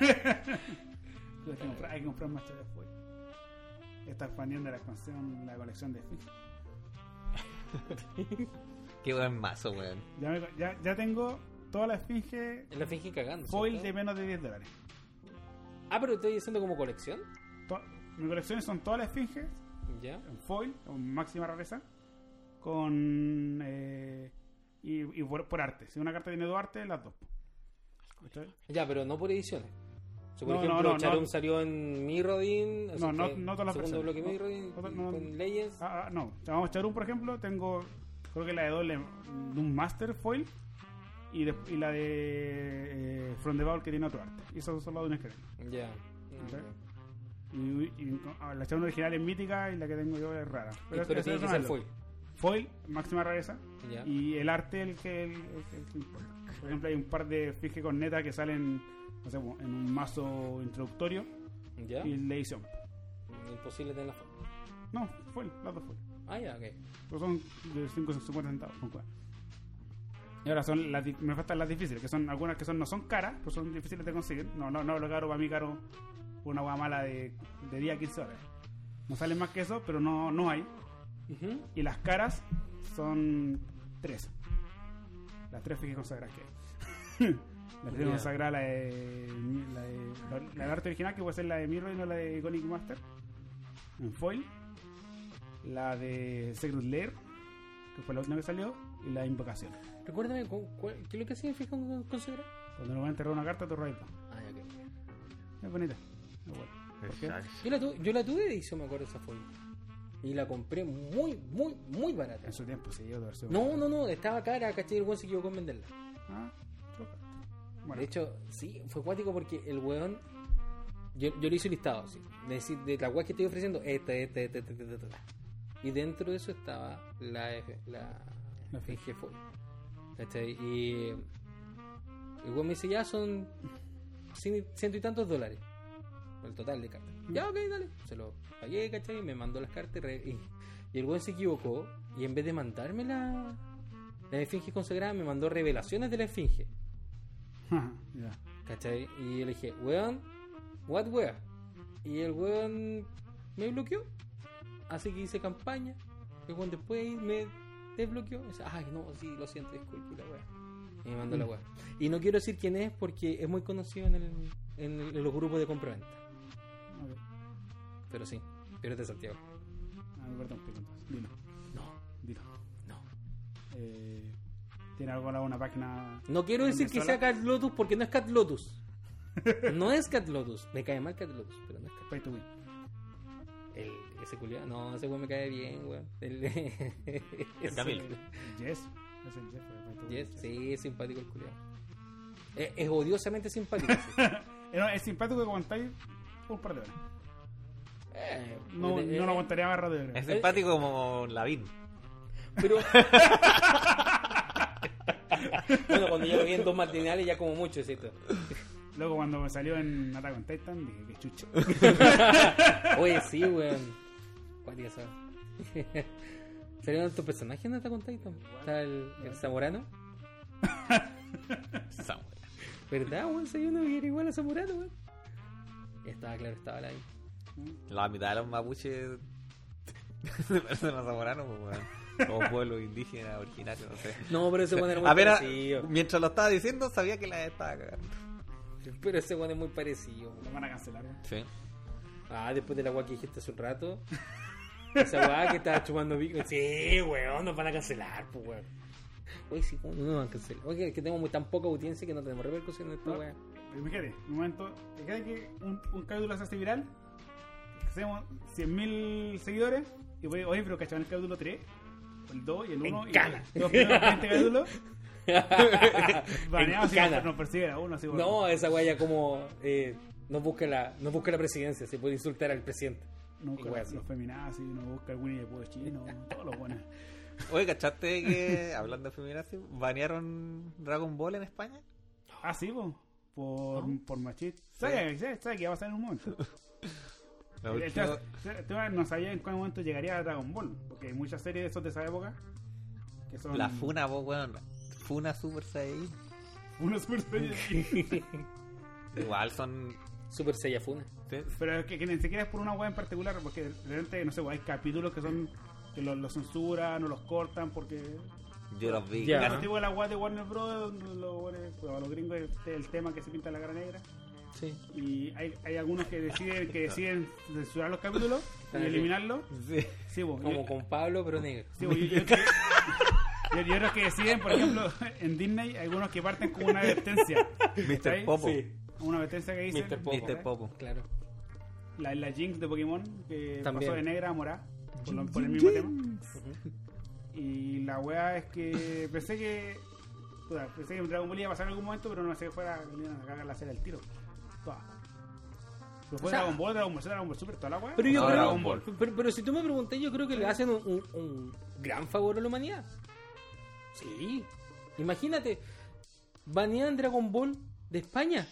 Speaker 3: hay, que comprar, hay que comprar más cosas después. Está expandiendo la colección, la colección de Fiji.
Speaker 2: Qué buen mazo, weón.
Speaker 3: Ya, me- ya, ya tengo toda la esfinge
Speaker 1: La fingen cagando.
Speaker 3: foil de
Speaker 1: ¿cierto?
Speaker 3: menos de 10 dólares.
Speaker 1: Ah, pero estoy diciendo como colección.
Speaker 3: To- Mis colecciones son todas las esfinges
Speaker 1: Ya.
Speaker 3: en foil, en máxima rareza, con. eh, y y por, por arte. Si una carta tiene dos artes, las dos. ¿Cachai?
Speaker 1: Ya, pero no por ediciones. O sea, por
Speaker 3: No, no,
Speaker 1: ejemplo,
Speaker 3: no, no.
Speaker 1: Charum salió en Mirrodin. así
Speaker 3: No, no-
Speaker 1: que
Speaker 3: no todas las
Speaker 1: Segundo
Speaker 3: versiones.
Speaker 1: bloque
Speaker 3: No,
Speaker 1: Mirrodin.
Speaker 3: no, no.
Speaker 1: Con Legends.
Speaker 3: Ah, ah, no, llamamos Charum, por ejemplo. Tengo, creo que la de doble Doom Master Foil y, de- y la de eh, From the Vault que tiene otro arte. Y esas son las dunas que tengo.
Speaker 1: Ya.
Speaker 3: ¿cachai? Y, y con- ah, la Charum original es mítica y la que tengo yo es rara.
Speaker 1: Pero,
Speaker 3: esas-
Speaker 1: tiene
Speaker 3: esas
Speaker 1: que
Speaker 3: son
Speaker 1: ser
Speaker 3: las
Speaker 1: foil.
Speaker 3: dos. Foil, máxima rareza.
Speaker 1: Ya.
Speaker 3: Y el arte, el que, el, el- el que importa. Por ejemplo, hay un par de fije con neta que salen no sé, en un mazo introductorio
Speaker 1: Ya.
Speaker 3: y la edición.
Speaker 1: Imposible tener la foil.
Speaker 3: No, foil, las dos foil.
Speaker 1: Ah, ya, ok.
Speaker 3: Pues son de 550 centavos. con cueva. Y ahora son las, di- me faltan las difíciles, que son algunas que son no son caras, pero son difíciles de conseguir. No, no, no, lo caro para mí caro una hueá mala de, de 10 a 15 dólares. No salen más que eso, pero no, no hay.
Speaker 1: Ujú.
Speaker 3: Y las caras son tres. Las tres fijas consagradas que hay. la tres
Speaker 1: Ya.
Speaker 3: consagrada, la de, la de. La la del arte original, que puede ser la de Mirror y no la de Iconic Master. En foil. La de Secret Lair, que fue la última que salió. Y la de Invocación.
Speaker 1: Recuérdame, ¿cu- cuál- ¿qué es lo que significa con- considerar?
Speaker 3: Cuando nos van a enterrar una carta, tú robas dos.
Speaker 1: Ah, ya, ok.
Speaker 3: Es bonita. Es buena. ¿Por qué?
Speaker 1: Yo la, tuve, yo la tuve de edición, me acuerdo esa foil. Y la compré muy, muy, muy barata.
Speaker 3: En su tiempo se llevó de versión.
Speaker 1: No, no, no, estaba cara, ¿cachai? El weón se equivocó en venderla.
Speaker 3: Ah, choca. Bueno,
Speaker 1: De hecho, sí, fue cuático porque el weón. Yo, yo le hice un listado, sí. De, decir, de la weá que estoy ofreciendo, esta, esta, esta, esta, esta, esta, esta. Y dentro de eso estaba la. F- La.
Speaker 3: La F.
Speaker 1: FG Foil. ¿Cachai? Y. El weón me dice, ya son. cien- ciento y tantos dólares. El total de cartas.
Speaker 3: Mm.
Speaker 1: Ya, ok, dale. Se lo pagué, ¿cachai? Me mandó las cartas y re- y, y el weón se equivocó. Y en vez de mandarme la. La esfinge consagrada, me mandó revelaciones de la esfinge. Eh.
Speaker 3: ya.
Speaker 1: ¿Cachai? Y yo le dije, weón, what wea? Y el weón me bloqueó. Así que hice campaña. El weón después me desbloqueó. Y dice, Ay, no, sí, lo siento, disculpe la wea. Y me mandó
Speaker 3: Mm.
Speaker 1: la wea. Y no quiero decir quién es porque es muy conocido en, el- en el- en los grupos de compraventa.
Speaker 3: Ok.
Speaker 1: Pero sí, pero es de Santiago.
Speaker 3: Ah, me corta un pico entonces. Dilo,
Speaker 1: No,
Speaker 3: dilo.
Speaker 1: no.
Speaker 3: Eh, tiene algo la una página.
Speaker 1: No quiero
Speaker 3: ¿En
Speaker 1: decir que sea
Speaker 3: Venezuela?
Speaker 1: Cat Lotus porque no es Cat Lotus. No es Cat Lotus. Me cae mal Cat Lotus, pero no es Cat
Speaker 3: Pay to win.
Speaker 1: El, ese culiado, no, ese weón me cae bien, weón. El, ese-
Speaker 2: Camilo.
Speaker 3: Yes. Es el Jeff, pero Pay to win.
Speaker 1: Yes, sí, es simpático el culiado. Es, es odiosamente simpático. sí.
Speaker 3: Eh, no, es simpático que aguantáis un par de horas.
Speaker 1: Eh,
Speaker 3: No,
Speaker 1: eh,
Speaker 3: no lo aguantaría más rato.
Speaker 2: Es
Speaker 1: Eh,
Speaker 2: simpático como Lavín.
Speaker 1: Pero. bueno, cuando yo lo vi en dos matinales, ya como mucho, es esto.
Speaker 3: Luego, cuando me salió en Attack on Titan, dije que chucha.
Speaker 1: Oye, sí, weón. ¿Cuál es esa? ¿Salieron tus personajes en Attack on Titan? Está el, el Zamorano.
Speaker 2: Samuel.
Speaker 1: ¿Verdad, weón? Soy uno que era igual a Zamorano, weón. Estaba claro, estaba la
Speaker 2: La mitad de los mapuches de personas zamoranos, pues, weón. o pueblos indígenas originarios, no sé.
Speaker 1: No, pero ese weón era muy
Speaker 2: A ver, a-
Speaker 1: parecido.
Speaker 2: mientras lo estaba diciendo, sabía que la estaba cagando.
Speaker 1: Pero ese weón es muy parecido.
Speaker 3: Lo van a cancelar. ¿no?
Speaker 2: Sí.
Speaker 1: Ah, después de la agua que dijiste hace un rato. Esa weá que estaba chupando pico. Sí, weón, nos van a cancelar, pues weón. Oye, sí, ¿cómo no nos van a cancelar? Oye, que tenemos muy tan poca audiencia que no tenemos repercusión en esta
Speaker 3: No.
Speaker 1: weá.
Speaker 3: Pero Imagínate, un momento, imagínate que un, un capítulo se hace viral, que tenemos 100.000 seguidores, y voy, oye, pero cachaban el capítulo 3, o el 2 y el 1, y
Speaker 1: cana.
Speaker 3: los dos primeros 20 capítulos, baneados,
Speaker 1: En
Speaker 3: y
Speaker 1: cana.
Speaker 3: nos, nos persiguen a uno, así bueno.
Speaker 1: No, esa weá ya como. Eh, no busca la, no busca la presidencia, se puede insultar al presidente.
Speaker 3: No busca
Speaker 1: Igual,
Speaker 3: los,
Speaker 1: sí.
Speaker 3: los feminazis, no busca el Winnie de Pooh chino, todos los buenos.
Speaker 2: Oye, ¿cachaste que, hablando de feminazis, banearon Dragon Ball en España?
Speaker 3: Ah, sí, po, por, por machista. ¿Sabes que va a pasar en un momento?
Speaker 2: La
Speaker 3: El
Speaker 2: última-
Speaker 3: tema- el tema no sabía en cuál momento llegaría a Dragon Ball, porque hay muchas series de esos de esa época que son
Speaker 2: La funa, vos, weón. Funa Super Saiyan.
Speaker 3: unos Super Saiyajin.
Speaker 2: Igual son.
Speaker 1: Super Saiyafuna.
Speaker 2: sí,
Speaker 3: Pero es que, que ni siquiera es por una web en particular, porque realmente, no sé, hay capítulos que son que los, los censuran o los cortan porque...
Speaker 2: Yo los vi.
Speaker 1: Ya.
Speaker 2: claro.
Speaker 3: El tipo de la web de Warner Bros. Los, buenos- pues, a los gringos este, el tema que se pinta la cara negra.
Speaker 1: Sí.
Speaker 3: Y hay, hay algunos que deciden que deciden censurar los capítulos y eliminarlos.
Speaker 2: Sí.
Speaker 3: Sí, bo,
Speaker 1: Como
Speaker 3: yo-
Speaker 1: con Pablo, pero negro.
Speaker 3: Sí, bo, yo- yo- yo- yo creo que deciden, por ejemplo, en Disney, hay algunos que parten con una advertencia.
Speaker 2: Mr.
Speaker 3: Ahí,
Speaker 2: Popo.
Speaker 1: sí.
Speaker 3: Una advertencia que dice
Speaker 1: Mr. Popo.
Speaker 2: Mr. Popo.
Speaker 1: Claro.
Speaker 3: la, la Jinx de Pokémon, que
Speaker 1: También.
Speaker 3: pasó de negra a morada, por, lo- por el mismo tema. Y la wea es que pensé que. puta, pensé que Dragon Ball iba a pasar en algún momento, pero no pensé que fuera que le iban a cagar la serie al tiro. Toda. Pero fue
Speaker 1: O sea-
Speaker 3: Dragon Ball, Dragon Ball Z, Dragon Ball Super, toda la wea.
Speaker 1: Pero yo
Speaker 2: No,
Speaker 1: creo-
Speaker 2: Dragon Ball.
Speaker 1: Pero, pero si tú me preguntas, yo creo que le hacen un, un- un gran favor a la humanidad. Sí. Imagínate, banean Dragon Ball de España.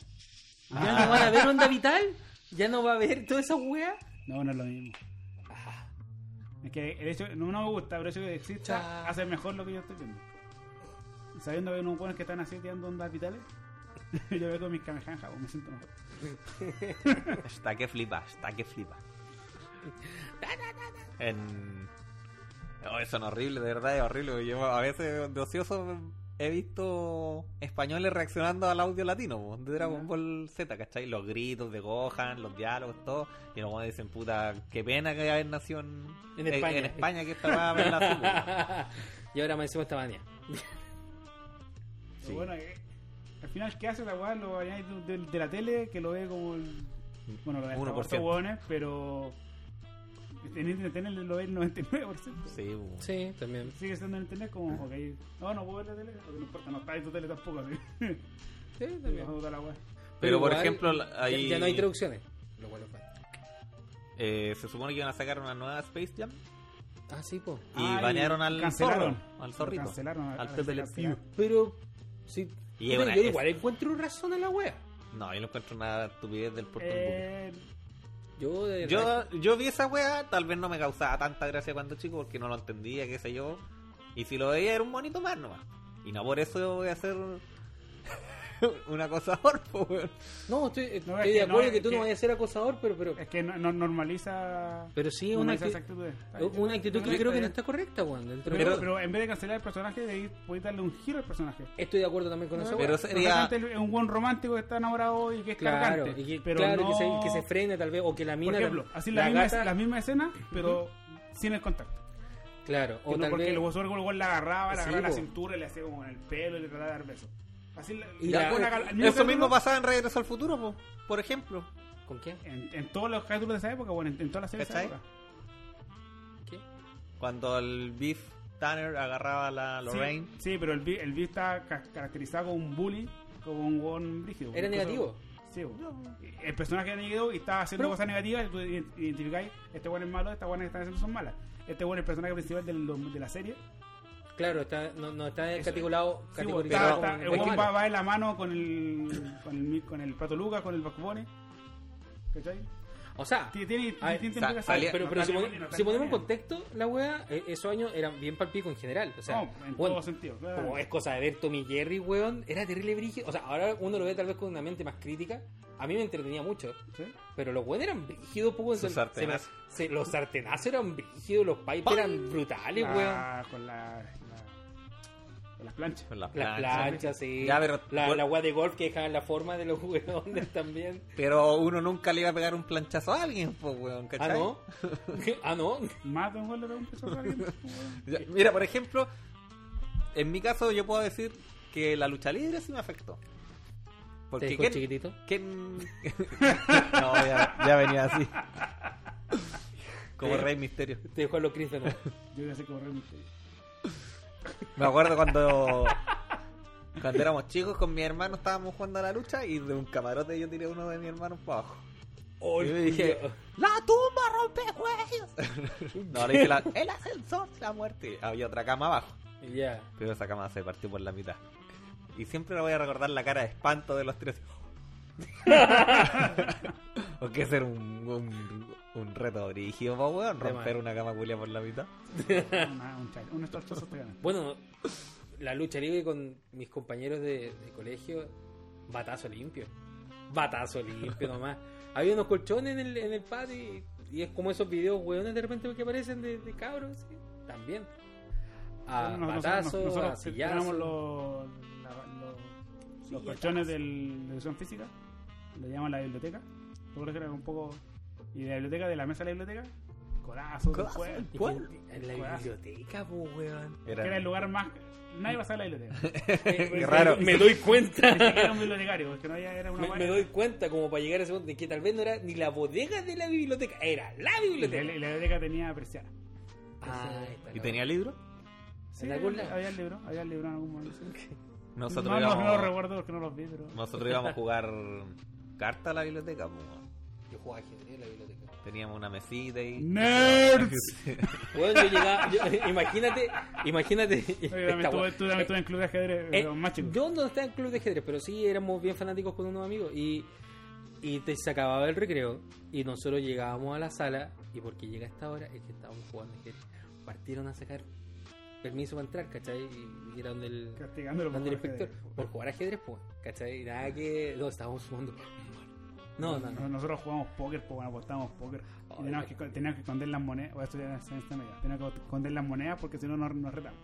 Speaker 1: Ya no van a ver Onda Vital. Ya no va a haber toda esa wea.
Speaker 3: No, no es lo mismo. Es que el hecho, no, no me gusta, pero el hecho de que exista
Speaker 1: Cha.
Speaker 3: hace mejor lo que yo estoy viendo. Sabiendo que hay unos buenos que están así tirando ondas vitales, yo veo con mis camejanjas, pues, me siento mejor.
Speaker 2: Está que flipa, está que flipa. En... No, son horribles, de verdad es horrible. Yo a veces de ocioso he visto españoles reaccionando al audio latino po, de Dragon
Speaker 3: Ya.
Speaker 2: Ball Z, ¿cachai? Los gritos de Gohan, los diálogos, todo. Y luego dicen, puta, qué pena que haber nacido en,
Speaker 1: En España.
Speaker 2: España, que estaba en la suya".
Speaker 1: y ahora me encima esta banea.
Speaker 3: Pero bueno, eh, al final, ¿qué hace la weá? Lo añades de, de- de la tele, que lo ve como el. Bueno, lo ve hasta
Speaker 2: 1%.
Speaker 3: estos hueones, pero. En internet lo ve el 99%.
Speaker 2: Sí, po.
Speaker 1: Sí, también.
Speaker 3: Sigue estando en internet como, ok, no, no puedo ver la tele, ok, no importa, no está en tu tele tampoco, así.
Speaker 1: Sí,
Speaker 3: Vamos a
Speaker 1: también.
Speaker 3: botar la weá.
Speaker 2: Pero, por
Speaker 1: igual,
Speaker 2: ejemplo,
Speaker 1: ya-
Speaker 2: ahí
Speaker 1: ya, no hay traducciones. Lo cual es bueno.
Speaker 2: eh, se supone que iban a sacar una nueva Space Jam
Speaker 1: Ah, sí, po.
Speaker 2: y
Speaker 3: Ah, y
Speaker 2: banearon al
Speaker 3: cancelaron.
Speaker 2: zorro, al zorrito,
Speaker 3: Cancelaron,
Speaker 2: al
Speaker 3: ah,
Speaker 2: Pepe Le
Speaker 3: cancelaron.
Speaker 2: Pew.
Speaker 1: Pero, sí.
Speaker 2: Y
Speaker 1: pero
Speaker 2: ahora
Speaker 1: yo
Speaker 2: es-
Speaker 1: igual encuentro razón en la wea.
Speaker 2: No, yo no encuentro nada estupidez del Portal
Speaker 3: Eh,
Speaker 1: Yo, de verdad,
Speaker 2: Yo, yo vi esa weá, tal vez no me causaba tanta gracia cuando chico porque no lo entendía, qué sé yo. Y si lo veía era un bonito más nomás. Y no por eso voy a hacer una cosa orfo, weón.
Speaker 1: No, estoy,
Speaker 3: No,
Speaker 1: estoy
Speaker 3: es
Speaker 1: de
Speaker 3: que no,
Speaker 1: acuerdo que
Speaker 3: es
Speaker 1: tú no
Speaker 3: que-
Speaker 1: vayas a ser acosador, pero pero,
Speaker 3: es que no, no normaliza.
Speaker 1: pero sí es una,
Speaker 3: normaliza esas
Speaker 1: acti-
Speaker 3: actitudes. Está bien.
Speaker 1: una actitud que
Speaker 3: Está
Speaker 1: creo que
Speaker 3: bien.
Speaker 1: no está correcta, Juan. dentro de-
Speaker 3: Pero, pero en vez de cancelar el personaje, debí- podéis darle un giro al personaje.
Speaker 1: estoy de acuerdo también con eso.
Speaker 2: Pero
Speaker 1: Juan.
Speaker 2: sería-
Speaker 3: realmente Es un buen romántico que está enamorado y que es
Speaker 1: claro,
Speaker 3: cargante.
Speaker 1: y que,
Speaker 3: pero
Speaker 1: claro,
Speaker 3: no...
Speaker 1: que, se, que se frene tal vez, o que la
Speaker 3: Por
Speaker 1: mina...
Speaker 3: ejemplo, así la, misma,
Speaker 1: gata-
Speaker 3: la misma escena, pero sin el contacto.
Speaker 1: Claro,
Speaker 3: Que
Speaker 1: o
Speaker 3: no,
Speaker 1: tal
Speaker 3: porque
Speaker 1: vez...
Speaker 3: el guasón luego la agarraba,
Speaker 1: Sí,
Speaker 3: la agarraba la
Speaker 1: po.
Speaker 3: cintura, y le hacía como en el pelo y le trataba de dar besos. Así la-
Speaker 1: Y
Speaker 3: la-
Speaker 1: la-
Speaker 3: con la- al mismo
Speaker 2: Eso
Speaker 3: capítulo,
Speaker 2: mismo pasaba en Regreso al Futuro, po, por ejemplo.
Speaker 1: ¿Con quién?
Speaker 3: En, en todos los capítulos de esa época, bueno, en, en todas las series de esa
Speaker 2: ¿Cachai?
Speaker 3: época.
Speaker 1: ¿Qué?
Speaker 2: Cuando el Beef Tanner agarraba a la Lorraine.
Speaker 3: Sí, sí, pero el B, el B está ca- caracterizado como un bully, como un guon brígido.
Speaker 1: Era
Speaker 3: Incluso-
Speaker 1: negativo.
Speaker 3: Sí, bo. el personaje era negativo y estaba haciendo
Speaker 1: Pero-
Speaker 3: cosas negativas y tú ident- identificáis, este guan es malo, estas guanas que están haciendo son malas. Este guan es el personaje principal del- de, la serie.
Speaker 1: Claro, está, no, no está categorizado,
Speaker 3: Sí, bo, está-
Speaker 1: categorizado
Speaker 3: está-
Speaker 1: como-
Speaker 3: el
Speaker 1: como
Speaker 3: guan va,
Speaker 1: malo.
Speaker 3: va de la mano con el, con el, mi- con el Pato Lucas, con el Backbone. ¿Cachai?
Speaker 1: O sea,
Speaker 3: Tiene, tiene
Speaker 1: Ay,
Speaker 3: distintas
Speaker 2: sa-
Speaker 3: implicaciones.
Speaker 2: salía-
Speaker 1: pero, pero si,
Speaker 3: Natalia
Speaker 1: pone-
Speaker 3: Molina,
Speaker 1: si ponemos
Speaker 3: Natalia
Speaker 1: en
Speaker 3: Molina.
Speaker 1: contexto, la wea, eh, esos años eran bien palpico en general. O sea,
Speaker 3: No, en
Speaker 1: bueno,
Speaker 3: todo sentido. claro.
Speaker 1: como este. es cosa de ver Tommy Jerry, weón, era terrible brígido. O sea, ahora uno lo ve tal vez con una mente más crítica. A mí me entretenía mucho.
Speaker 3: ¿Sí?
Speaker 1: Pero los weones eran brígidos, pues, weón.
Speaker 2: Sus
Speaker 1: Se- se me-
Speaker 2: sartenazos.
Speaker 1: se- los sartenazos eran brígidos, los pipes eran brutales,
Speaker 3: La-
Speaker 2: Ah,
Speaker 1: weón.
Speaker 3: Ah, Con la, la- con las planchas.
Speaker 2: Con las
Speaker 1: Las
Speaker 2: planchas.
Speaker 1: planchas, sí.
Speaker 2: ah, Ya, pero-
Speaker 1: la, la wea de golf que dejaban la forma de los weones también.
Speaker 2: Pero uno nunca le iba a pegar un planchazo a alguien, pues, weón,
Speaker 1: Ah,
Speaker 2: ¿cachai?
Speaker 1: no. ah, no.
Speaker 3: Más de un gol le da un peso a alguien. pues, weón.
Speaker 2: Ya, Mira, por ejemplo, en mi caso yo puedo decir que la lucha libre sí me afectó.
Speaker 1: ¿Te
Speaker 2: Porque
Speaker 1: dejó
Speaker 2: ¿quién-
Speaker 1: chiquitito?
Speaker 2: ¿quién- no, ya, ya venía así. Como
Speaker 1: Sí.
Speaker 2: Rey Misterio.
Speaker 1: Te dejó a los Chris de nuevo.
Speaker 3: Yo voy a hacer correr mi teléfono.
Speaker 2: Me acuerdo cuando cuando éramos chicos con mi hermano estábamos jugando a la lucha y de un camarote yo tiré uno de mi hermano para abajo.
Speaker 1: Oh,
Speaker 2: y yo dije,
Speaker 1: culiao.
Speaker 2: ¡La tumba rompe juegos! no, le dije, la- el ascensor, la muerte. Había otra cama abajo.
Speaker 1: Ya.
Speaker 2: Pero esa cama se partió por la mitad. Y siempre le voy a recordar la cara de espanto de los tres. o que ser un, un, un reto dirigido, pa' weón,
Speaker 1: De
Speaker 2: romper
Speaker 1: más.
Speaker 2: una cama culia por la mitad.
Speaker 3: Una- Un chacho. Unos torchazos te ganan.
Speaker 1: Bueno, la lucha libre con mis compañeros de, de colegio, batazo limpio. Batazo limpio nomás. Había unos colchones en el, en el patio y, y es como esos videos hueones de repente que aparecen de, de cabros, ¿sí? también. A
Speaker 3: Nosotros-
Speaker 1: Ah, batazo,
Speaker 3: nosotros
Speaker 1: a sillazo.
Speaker 3: tenemos los, la- los, los colchones del- de educación física, lo llamamos la biblioteca. Yo creo que era un poco. Y de la biblioteca, de la mesa de la biblioteca, corazón,
Speaker 2: Codazo.
Speaker 3: después.
Speaker 1: Y que
Speaker 2: ¿Cuál?
Speaker 1: En la biblioteca, po, weón.
Speaker 2: Era-
Speaker 3: Que era el lugar más. Nadie pasaba a la biblioteca.
Speaker 1: Qué
Speaker 2: raro.
Speaker 1: Me doy
Speaker 3: Ni
Speaker 1: cuenta.
Speaker 3: siquiera era un bibliotecario, porque no había. Era una
Speaker 1: Me, me
Speaker 3: guardia.
Speaker 1: doy cuenta como para llegar a ese punto de que tal vez no era ni la bodega de la biblioteca, era la
Speaker 3: Y la,
Speaker 1: biblioteca.
Speaker 3: y la biblioteca tenía persiana.
Speaker 1: Ah, ahí está,
Speaker 2: ¿Y
Speaker 1: no.
Speaker 2: tenía libro?
Speaker 3: Sí,
Speaker 1: ¿En algún lado?
Speaker 3: había el libro, había el libro en algún momento.
Speaker 2: Nosotros
Speaker 3: no, no,
Speaker 2: íbamos,
Speaker 3: no lo recuerdo porque no los vi, pero.
Speaker 2: nosotros íbamos a jugar carta a la biblioteca. po.
Speaker 1: Yo jugaba ajedrez en la biblioteca.
Speaker 2: Teníamos una mesita y...
Speaker 3: ¡Nerds!
Speaker 1: Bueno, yo llegaba, yo- imagínate, imagínate.
Speaker 3: Oye, también
Speaker 1: esta
Speaker 3: estuve,
Speaker 1: wea.
Speaker 3: estuve- también estuve en club de ajedrez,
Speaker 1: Eh,
Speaker 3: pero más chico.
Speaker 1: yo no estaba en club de ajedrez, pero sí éramos bien fanáticos con unos amigos y, y te se acababa el recreo y nosotros llegábamos a la sala y porque llega esta hora es que estábamos jugando ajedrez. Partieron a sacar permiso para entrar, ¿cachai? Y, y era donde el,
Speaker 3: Castigándolo
Speaker 1: donde el
Speaker 3: por
Speaker 1: inspector,
Speaker 3: ajedrez.
Speaker 1: por jugar ajedrez, pues, ¿cachai? Y nada que, no, estábamos jugando. No, no, no.
Speaker 3: Nos- Nosotros jugamos póker, pues bueno, apostábamos póker.
Speaker 1: Ay,
Speaker 3: Y teníamos que, teníamos que esconder las monedas. Voy a estudiar en ciencia media. Teníamos que esconder las monedas porque si no nos, nos retaban.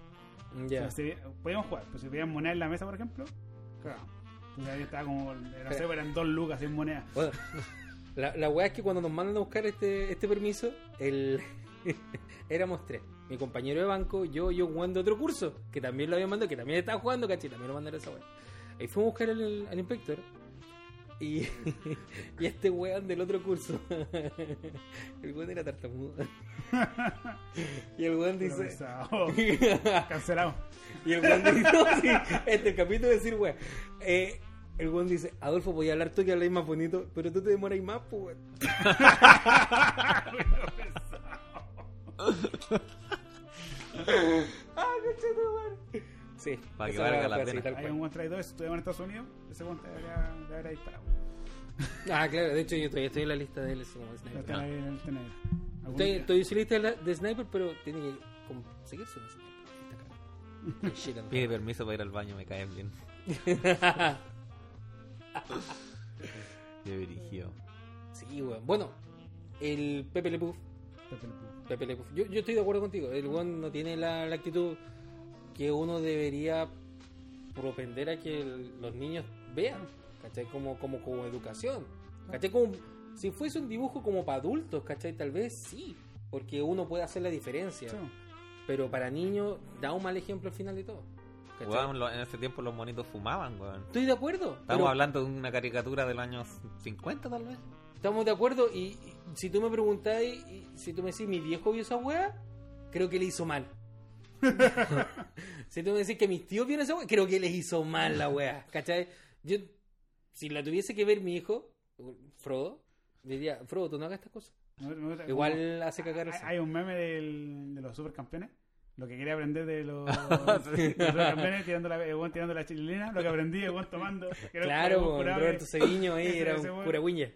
Speaker 1: Ya.
Speaker 3: O sea, si- podíamos jugar, pero si veían monedas en la mesa, por ejemplo, claro. Entonces ahí estaba como, no sé, eran dos lucas, seis monedas.
Speaker 1: Bueno, la, la weá es que cuando nos mandan a buscar este, este permiso, el... éramos tres. Mi compañero de banco, yo, yo jugando otro curso, que también lo habían mandado, que también estaba jugando, caché, también lo mandaron a esa weá. Ahí fuimos a buscar al, al inspector. Y, y este weón del otro curso. El weón era tartamudo. Y el weón
Speaker 3: Pero
Speaker 1: dice.
Speaker 3: pensaba, oh, cancelado.
Speaker 1: Y el weón dice, no, sí, este el capítulo de decir, weón. Eh, el weón dice, Adolfo, podía hablar tú que habláis más bonito, pero tú te demoráis más, pues, weón. ah, qué weón. Sí.
Speaker 2: Pa' que
Speaker 1: esa
Speaker 2: valga
Speaker 1: weá
Speaker 2: la
Speaker 1: fue así,
Speaker 2: pena.
Speaker 1: tal
Speaker 3: Hay
Speaker 1: cual.
Speaker 3: un buen traidor, estudiaba en Estados Unidos, ese buen te habría, te habría disparado.
Speaker 1: Ah, claro, de hecho yo todavía estoy en la lista de él, así como
Speaker 3: Pero
Speaker 1: sniper.
Speaker 3: está ahí en el tener. Algún
Speaker 1: Estoy,
Speaker 3: día.
Speaker 1: estoy en su lista de, la- de sniper, pero tiene que conseguirse un sniper. Está caro. Qué shit, anda.
Speaker 2: Pide permiso para ir al baño, me caen bien. Yo dirigió.
Speaker 1: Sí, weón. Bueno, el Pepe Le Puff
Speaker 3: Pepe Le Pew.
Speaker 1: Pepe Le Pew. Yo, yo estoy de acuerdo contigo. El weón no tiene la, la actitud que uno debería propender a que el- los niños vean. ¿Cachai? Como, como, como educación. ¿Cachai? Como, si fuese un dibujo como para adultos, ¿cachai? Tal vez sí. Porque uno puede hacer la diferencia.
Speaker 3: Sí.
Speaker 1: Pero para niños da un mal ejemplo al final de todo. ¿cachai?
Speaker 2: Weón, lo- en ese tiempo los monitos fumaban, weón.
Speaker 1: Estoy de acuerdo.
Speaker 2: Estamos
Speaker 1: pero-
Speaker 2: hablando de una caricatura del año 50 tal vez.
Speaker 1: Estamos de acuerdo y, y si tú me preguntáis, y si tú me decís, mi viejo vio esa weá, creo que le hizo mal. si tú me decís que mis tíos vieron esa weá, creo que les hizo mal la weá. ¿Cachai? Yo, si la tuviese que ver mi hijo, Frodo, diría, Frodo, tú no hagas estas cosas.
Speaker 3: Me- me gusta-
Speaker 1: Igual hace cagar el
Speaker 3: Hay,
Speaker 1: saco.
Speaker 3: hay un meme del- de los supercampeones. Lo que quería aprender de los, los supercampeones tirando la, el weón tirando la chilena, lo que aprendí, el weón tomando. que era un
Speaker 1: Claro,
Speaker 3: curado
Speaker 1: con
Speaker 3: curable.
Speaker 1: Roberto Ceviño ahí
Speaker 3: Ese-
Speaker 1: era
Speaker 3: ese
Speaker 1: un
Speaker 3: weón.
Speaker 1: curagüiña.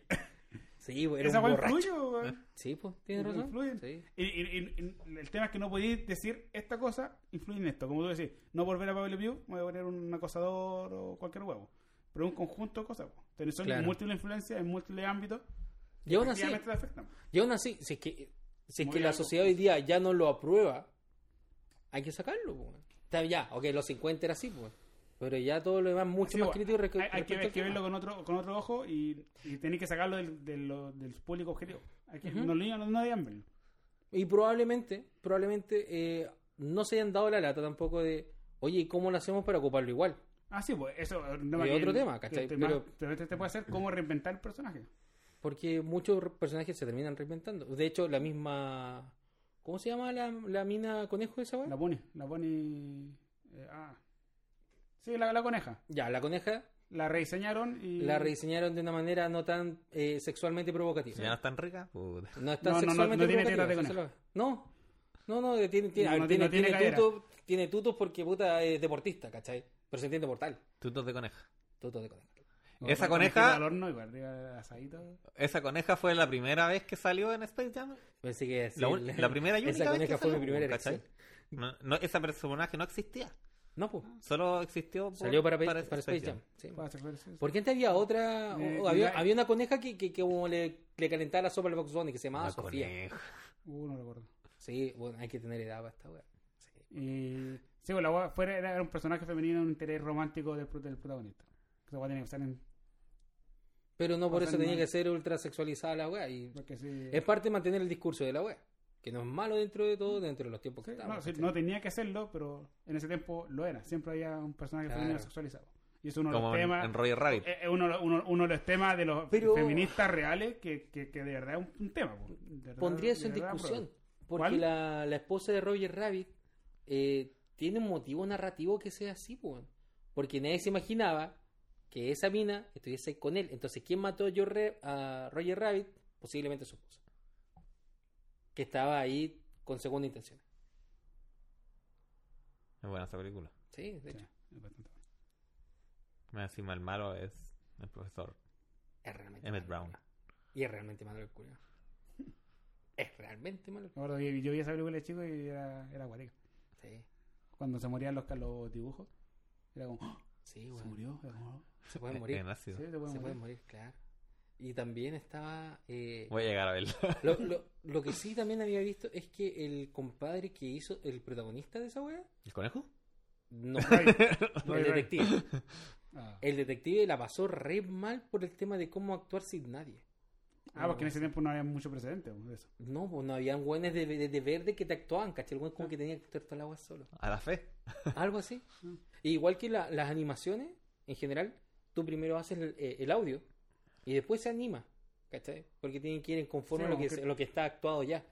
Speaker 1: Sí, pues, era
Speaker 3: Esa
Speaker 1: un
Speaker 3: weá
Speaker 1: borracho.
Speaker 3: influye, weón.
Speaker 1: Sí, pues, tiene
Speaker 3: Influ-
Speaker 1: razón.
Speaker 3: influye.
Speaker 1: Sí.
Speaker 3: Y, y- y- y el tema es que no podéis decir esta cosa, influye en esto. Como tú decís, no volver a Pablo Piu, me voy a poner un acosador o cualquier huevo. Pero es un conjunto de cosas. po. Entonces son
Speaker 1: Claro.
Speaker 3: múltiples influencias en múltiples ámbitos.
Speaker 1: Y aún así,
Speaker 3: efectivamente te afectan.
Speaker 1: y aún así, si es que, si es
Speaker 3: Muy
Speaker 1: que la
Speaker 3: algo.
Speaker 1: sociedad hoy día ya no lo aprueba, hay que sacarlo, pues. weón. Está bien, ya, ok, los 50 era así, pues. Pero ya todo lo demás mucho
Speaker 3: Sí,
Speaker 1: más
Speaker 3: po,
Speaker 1: crítico re-
Speaker 3: hay, hay que,
Speaker 1: respecto
Speaker 3: hay
Speaker 1: al
Speaker 3: que
Speaker 1: tema.
Speaker 3: verlo con otro, con otro ojo y, y tenéis que sacarlo del, del, lo- del público objetivo. Hay que,
Speaker 1: Ujú.
Speaker 3: No niños no, no deberían verlo.
Speaker 1: Y probablemente, probablemente eh, no se hayan dado la lata tampoco de, oye, ¿y cómo lo hacemos para ocuparlo igual?
Speaker 3: Ah, sí, pues eso es un
Speaker 1: Y
Speaker 3: que-
Speaker 1: otro tema, ¿cachai?
Speaker 3: que te-
Speaker 1: Pero-
Speaker 3: te- te- te este puede hacer cómo reinventar el personaje.
Speaker 1: Porque muchos re- personajes se terminan reinventando. De hecho, la misma... ¿Cómo se llama la, la mina conejo esa weá?
Speaker 3: La pone, la pone. eh, ah. Sí, la, la coneja.
Speaker 1: Ya, la coneja
Speaker 3: La rediseñaron y.
Speaker 1: la rediseñaron de una manera no tan eh, sexualmente provocativa.
Speaker 2: Si ya no es tan rica, puta.
Speaker 1: No es tan
Speaker 3: No, no, no,
Speaker 1: sexualmente
Speaker 3: no tiene
Speaker 1: provocativa,
Speaker 3: tetas de
Speaker 1: sí se lo- No, no, no, eh, tiene, tiene,
Speaker 3: No,
Speaker 1: a ver,
Speaker 3: no
Speaker 1: tiene,
Speaker 3: tiene- no
Speaker 1: tiene
Speaker 3: tiene
Speaker 1: tutos, tiene tutos porque puta es deportista, ¿cachai? Pero se entiende por tal.
Speaker 2: Tutos de coneja.
Speaker 1: Tutos de coneja.
Speaker 3: No,
Speaker 2: esa
Speaker 3: la
Speaker 2: coneja-
Speaker 3: Al horno y para arriba asadito.
Speaker 2: Esa coneja fue la primera vez que salió en Space Jam.
Speaker 1: Pensé que sí,
Speaker 2: La, un- la primera y única
Speaker 1: Esa
Speaker 2: vez
Speaker 1: coneja
Speaker 2: que
Speaker 1: fue mi
Speaker 2: salió,
Speaker 1: primera
Speaker 2: ¿cachai?
Speaker 1: erección.
Speaker 2: No, no, ese personaje no existía.
Speaker 1: No, pues.
Speaker 2: Solo existió. por-
Speaker 1: Salió para, Pe- para, Space Jam. sí.
Speaker 3: Para hacer- sí, sí.
Speaker 1: ¿Por qué antes había otra? o-
Speaker 3: Eh,
Speaker 1: o había,
Speaker 3: mira-
Speaker 1: había una coneja que, que, que como le, le calentaba la sopa al Box Bunny que se llamaba
Speaker 2: La
Speaker 1: Ah, Sofía.
Speaker 2: coneja.
Speaker 3: Uh, no recuerdo.
Speaker 1: Sí, bueno, hay que tener edad para esta wea. Sí.
Speaker 3: Y. Sí, pues la wea fuera era, era un personaje femenino, un interés romántico del, pro- del protagonista. Esa wea tiene que estar en.
Speaker 1: Pero no por
Speaker 3: Pasan
Speaker 1: eso tenía
Speaker 3: mal.
Speaker 1: que ser ultra sexualizada la wea. Y
Speaker 3: Porque sí.
Speaker 1: es parte de mantener el discurso de la wea. Que no es malo dentro de todo, dentro de los tiempos
Speaker 3: Sí,
Speaker 1: que
Speaker 3: no,
Speaker 1: estamos.
Speaker 3: sí,
Speaker 1: ¿cachai?
Speaker 3: no tenía que hacerlo, pero en ese tiempo lo era. Siempre había un personaje
Speaker 1: Claro.
Speaker 3: femenino sexualizado. Y es uno de los
Speaker 2: Como en,
Speaker 3: temas. eh,
Speaker 2: en Roger Rabbit.
Speaker 3: Es es uno, uno, uno de los temas de los
Speaker 1: Pero-
Speaker 3: feministas reales que, que, que de verdad es un, un tema. po. De verdad-
Speaker 1: Pondría eso
Speaker 3: de
Speaker 1: en
Speaker 3: verdad
Speaker 1: discusión.
Speaker 3: apruebo.
Speaker 1: Porque
Speaker 3: ¿Cuál?
Speaker 1: la, la esposa de Roger Rabbit eh, tiene un motivo narrativo que sea así, po, weón. Porque nadie se imaginaba que esa mina estuviese con él. Entonces, ¿quién mató a, Jorre- a Roger Rabbit? Posiblemente su esposa. Que estaba ahí con segunda intención.
Speaker 2: Es buena esa película.
Speaker 1: Sí, de hecho.
Speaker 3: Sí, es bastante bueno.
Speaker 2: Me encima el malo es el profesor
Speaker 1: Es realmente
Speaker 2: Emmett
Speaker 1: malo.
Speaker 2: Brown.
Speaker 1: Y es realmente malo el culo. Es realmente malo el
Speaker 3: Me acuerdo que yo vi esa película de chico y era, era guarica.
Speaker 1: Sí,
Speaker 3: Cuando se morían los, los dibujos, era como, ¡Ah!
Speaker 1: sí,
Speaker 3: se
Speaker 1: weón.
Speaker 3: murió. Era como, "Ah,
Speaker 1: Se pueden
Speaker 2: Eh, En-
Speaker 1: morir.
Speaker 2: en
Speaker 3: Sí,
Speaker 2: ácido.
Speaker 3: se
Speaker 1: Se
Speaker 3: puede
Speaker 1: pueden
Speaker 3: morir.
Speaker 1: morir, claro. Y también estaba... eh,
Speaker 2: Voy a llegar a verlo.
Speaker 1: Lo, lo- lo que sí también había visto es que el compadre que hizo el protagonista de esa wea,
Speaker 2: ¿El conejo?
Speaker 1: no,
Speaker 3: Roy
Speaker 1: el
Speaker 3: Rabbit.
Speaker 1: detective.
Speaker 3: Ah.
Speaker 1: El detective la pasó re mal por el tema de cómo actuar sin nadie.
Speaker 3: Ah, porque en ese tiempo no había mucho precedente de eso.
Speaker 1: No, pues no habían güenes de, de- de verde que te actuaban, ¿cachai? El güey como que tenía que actuar toda la wea solo.
Speaker 2: A la fe.
Speaker 1: Algo así. Y igual que la- las animaciones, en general, tú primero haces el, eh, el audio y después se anima, ¿cachai? Porque tienen que ir en conforme
Speaker 3: Sí,
Speaker 1: a lo que,
Speaker 3: como que-
Speaker 1: se- lo que está actuado ya,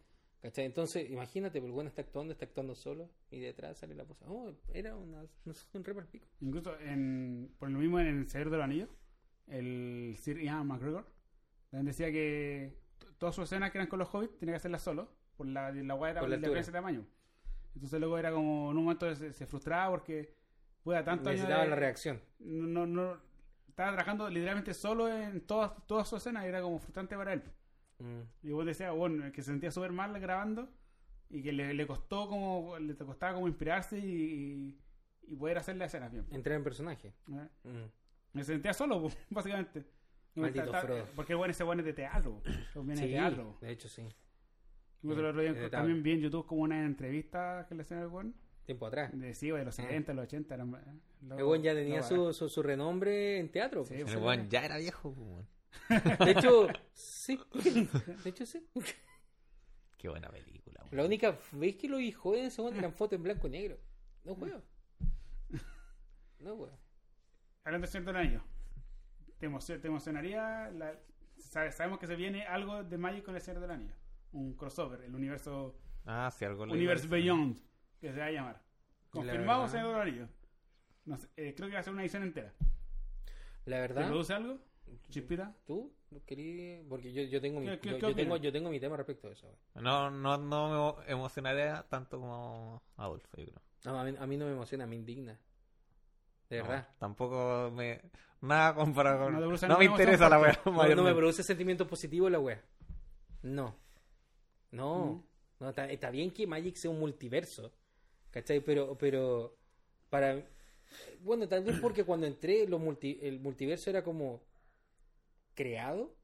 Speaker 1: ¿cachai? Entonces, imagínate, pues, el bueno está actuando, está actuando solo y detrás sale la cosa. Oh, era una, un re pa'l pico.
Speaker 3: Incluso en, por lo mismo en El Señor de los Anillos, el Sir Ian McGregor también decía que t- todas sus escenas que eran con los hobbits tenía que hacerlas solo, por la, la guay era
Speaker 1: Por la
Speaker 3: de
Speaker 1: altura.
Speaker 3: diferencia de tamaño. Entonces luego era como, en un momento se, se frustraba porque, puta, tanto año
Speaker 1: Necesitaba
Speaker 3: de-
Speaker 1: la reacción.
Speaker 3: no, no, no- estaba trabajando literalmente solo en todas, todas sus escenas y era como frustrante para él.
Speaker 1: Mm.
Speaker 3: Y vos decías, bueno, que se sentía súper mal grabando y que le, le costó como, le costaba como inspirarse y, y poder hacer las escenas bien.
Speaker 1: Entrar en personaje.
Speaker 3: ¿eh?
Speaker 1: Mm.
Speaker 3: Me sentía solo, po, básicamente. No,
Speaker 1: Maldito
Speaker 3: está- está-
Speaker 1: Frodo.
Speaker 3: Porque bueno, ese bueno es de teatro. po. Los viene
Speaker 1: Sí, Eh,
Speaker 3: de teatro.
Speaker 1: de hecho, sí.
Speaker 3: Yo el otro día
Speaker 1: es de
Speaker 3: también vi en YouTube como una entrevista que le hacían al buen.
Speaker 1: Tiempo atrás.
Speaker 3: De sí, de los
Speaker 1: Ah.
Speaker 3: 70, los 80. eran- eh, lo-
Speaker 1: El weón ya
Speaker 3: lo
Speaker 1: tenía
Speaker 3: bacán.
Speaker 1: su, su, su renombre en teatro.
Speaker 3: Sí,
Speaker 1: pues.
Speaker 2: El weón ya era viejo. pues, weón.
Speaker 1: De hecho, sí. De hecho, sí.
Speaker 2: Qué buena película. weón.
Speaker 1: La única vez que lo vi joven ese weón eran fotos en blanco y negro. No juego. No juego.
Speaker 3: Hablando de cierto año. ¿Te, emocio- te emocionaría? la- sabe- sabemos que se viene algo de Magic con el Señor del Anillo. Un crossover, el universo
Speaker 2: Ah, sí, algo leí
Speaker 3: Universe
Speaker 2: parece.
Speaker 3: Beyond, que se va a llamar.
Speaker 1: La
Speaker 3: Confirmado
Speaker 1: verdad.
Speaker 3: Señor del Anillo. No sé, eh, creo que va a ser una edición entera.
Speaker 1: La
Speaker 3: ¿Te
Speaker 1: verdad, Mm.
Speaker 3: produce algo? ¿Chispita?
Speaker 1: tú querí. Porque yo, yo tengo mi.
Speaker 3: ¿Qué- qué-
Speaker 1: yo,
Speaker 3: qué
Speaker 1: yo
Speaker 3: opinas?
Speaker 1: tengo, yo tengo mi tema respecto a eso. weón.
Speaker 2: No, no, no me emocionaría tanto como Adolfo, yo creo.
Speaker 1: No, a, mí, a mí no me emociona, me indigna. de
Speaker 2: No,
Speaker 1: verdad.
Speaker 2: tampoco me. Nada comparado con.
Speaker 3: No te
Speaker 2: No,
Speaker 3: produce
Speaker 2: me
Speaker 3: ninguna
Speaker 2: interesa la weá.
Speaker 1: No, no me
Speaker 2: mayormente.
Speaker 1: produce sentimientos positivos la wea. No. No.
Speaker 3: Mm.
Speaker 1: No, está, está bien que Magic sea un multiverso. ¿Cachai? Pero, pero para bueno, tal vez porque cuando entré los multi- el multiverso era como creado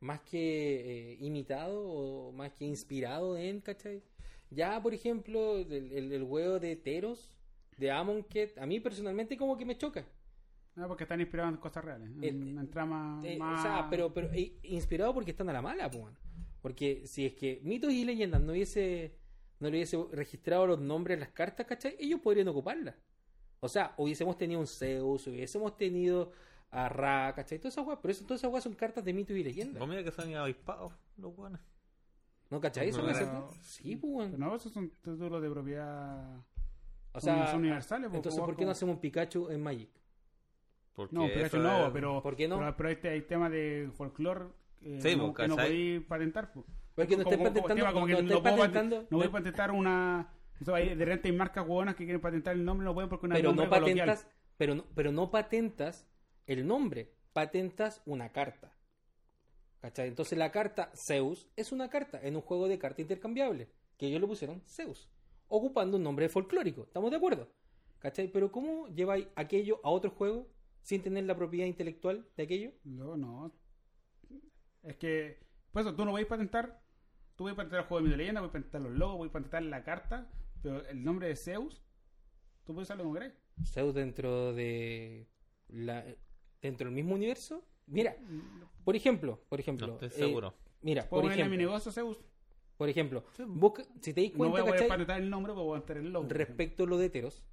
Speaker 1: más que eh, imitado o más que inspirado en, ¿cachai? Ya, por ejemplo, el, el, el huevo de Teros, de Amonkhet, a mí personalmente como que me choca.
Speaker 3: No, porque están inspirados en cosas reales. En,
Speaker 1: Eh,
Speaker 3: en tramas
Speaker 1: Eh,
Speaker 3: más.
Speaker 1: O sea, pero, pero eh, inspirado porque están a la mala, pues. weón. Porque si es que mitos y leyendas no hubiese, no le hubiese registrado los nombres en las cartas, ¿cachai? Ellos podrían ocuparlas. O sea, hubiésemos tenido un Zeus, hubiésemos tenido a Ra, ¿cachai? Todas esas weas, pero eso, todas esas weas son cartas de mitos y leyendas.
Speaker 2: No, Pues mira que son avispados, los buenos.
Speaker 1: ¿No, cachai? Eso
Speaker 2: No,
Speaker 1: me
Speaker 2: no.
Speaker 1: hace- Sí, pues. weón.
Speaker 3: Pero no, esos son títulos de propiedad.
Speaker 1: O sea,
Speaker 3: son universales. pues,
Speaker 1: entonces,
Speaker 3: pues,
Speaker 1: ¿por qué no
Speaker 3: como-
Speaker 1: hacemos un Pikachu en Magic?
Speaker 2: Porque
Speaker 3: No, pero
Speaker 2: eso
Speaker 3: eso no,
Speaker 2: es-
Speaker 3: pero,
Speaker 1: ¿Por qué no?
Speaker 3: pero, pero este hay tema de folclore eh,
Speaker 2: Sí,
Speaker 3: no,
Speaker 2: vos,
Speaker 3: que no
Speaker 2: ¿cachai?
Speaker 3: podéis patentar. po.
Speaker 1: Porque no estáis
Speaker 3: Como- como- como
Speaker 1: patentando-
Speaker 3: tema como
Speaker 1: no
Speaker 3: que
Speaker 1: estáis
Speaker 3: puedo patent-
Speaker 1: patentando-
Speaker 3: no voy a patentar una... eso hay- de repente hay marcas hueonas que quieren patentar el nombre, no pueden porque una
Speaker 1: pero no patentas pero no, pero no patentas el nombre patentas una carta ¿Cachai? entonces la carta Zeus es una carta en un juego de carta intercambiable que ellos le pusieron Zeus ocupando un nombre folclórico estamos de acuerdo ¿Cachai? pero cómo lleváis aquello a otro juego sin tener la propiedad intelectual de aquello
Speaker 3: No, no. Es que, por eso tú no podéis patentar, tú podéis patentar el juego de mi leyenda, podéis patentar los logos, podéis patentar la carta, pero el nombre de Zeus, tú puedes usarlo como queráis.
Speaker 1: Zeus dentro de la dentro del mismo universo mira por ejemplo por ejemplo
Speaker 2: No estoy
Speaker 1: eh,
Speaker 2: seguro.
Speaker 1: mira
Speaker 3: Puedo
Speaker 1: por
Speaker 3: ponerle a mi
Speaker 1: ejemplo,
Speaker 3: negocio Zeus,
Speaker 1: por ejemplo busca- si te dis
Speaker 3: no voy
Speaker 1: cuenta
Speaker 3: a poder
Speaker 1: ¿cachai?
Speaker 3: patentar el nombre, pero voy a patentar el logo. por ejemplo.
Speaker 1: respecto a lo de Teros,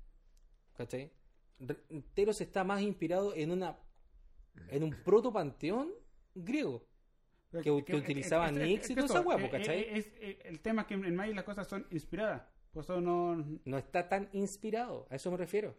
Speaker 1: ¿cachai? Re- Teros está más inspirado en una en un protopanteón griego.
Speaker 3: Pero
Speaker 1: que- que utilizaba Nix y
Speaker 3: que
Speaker 1: toda esa
Speaker 3: eso,
Speaker 1: hueá, po,
Speaker 3: eh,
Speaker 1: ¿cachai?
Speaker 3: eh, es- eh, el tema es que en en Magic las cosas son inspiradas. Por eso no.
Speaker 1: No está tan inspirado, a eso me refiero.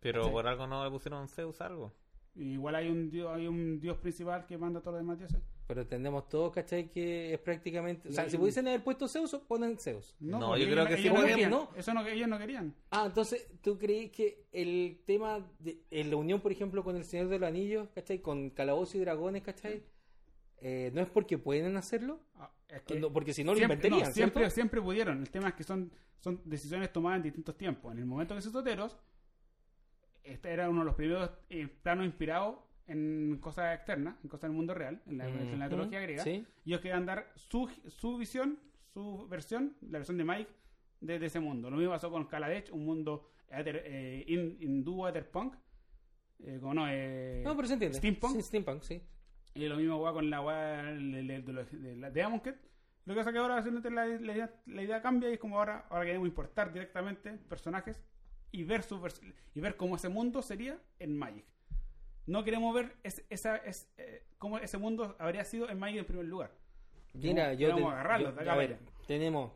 Speaker 2: Pero
Speaker 1: Sí.
Speaker 2: por algo no le pusieron Zeus algo.
Speaker 3: Igual hay un dios, hay un dios principal que manda a todos los demás dioses.
Speaker 1: Pero entendemos todos, ¿cachai? Que es prácticamente... O sea,
Speaker 3: Y-
Speaker 1: si pudiesen haber puesto Zeus, ponen Zeus.
Speaker 2: No,
Speaker 3: porque
Speaker 2: yo creo
Speaker 3: ellos-
Speaker 2: que sí
Speaker 3: ellos no
Speaker 1: podrían,
Speaker 3: querían.
Speaker 1: ¿no?
Speaker 3: Eso no, ellos no querían.
Speaker 1: Ah, entonces, ¿tú crees que el tema de en la unión, por ejemplo, con el Señor de los Anillos, ¿cachai? Con Calabozos y Dragones, ¿cachai? Eh, ¿No es porque pueden hacerlo?
Speaker 3: Ah, es que
Speaker 1: No, porque si no lo
Speaker 3: siempre,
Speaker 1: inventarían,
Speaker 3: no, siempre,
Speaker 1: ¿cierto?
Speaker 3: siempre pudieron. El tema es que son, son decisiones tomadas en distintos tiempos. En el momento que se hizo Teros, este era uno de los primeros eh, planos inspirados en cosas externas, en cosas del mundo real, en la, en la
Speaker 1: Ujú,
Speaker 3: mitología griega.
Speaker 1: sí.
Speaker 3: Y ellos querían dar su, su visión, su versión, la versión de Mike, de, de ese mundo. Lo mismo pasó con Kaladesh, un mundo ether- eh, hin- hindú, etherpunk. Eh, como no, eh,
Speaker 1: No, pero se entiende.
Speaker 3: steampunk.
Speaker 1: Sí, steampunk, sí.
Speaker 3: Y lo mismo va con la weá de, de, de, de, la- de Amonkhet. Lo que pasa que ahora simplemente la, la idea, la idea cambia y es como ahora, ahora queremos importar directamente personajes y ver, su vers- y ver cómo ese mundo sería en Magic. No queremos ver es- esa, es, eh, cómo ese mundo habría sido en Magic en primer lugar.
Speaker 1: Mira,
Speaker 3: Vamos-
Speaker 1: yo
Speaker 3: vamos
Speaker 1: te-
Speaker 3: a agarrarlos
Speaker 1: yo-
Speaker 3: de acá
Speaker 1: a
Speaker 3: para
Speaker 1: ver,
Speaker 3: allá.
Speaker 1: tenemos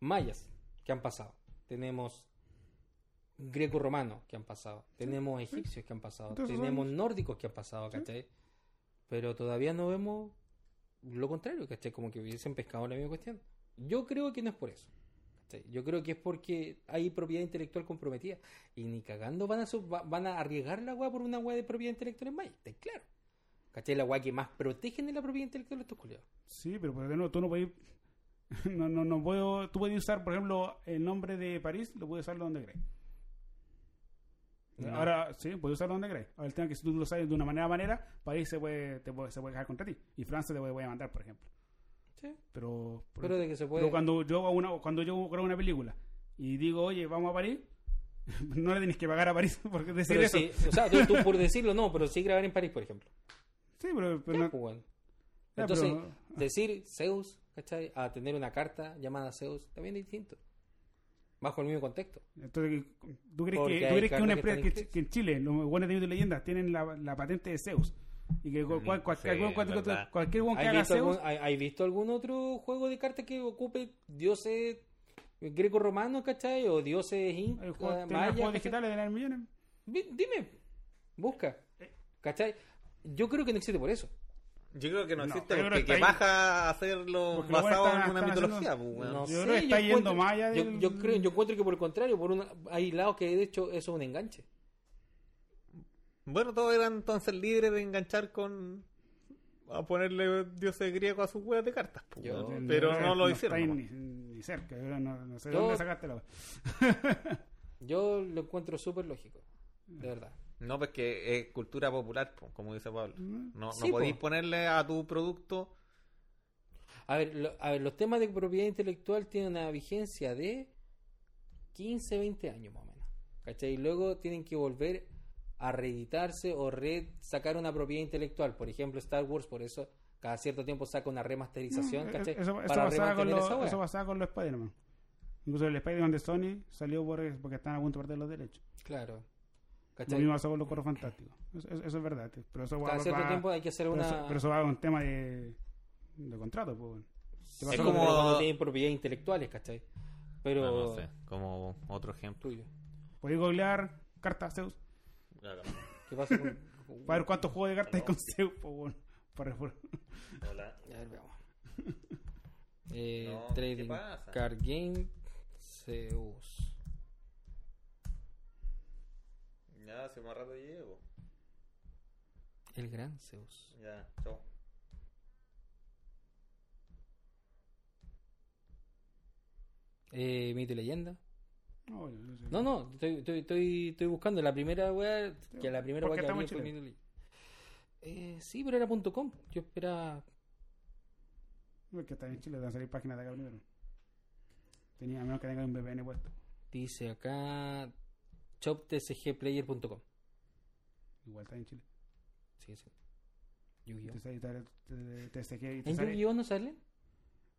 Speaker 1: mayas que han pasado, tenemos greco-romanos que han pasado, tenemos egipcios que han pasado,
Speaker 3: Entonces
Speaker 1: tenemos nórdicos que han pasado, ¿cachai? Pero todavía no vemos lo contrario, ¿cachai? Como que hubiesen pescado la misma cuestión. Yo creo que no es por eso. ¿cachai? Yo creo que es porque hay propiedad intelectual comprometida. Y ni cagando van a, sub- va- van a arriesgar la weá por una weá de propiedad intelectual en Magic, está claro. ¿Cachai? La weá que más protegen de la propiedad intelectual de estos culiados.
Speaker 3: Sí, pero por ejemplo, tú no puedes. No, no, no puedo. Tú puedes usar, por ejemplo, el nombre de París, lo puedes usar donde crees.
Speaker 1: No.
Speaker 3: Ahora, sí, puedes usarlo donde crees. Ahora, el tema es que si tú lo sabes de una manera manera, París se puede, te puede- se puede quejar contra ti. Y Francia te puede, puede mandar, por ejemplo.
Speaker 1: ¿Sí?
Speaker 3: Pero, por-
Speaker 1: Pero de que se puede.
Speaker 3: pero cuando yo hago una, cuando yo creo una película y digo, oye, vamos a París, no le tenés que pagar a París porque decir
Speaker 1: Pero
Speaker 3: eso. Sí,
Speaker 1: sí, o sea, tú, tú por decirlo no, pero sí grabar en París, por ejemplo.
Speaker 3: pero, pero
Speaker 1: Ya,
Speaker 3: no-
Speaker 1: pues, bueno.
Speaker 3: ya,
Speaker 1: Entonces,
Speaker 3: pero-
Speaker 1: decir Zeus, ¿cachai? A tener una carta llamada Zeus, también es distinto. Bajo el mismo contexto.
Speaker 3: Entonces, ¿tú crees,
Speaker 1: Porque
Speaker 3: que,
Speaker 1: hay
Speaker 3: ¿tú crees que una
Speaker 1: cartas que
Speaker 3: empresa que,
Speaker 1: están
Speaker 3: que en Chile, los buenos de mitos y leyendas, tienen la, la patente de Zeus? Y que cu-
Speaker 2: Mm,
Speaker 3: cual- cualquier
Speaker 2: sí,
Speaker 3: weón cual-
Speaker 2: verdad.
Speaker 3: cual- cualquier weón que
Speaker 1: ¿Has
Speaker 3: haga
Speaker 1: visto,
Speaker 3: Zeus,
Speaker 1: algún, hay- hay visto algún otro juego de cartas que ocupe dioses greco-romanos, ¿cachai? O dioses
Speaker 3: el
Speaker 1: incas,
Speaker 3: juego, tiene
Speaker 1: mayas,
Speaker 3: juegos
Speaker 1: ¿cachai?
Speaker 3: digitales de ganar millones.
Speaker 1: Vi- Dime, busca. ¿Cachai? Yo creo que no existe por eso.
Speaker 2: Yo creo que no,
Speaker 3: No,
Speaker 2: existe
Speaker 3: yo creo
Speaker 2: porque
Speaker 3: que
Speaker 2: que
Speaker 3: está ahí.
Speaker 2: baja hacerlo
Speaker 3: Porque los
Speaker 2: basado
Speaker 3: buenos
Speaker 2: en una
Speaker 3: están- están
Speaker 2: mitología,
Speaker 3: haciendo-
Speaker 2: pues, weón.
Speaker 1: No
Speaker 3: Yo creo
Speaker 1: sé,
Speaker 3: que está yendo
Speaker 1: encuentro-
Speaker 3: más allá
Speaker 1: yo-
Speaker 3: del-
Speaker 1: yo creo, yo encuentro que por el contrario, por una, hay lados que de hecho eso es un enganche.
Speaker 2: Bueno, todos eran entonces libres de enganchar con. a ponerle dioses griegos a sus weas de cartas. pues,
Speaker 1: Yo-
Speaker 2: weón. pero no lo hicieron.
Speaker 3: estáis
Speaker 2: nomás.
Speaker 3: ni, ni cerca, yo no, no sé de
Speaker 1: Yo-
Speaker 3: dónde sacaste la.
Speaker 1: Yo lo encuentro súper lógico, de verdad.
Speaker 2: No, pues que es cultura popular, po, como dice Pablo. No,
Speaker 1: Sí,
Speaker 2: no podéis
Speaker 1: po.
Speaker 2: ponerle a tu producto.
Speaker 1: A ver, lo- a ver, los temas de propiedad intelectual tienen una vigencia de 15, 20 años más o menos. ¿Cachai? Y luego tienen que volver a reeditarse o re sacar una propiedad intelectual. Por ejemplo, Star Wars, por eso cada cierto tiempo saca una remasterización,
Speaker 3: Eh,
Speaker 1: ¿cachai?
Speaker 3: Eso, eso
Speaker 1: Para
Speaker 3: pasaba con
Speaker 1: remantener
Speaker 3: los,
Speaker 1: esa wea.
Speaker 3: eso pasaba con los Spider-Man. Incluso el Spider-Man de Sony salió por, porque están a punto de perder los derechos.
Speaker 1: Claro.
Speaker 3: Lo
Speaker 1: ¿Cachai?
Speaker 3: mismo pasó con los Coros Fantásticos. Eso, eso- eso es verdad. tío. Pero eso va,
Speaker 1: Cada cierto
Speaker 3: va-
Speaker 1: tiempo hay que hacer
Speaker 3: pero
Speaker 1: una...
Speaker 3: eso- pero eso va a un tema de, de contrato. Pues. bueno.
Speaker 1: Sí,
Speaker 2: Es
Speaker 1: pero
Speaker 2: como- Ah,
Speaker 1: cuando tienen propiedades intelectuales, ¿cachai? Pero...
Speaker 2: No, no sé, como otro ejemplo.
Speaker 1: Tuyo.
Speaker 3: Podéis googlear cartas Zeus
Speaker 1: ¿Qué pasa con...?
Speaker 3: para ver cuántos juegos de cartas hay con Zeus. Pues, bueno. Para- para-
Speaker 1: A ver, veamos. Eh,
Speaker 2: No, ¿qué
Speaker 1: trading
Speaker 2: pasa?
Speaker 1: Card Game Zeus.
Speaker 2: Ya, si más rato llego.
Speaker 1: El gran Zeus.
Speaker 2: Ya, chao.
Speaker 1: Eh, Mito y Leyenda.
Speaker 3: No, yo- yo sé.
Speaker 1: No, no, estoy, estoy, estoy, estoy buscando. La primera weá. Que la primera weá que
Speaker 3: Porque
Speaker 1: abrí
Speaker 3: estamos en
Speaker 1: fue
Speaker 3: Chile.
Speaker 1: Mito y Leyenda. Eh, sí, pero era punto .com. Yo esperaba.
Speaker 3: No, es que está en Chile, deben salir páginas de acá primero. Tenía a menos que tenga un VPN puesto.
Speaker 1: Dice acá. shoptcgplayer.com.
Speaker 3: Igual está en Chile.
Speaker 1: Sí, sí. Yu-Gi-Oh.
Speaker 3: Entonces ahí te- te- te- te- te- te
Speaker 1: ¿En
Speaker 3: sale-
Speaker 1: Yu-Gi-Oh no salen?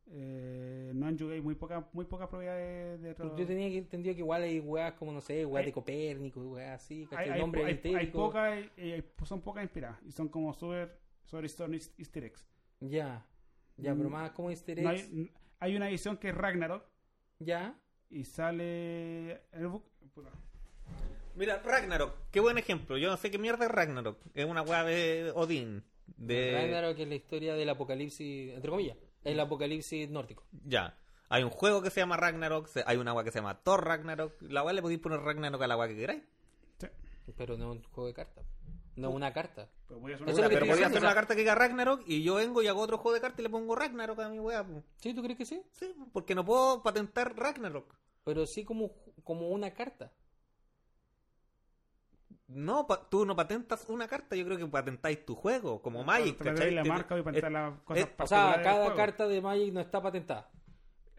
Speaker 3: Eh, no han jugado muy pocas muy pocas probabilidades de, de otro-
Speaker 1: Pues Yo tenía que- entendido que igual hay weas como, no sé, weas
Speaker 3: Hay-
Speaker 1: de Copérnico, weas así,
Speaker 3: hay,
Speaker 1: ¿cachai?
Speaker 3: hay,
Speaker 1: Nombre
Speaker 3: po- hay- hay
Speaker 1: entérico.
Speaker 3: pocas eh, hay- son pocas inspiradas y son como super sobre easter eggs
Speaker 1: Ya. Ya, pero más como easter
Speaker 3: No hay,
Speaker 1: eggs.
Speaker 3: n- hay una edición que es Ragnarok
Speaker 1: Ya.
Speaker 3: y sale el bu- puta.
Speaker 2: Mira, Ragnarok, qué buen ejemplo. Yo no sé qué mierda es Ragnarok. Es una weá de Odín. De...
Speaker 1: Ragnarok es la historia del apocalipsis, entre comillas, el apocalipsis nórdico.
Speaker 2: Ya. Hay un juego que se llama Ragnarok, se- hay una weá que se llama Thor Ragnarok. La weá le podéis poner Ragnarok a la weá que queráis.
Speaker 3: Sí.
Speaker 1: Pero no es un juego de cartas. No es una carta.
Speaker 3: Pero pues voy a hacer
Speaker 1: Eso
Speaker 3: una-
Speaker 1: es lo
Speaker 2: Puta,
Speaker 1: que
Speaker 2: pero
Speaker 1: estoy diciendo,
Speaker 2: podía hacer
Speaker 1: o sea-
Speaker 2: una carta que diga Ragnarok y yo vengo y hago otro juego de cartas y le pongo Ragnarok a mi weá. po.
Speaker 1: ¿Sí? ¿Tú crees que sí?
Speaker 2: Sí, porque no puedo patentar Ragnarok.
Speaker 1: Pero sí como, como una carta.
Speaker 2: No, pa- tú no patentas una carta, yo creo que patentáis tu juego, como Magic.
Speaker 3: tratar de
Speaker 2: ¿cachai?
Speaker 3: la
Speaker 2: Te-
Speaker 3: marca y patentar
Speaker 2: eh,
Speaker 3: las
Speaker 2: eh,
Speaker 1: O
Speaker 3: cosas
Speaker 1: sea,
Speaker 3: particulares del
Speaker 1: cada
Speaker 3: juego.
Speaker 1: carta de Magic no está patentada.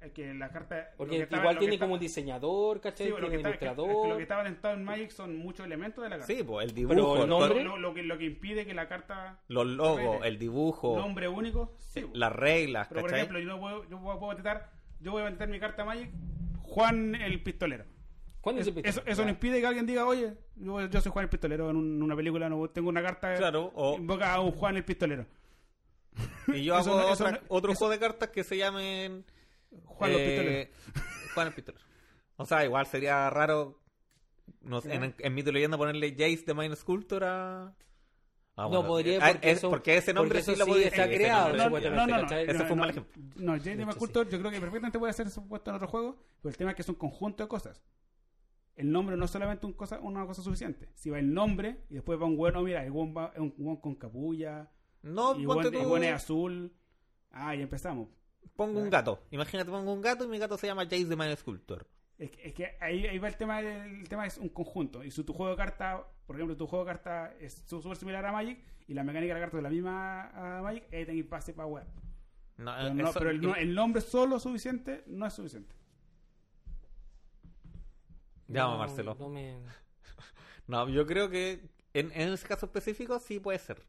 Speaker 3: Es que la carta lo
Speaker 1: Porque
Speaker 3: que está-
Speaker 1: igual
Speaker 3: lo que
Speaker 1: tiene
Speaker 3: está-
Speaker 1: como un diseñador, ¿cachai?
Speaker 3: sí, lo
Speaker 1: tiene
Speaker 3: que
Speaker 1: un
Speaker 3: está- es que lo
Speaker 1: ilustrador.
Speaker 3: que está patentado en Magic son muchos elementos de la carta
Speaker 2: Sí, pues el dibujo,
Speaker 1: Pero el
Speaker 2: el
Speaker 1: nombre-
Speaker 2: cor-
Speaker 3: lo, lo que, lo que impide que la carta
Speaker 2: los logos, el dibujo,
Speaker 3: nombre único sí, po.
Speaker 2: las reglas,
Speaker 3: Pero por
Speaker 2: ¿cachai?
Speaker 3: ejemplo, yo no puedo, yo puedo, puedo patentar, yo voy a patentar mi carta Magic, Juan el Pistolero.
Speaker 1: ¿Cuándo
Speaker 3: Es-
Speaker 1: se pintó?
Speaker 3: eso eso no
Speaker 1: Ya.
Speaker 3: impide que alguien diga, oye, yo, yo soy Juan el Pistolero en un- una película, no tengo una carta
Speaker 2: Claro, o-
Speaker 3: invoca a un Juan el Pistolero.
Speaker 2: y yo
Speaker 3: eso
Speaker 2: hago
Speaker 3: no- eso
Speaker 2: otra-
Speaker 3: no-
Speaker 2: otro juego de cartas que se llamen
Speaker 3: Juan
Speaker 2: eh,
Speaker 3: los Pistoleros.
Speaker 2: Juan el Pistolero. O sea, igual sería raro no sé, en, en Mito y Leyenda ponerle Jace de Minor Sculptor a... Ah,
Speaker 1: No
Speaker 2: bueno,
Speaker 1: podría,
Speaker 2: eh,
Speaker 1: porque
Speaker 2: eh,
Speaker 1: eso-
Speaker 2: porque ese nombre
Speaker 1: porque
Speaker 2: sí
Speaker 1: eso
Speaker 2: lo
Speaker 1: sí
Speaker 2: podía
Speaker 1: está
Speaker 2: sí, ese
Speaker 1: creado,
Speaker 2: nombre sí.
Speaker 1: supuestamente.
Speaker 2: este, Ese fue un
Speaker 3: no,
Speaker 2: mal
Speaker 3: no.
Speaker 2: ejemplo.
Speaker 3: No, Jade
Speaker 1: De
Speaker 3: de
Speaker 1: hecho,
Speaker 3: Cultor yo creo que perfectamente puede ser supuesto en otro juego, pero el tema es que es un conjunto de cosas. El nombre no es solamente un cosa, una cosa suficiente. Si va el nombre y después va un bueno, mira, el weón va- es un weón con capulla,
Speaker 2: No,
Speaker 3: y
Speaker 2: Oh, ponte
Speaker 3: bueno, y
Speaker 2: tú-
Speaker 3: bueno es azul. Ah, ya empezamos.
Speaker 2: pongo un gato. Imagínate, pongo un gato y mi gato se llama Jace de Minor Sculptor.
Speaker 3: Es que, es que ahí, ahí va el tema, del- el tema es un conjunto. Y si tu juego de carta, por ejemplo, tu juego de carta es su- súper similar a Magic y la mecánica de la carta es la misma a Magic, ahí tenéis pase para web.
Speaker 2: No,
Speaker 1: Ah,
Speaker 3: Pero,
Speaker 2: eh,
Speaker 3: no-
Speaker 2: eso-
Speaker 3: pero el, no- el nombre solo suficiente no es suficiente.
Speaker 2: Llama
Speaker 1: No,
Speaker 2: Marcelo.
Speaker 1: no me-
Speaker 2: No, yo creo que en, en ese caso específico sí puede ser.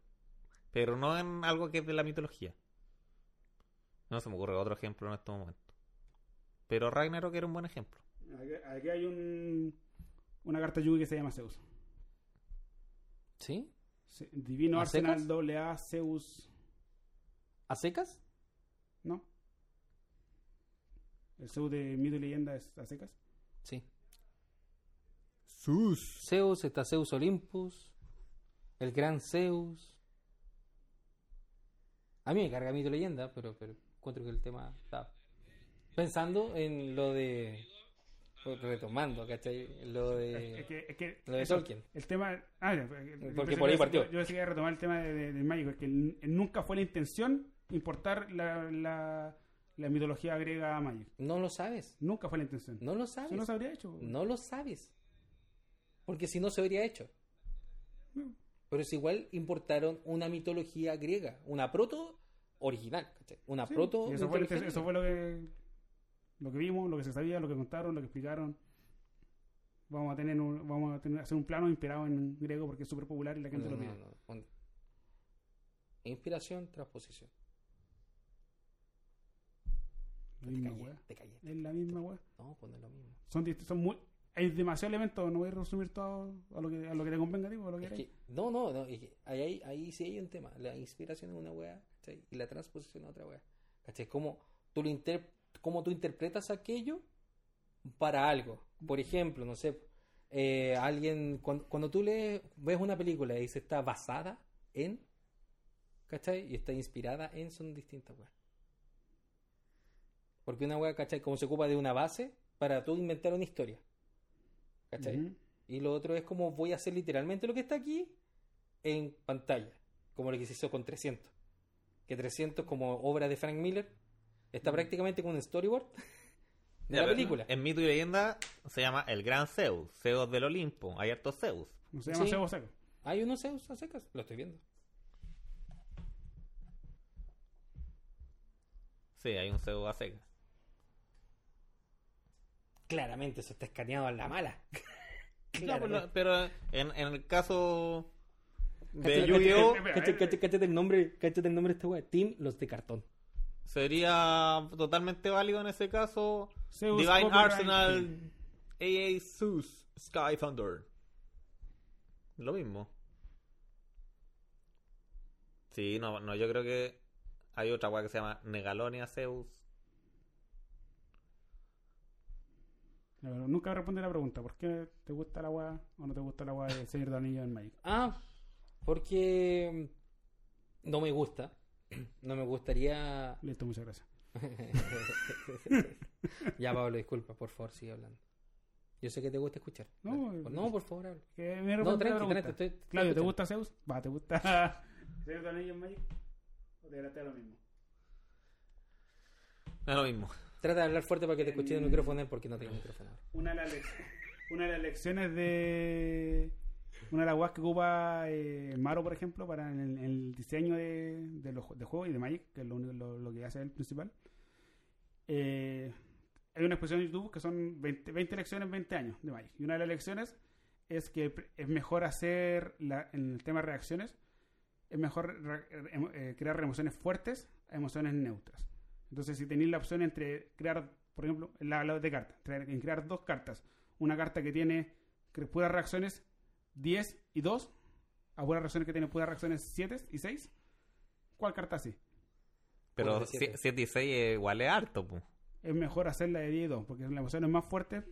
Speaker 2: Pero no en algo que es de la mitología. No se me ocurre otro ejemplo en este momento. Pero Ragnarok era un buen ejemplo.
Speaker 3: Aquí, aquí hay un, una carta Yugi que se llama Zeus.
Speaker 1: ¿Sí?
Speaker 3: Se- Divino
Speaker 1: ¿A
Speaker 3: Arsenal
Speaker 1: secas?
Speaker 3: AA Zeus.
Speaker 1: ¿A secas?
Speaker 3: ¿No? El Zeus de Mito y Leyenda es a secas.
Speaker 1: Sí.
Speaker 2: Sus.
Speaker 1: Zeus, está Zeus Olympus, el gran Zeus. A mí me carga mito y leyenda, pero, pero encuentro que el tema está. Pensando en lo de pues, retomando, ¿cachai? Lo de.
Speaker 3: Es que, es que
Speaker 1: Eh, Lo de
Speaker 3: eso-
Speaker 1: Tolkien.
Speaker 3: El tema. Ah, ya, pues, yo pensé
Speaker 1: por ahí
Speaker 3: que-
Speaker 1: partió.
Speaker 3: Yo pensé que iba a retomar el tema de, de, de Magic, es que n- nunca fue la intención importar la, la, la mitología griega a Magic.
Speaker 1: No lo sabes.
Speaker 3: Nunca fue la intención.
Speaker 1: No lo
Speaker 3: Eso no pues.
Speaker 1: sabes.
Speaker 3: se habría hecho.
Speaker 1: No lo sabes. Porque si no se habría hecho.
Speaker 3: No.
Speaker 1: Pero es igual importaron una mitología griega, una proto original, ¿cachai? Una
Speaker 3: Sí,
Speaker 1: proto.
Speaker 3: y eso, fue,
Speaker 1: mitología
Speaker 3: eso fue lo que lo que vimos, lo que se sabía, lo que contaron, lo que explicaron. Vamos a tener un- vamos a tener, hacer un plano inspirado en griego porque es súper popular y la gente
Speaker 1: griega.
Speaker 3: lo
Speaker 1: Mm, No,
Speaker 3: pide.
Speaker 1: no, no, no. Inspiración, transposición.
Speaker 3: La
Speaker 1: Te
Speaker 3: misma
Speaker 1: callé,
Speaker 3: weá.
Speaker 1: te callé.
Speaker 3: Es la misma weá.
Speaker 1: No, pues no es lo mismo.
Speaker 3: Son, dist- son muy, hay demasiados elementos, no voy a resumir todo a lo que, a lo que te convenga, tipo, a lo que
Speaker 1: Es
Speaker 3: queráis.
Speaker 1: que- no, no, no, es que ahí, hay- ahí sí hay un tema. La inspiración es una weá, ¿cachai? Y la transposición es otra weá. ¿Cachai? Cómo tú, lo inter- cómo tú interpretas aquello para algo. Por ejemplo, no sé, eh, alguien, cuan- cuando, tú lees, ves una película y dice está basada en, ¿cachai? Y está inspirada en, son distintas weas. Porque una weá, ¿cachai? Como se ocupa de una base para tú inventar una historia. ¿Cachai?
Speaker 3: Ujú.
Speaker 1: Y lo otro es como voy a hacer literalmente lo que está aquí en pantalla, como lo que se hizo con 300. Que 300 como obra de Frank Miller está prácticamente como un storyboard de
Speaker 2: Mm. Ya,
Speaker 1: la
Speaker 2: pero
Speaker 1: película.
Speaker 2: En mito y leyenda se llama el gran Zeus, Zeus del Olimpo. Hay hartos Zeus.
Speaker 3: No se llama
Speaker 1: Sí.
Speaker 3: Sebo Seco.
Speaker 1: Hay unos Zeus a secas, lo estoy viendo.
Speaker 2: Sí, hay un Zeus a seca.
Speaker 1: Claramente eso está escaneado a la mala.
Speaker 2: Ah. No, pues,
Speaker 1: Claramente.
Speaker 2: no, pero en, en el caso de
Speaker 1: Cachai,
Speaker 2: Yu-Gi-Oh!
Speaker 1: cachai, cachai, cachai, cachai el nombre, cachai el nombre de este weá, Team Los de Cartón.
Speaker 2: sería totalmente válido en ese caso
Speaker 3: Zeus,
Speaker 2: Divine
Speaker 3: copyright.
Speaker 2: Arsenal AA Zeus Sky Thunder. Lo mismo. Sí, no, no, yo creo que hay otra weá que se llama Negalonia Zeus.
Speaker 3: La verdad, Nunca respondí la pregunta, ¿por qué te gusta la weá o no te gusta la weá de Señor de Anillos en Magic?
Speaker 1: Ah, porque no me gusta. No me gustaría
Speaker 3: Listo, muchas gracias.
Speaker 1: ya, Pablo, disculpa, por favor, sigue hablando. Yo sé que te gusta escuchar.
Speaker 3: No,
Speaker 1: Dale. no por favor, habla.
Speaker 3: Que me
Speaker 1: No,
Speaker 3: respondí la
Speaker 1: tranqui,
Speaker 3: pregunta.
Speaker 1: tranqui, estoy- estoy
Speaker 3: Claudio, ¿te
Speaker 1: escuchando.
Speaker 3: gusta Zeus? Va, ¿te gusta Señor de Anillos en Magic? ¿O te gratea lo mismo?
Speaker 2: No es lo mismo.
Speaker 1: Trata de hablar fuerte para que te escuche el
Speaker 3: Mm.
Speaker 1: micrófono, porque no tengo micrófono. ahora.
Speaker 3: una de las, lec- una de las lecciones de una de las guas que ocupa eh, Maro, por ejemplo, para el, el diseño de, de los ju- de juegos y de Magic, que es lo, único- lo, lo que hace el principal. Eh, hay una exposición en YouTube que son 20, 20 lecciones, 20 años de Magic. Y una de las lecciones es que pr- es mejor hacer, la- en el tema de reacciones, es mejor re- em- eh, crear emociones fuertes a emociones neutras. Entonces, si tenéis la opción entre crear, por ejemplo, la la de cartas, traer- en crear dos cartas, una carta que tiene que puras reacciones 10 y 2, a puras reacciones que tiene puras reacciones 7 y 6, ¿cuál carta así?
Speaker 2: Pero
Speaker 1: Ponte siete.
Speaker 2: 7 y 6 es igual es harto, pu.
Speaker 3: Es mejor hacerla de 10 y 2, porque las emociones más fuertes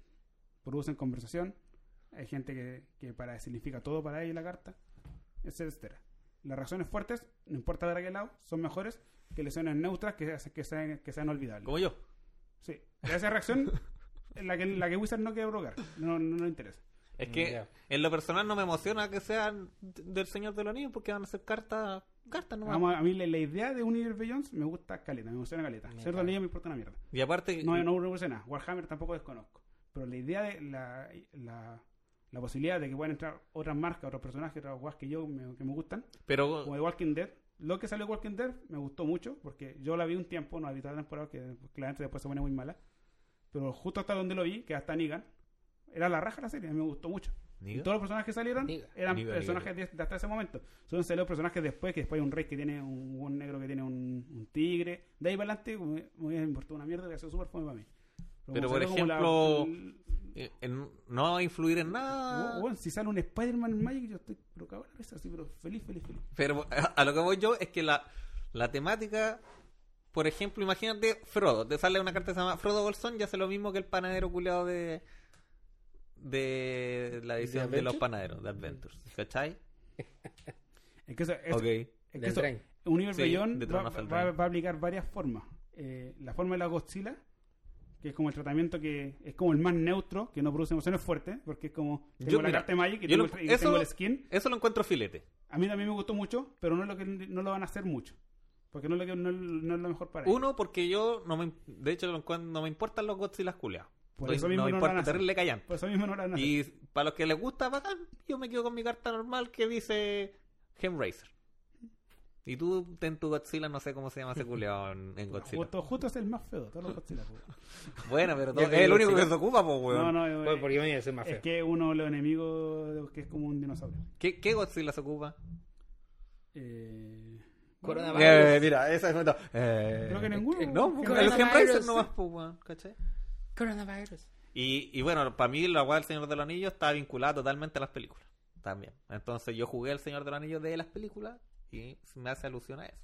Speaker 3: producen conversación, hay gente que, que para significa todo para ella la carta, etcétera. Las reacciones fuertes, no importa para qué lado, son mejores que lesiones neutras que, hace- que, sean, que sean olvidables.
Speaker 2: Como yo.
Speaker 3: Sí. Esa reacción es la que, la que Wizard no quiere provocar. No, no, no le interesa.
Speaker 2: Es que
Speaker 1: Ya.
Speaker 2: en lo personal no me emociona que sean d- del Señor de los Anillos porque van a ser cartas cartas nomás.
Speaker 3: Vamos a, a mí la, la idea de unir Billions me gusta caleta, me emociona caleta.
Speaker 1: Me
Speaker 3: Ser de
Speaker 1: encanta.
Speaker 3: anillo me importa una mierda.
Speaker 2: Y aparte,
Speaker 3: No, no me gusta nada. Warhammer tampoco desconozco. Pero la idea de la, la, la posibilidad de que puedan entrar otras marcas, otros personajes, otras guas que yo me- que me gustan,
Speaker 2: pero
Speaker 3: como de Walking Dead. Lo que salió de Walking Dead me gustó mucho porque yo la vi un tiempo, no la vi toda la temporada, que claramente después se pone muy mala. Pero justo hasta donde lo vi, que hasta Negan, era la raja la serie, me gustó mucho.
Speaker 2: ¿Niga?
Speaker 3: Y todos los personajes que salieron
Speaker 1: Diga.
Speaker 3: eran
Speaker 2: Diga, diga,
Speaker 3: personajes de, de hasta ese momento. Son salió personajes después, que después hay un rey que tiene un, un negro que tiene un, un tigre. De ahí para adelante me, me importó una mierda que ha sido súper fome para mí.
Speaker 2: Pero,
Speaker 3: como
Speaker 2: por
Speaker 3: salió como la-
Speaker 2: ejemplo,
Speaker 3: el-
Speaker 2: eh, en- no va a influir en nada.
Speaker 3: Wo- weón, si sale un Spider-Man en Magic, yo estoy pero cagado en la risa, así, pero feliz, feliz, feliz.
Speaker 2: Pero a, a lo que voy yo es que la, la temática, por ejemplo, imagínate Frodo, te sale una carta que se llama Frodo Bolsón y hace lo mismo que el panadero culiado de de la edición de,
Speaker 1: Adventure?
Speaker 2: los panaderos de Adventures, ¿cachai?
Speaker 3: Es que eso, es,
Speaker 2: Ok.
Speaker 3: es que
Speaker 1: Del
Speaker 3: eso,
Speaker 1: tren.
Speaker 3: Universe
Speaker 2: Sí,
Speaker 3: Beyond
Speaker 2: de
Speaker 3: va,
Speaker 2: Throne of
Speaker 3: va-
Speaker 2: Eldraine.
Speaker 3: va a aplicar varias formas. Eh, la forma de la Godzilla, que es como el tratamiento que es como el más neutro, que no produce emociones fuertes, porque es como tengo la
Speaker 2: mira,
Speaker 3: carta de Magic y,
Speaker 2: yo
Speaker 3: tengo,
Speaker 2: lo-
Speaker 3: el, tra- y
Speaker 2: eso-
Speaker 3: tengo el skin.
Speaker 2: Eso lo encuentro filete.
Speaker 3: A mí también me gustó mucho, pero no es lo que no lo van a hacer mucho, porque no es lo que no, es- no es lo mejor para ellos.
Speaker 2: Uno, porque yo, no me, im- de hecho, lo encuent- no me importan los Godzilla culiados.
Speaker 3: Por
Speaker 2: No-
Speaker 3: eso mismo
Speaker 2: pues, no me
Speaker 3: no
Speaker 2: importa,
Speaker 3: van a hacer.
Speaker 2: terrible callan.
Speaker 3: Por eso mismo no lo van a hacer.
Speaker 2: Y para los que les gusta, bacán, yo me quedo con mi carta normal que dice Hemraiser. Y tú ten tu Godzilla, no sé cómo se llama ese culeado en, en Godzilla.
Speaker 3: Justo, justo es el más feo, de todos los Godzilla. po.
Speaker 2: Bueno, pero
Speaker 1: Y
Speaker 2: todo-
Speaker 1: el
Speaker 2: es el único
Speaker 1: Godzilla.
Speaker 2: que se ocupa, pues, weón.
Speaker 3: No, no, eh,
Speaker 1: Bueno, porque yo venía a ser más
Speaker 3: es
Speaker 1: feo.
Speaker 3: que uno de los enemigos de- que es como un dinosaurio.
Speaker 2: ¿Qué, qué Godzilla se ocupa?
Speaker 3: Eh,
Speaker 1: Coronavirus.
Speaker 2: Eh, mira, esa es otra. Eh,
Speaker 3: Creo que ninguno.
Speaker 1: eh,
Speaker 2: No,
Speaker 3: Creo
Speaker 2: pues,
Speaker 3: que
Speaker 1: Coronavirus,
Speaker 2: los Hemraiser no
Speaker 1: sí.
Speaker 2: más, pues, weón, ¿cachai?
Speaker 1: Coronavirus.
Speaker 2: Y, y bueno, para mí la weá del Señor de los Anillos está vinculada totalmente a las películas. También. Entonces yo jugué el Señor de los Anillos de las películas y me hace alusión a eso.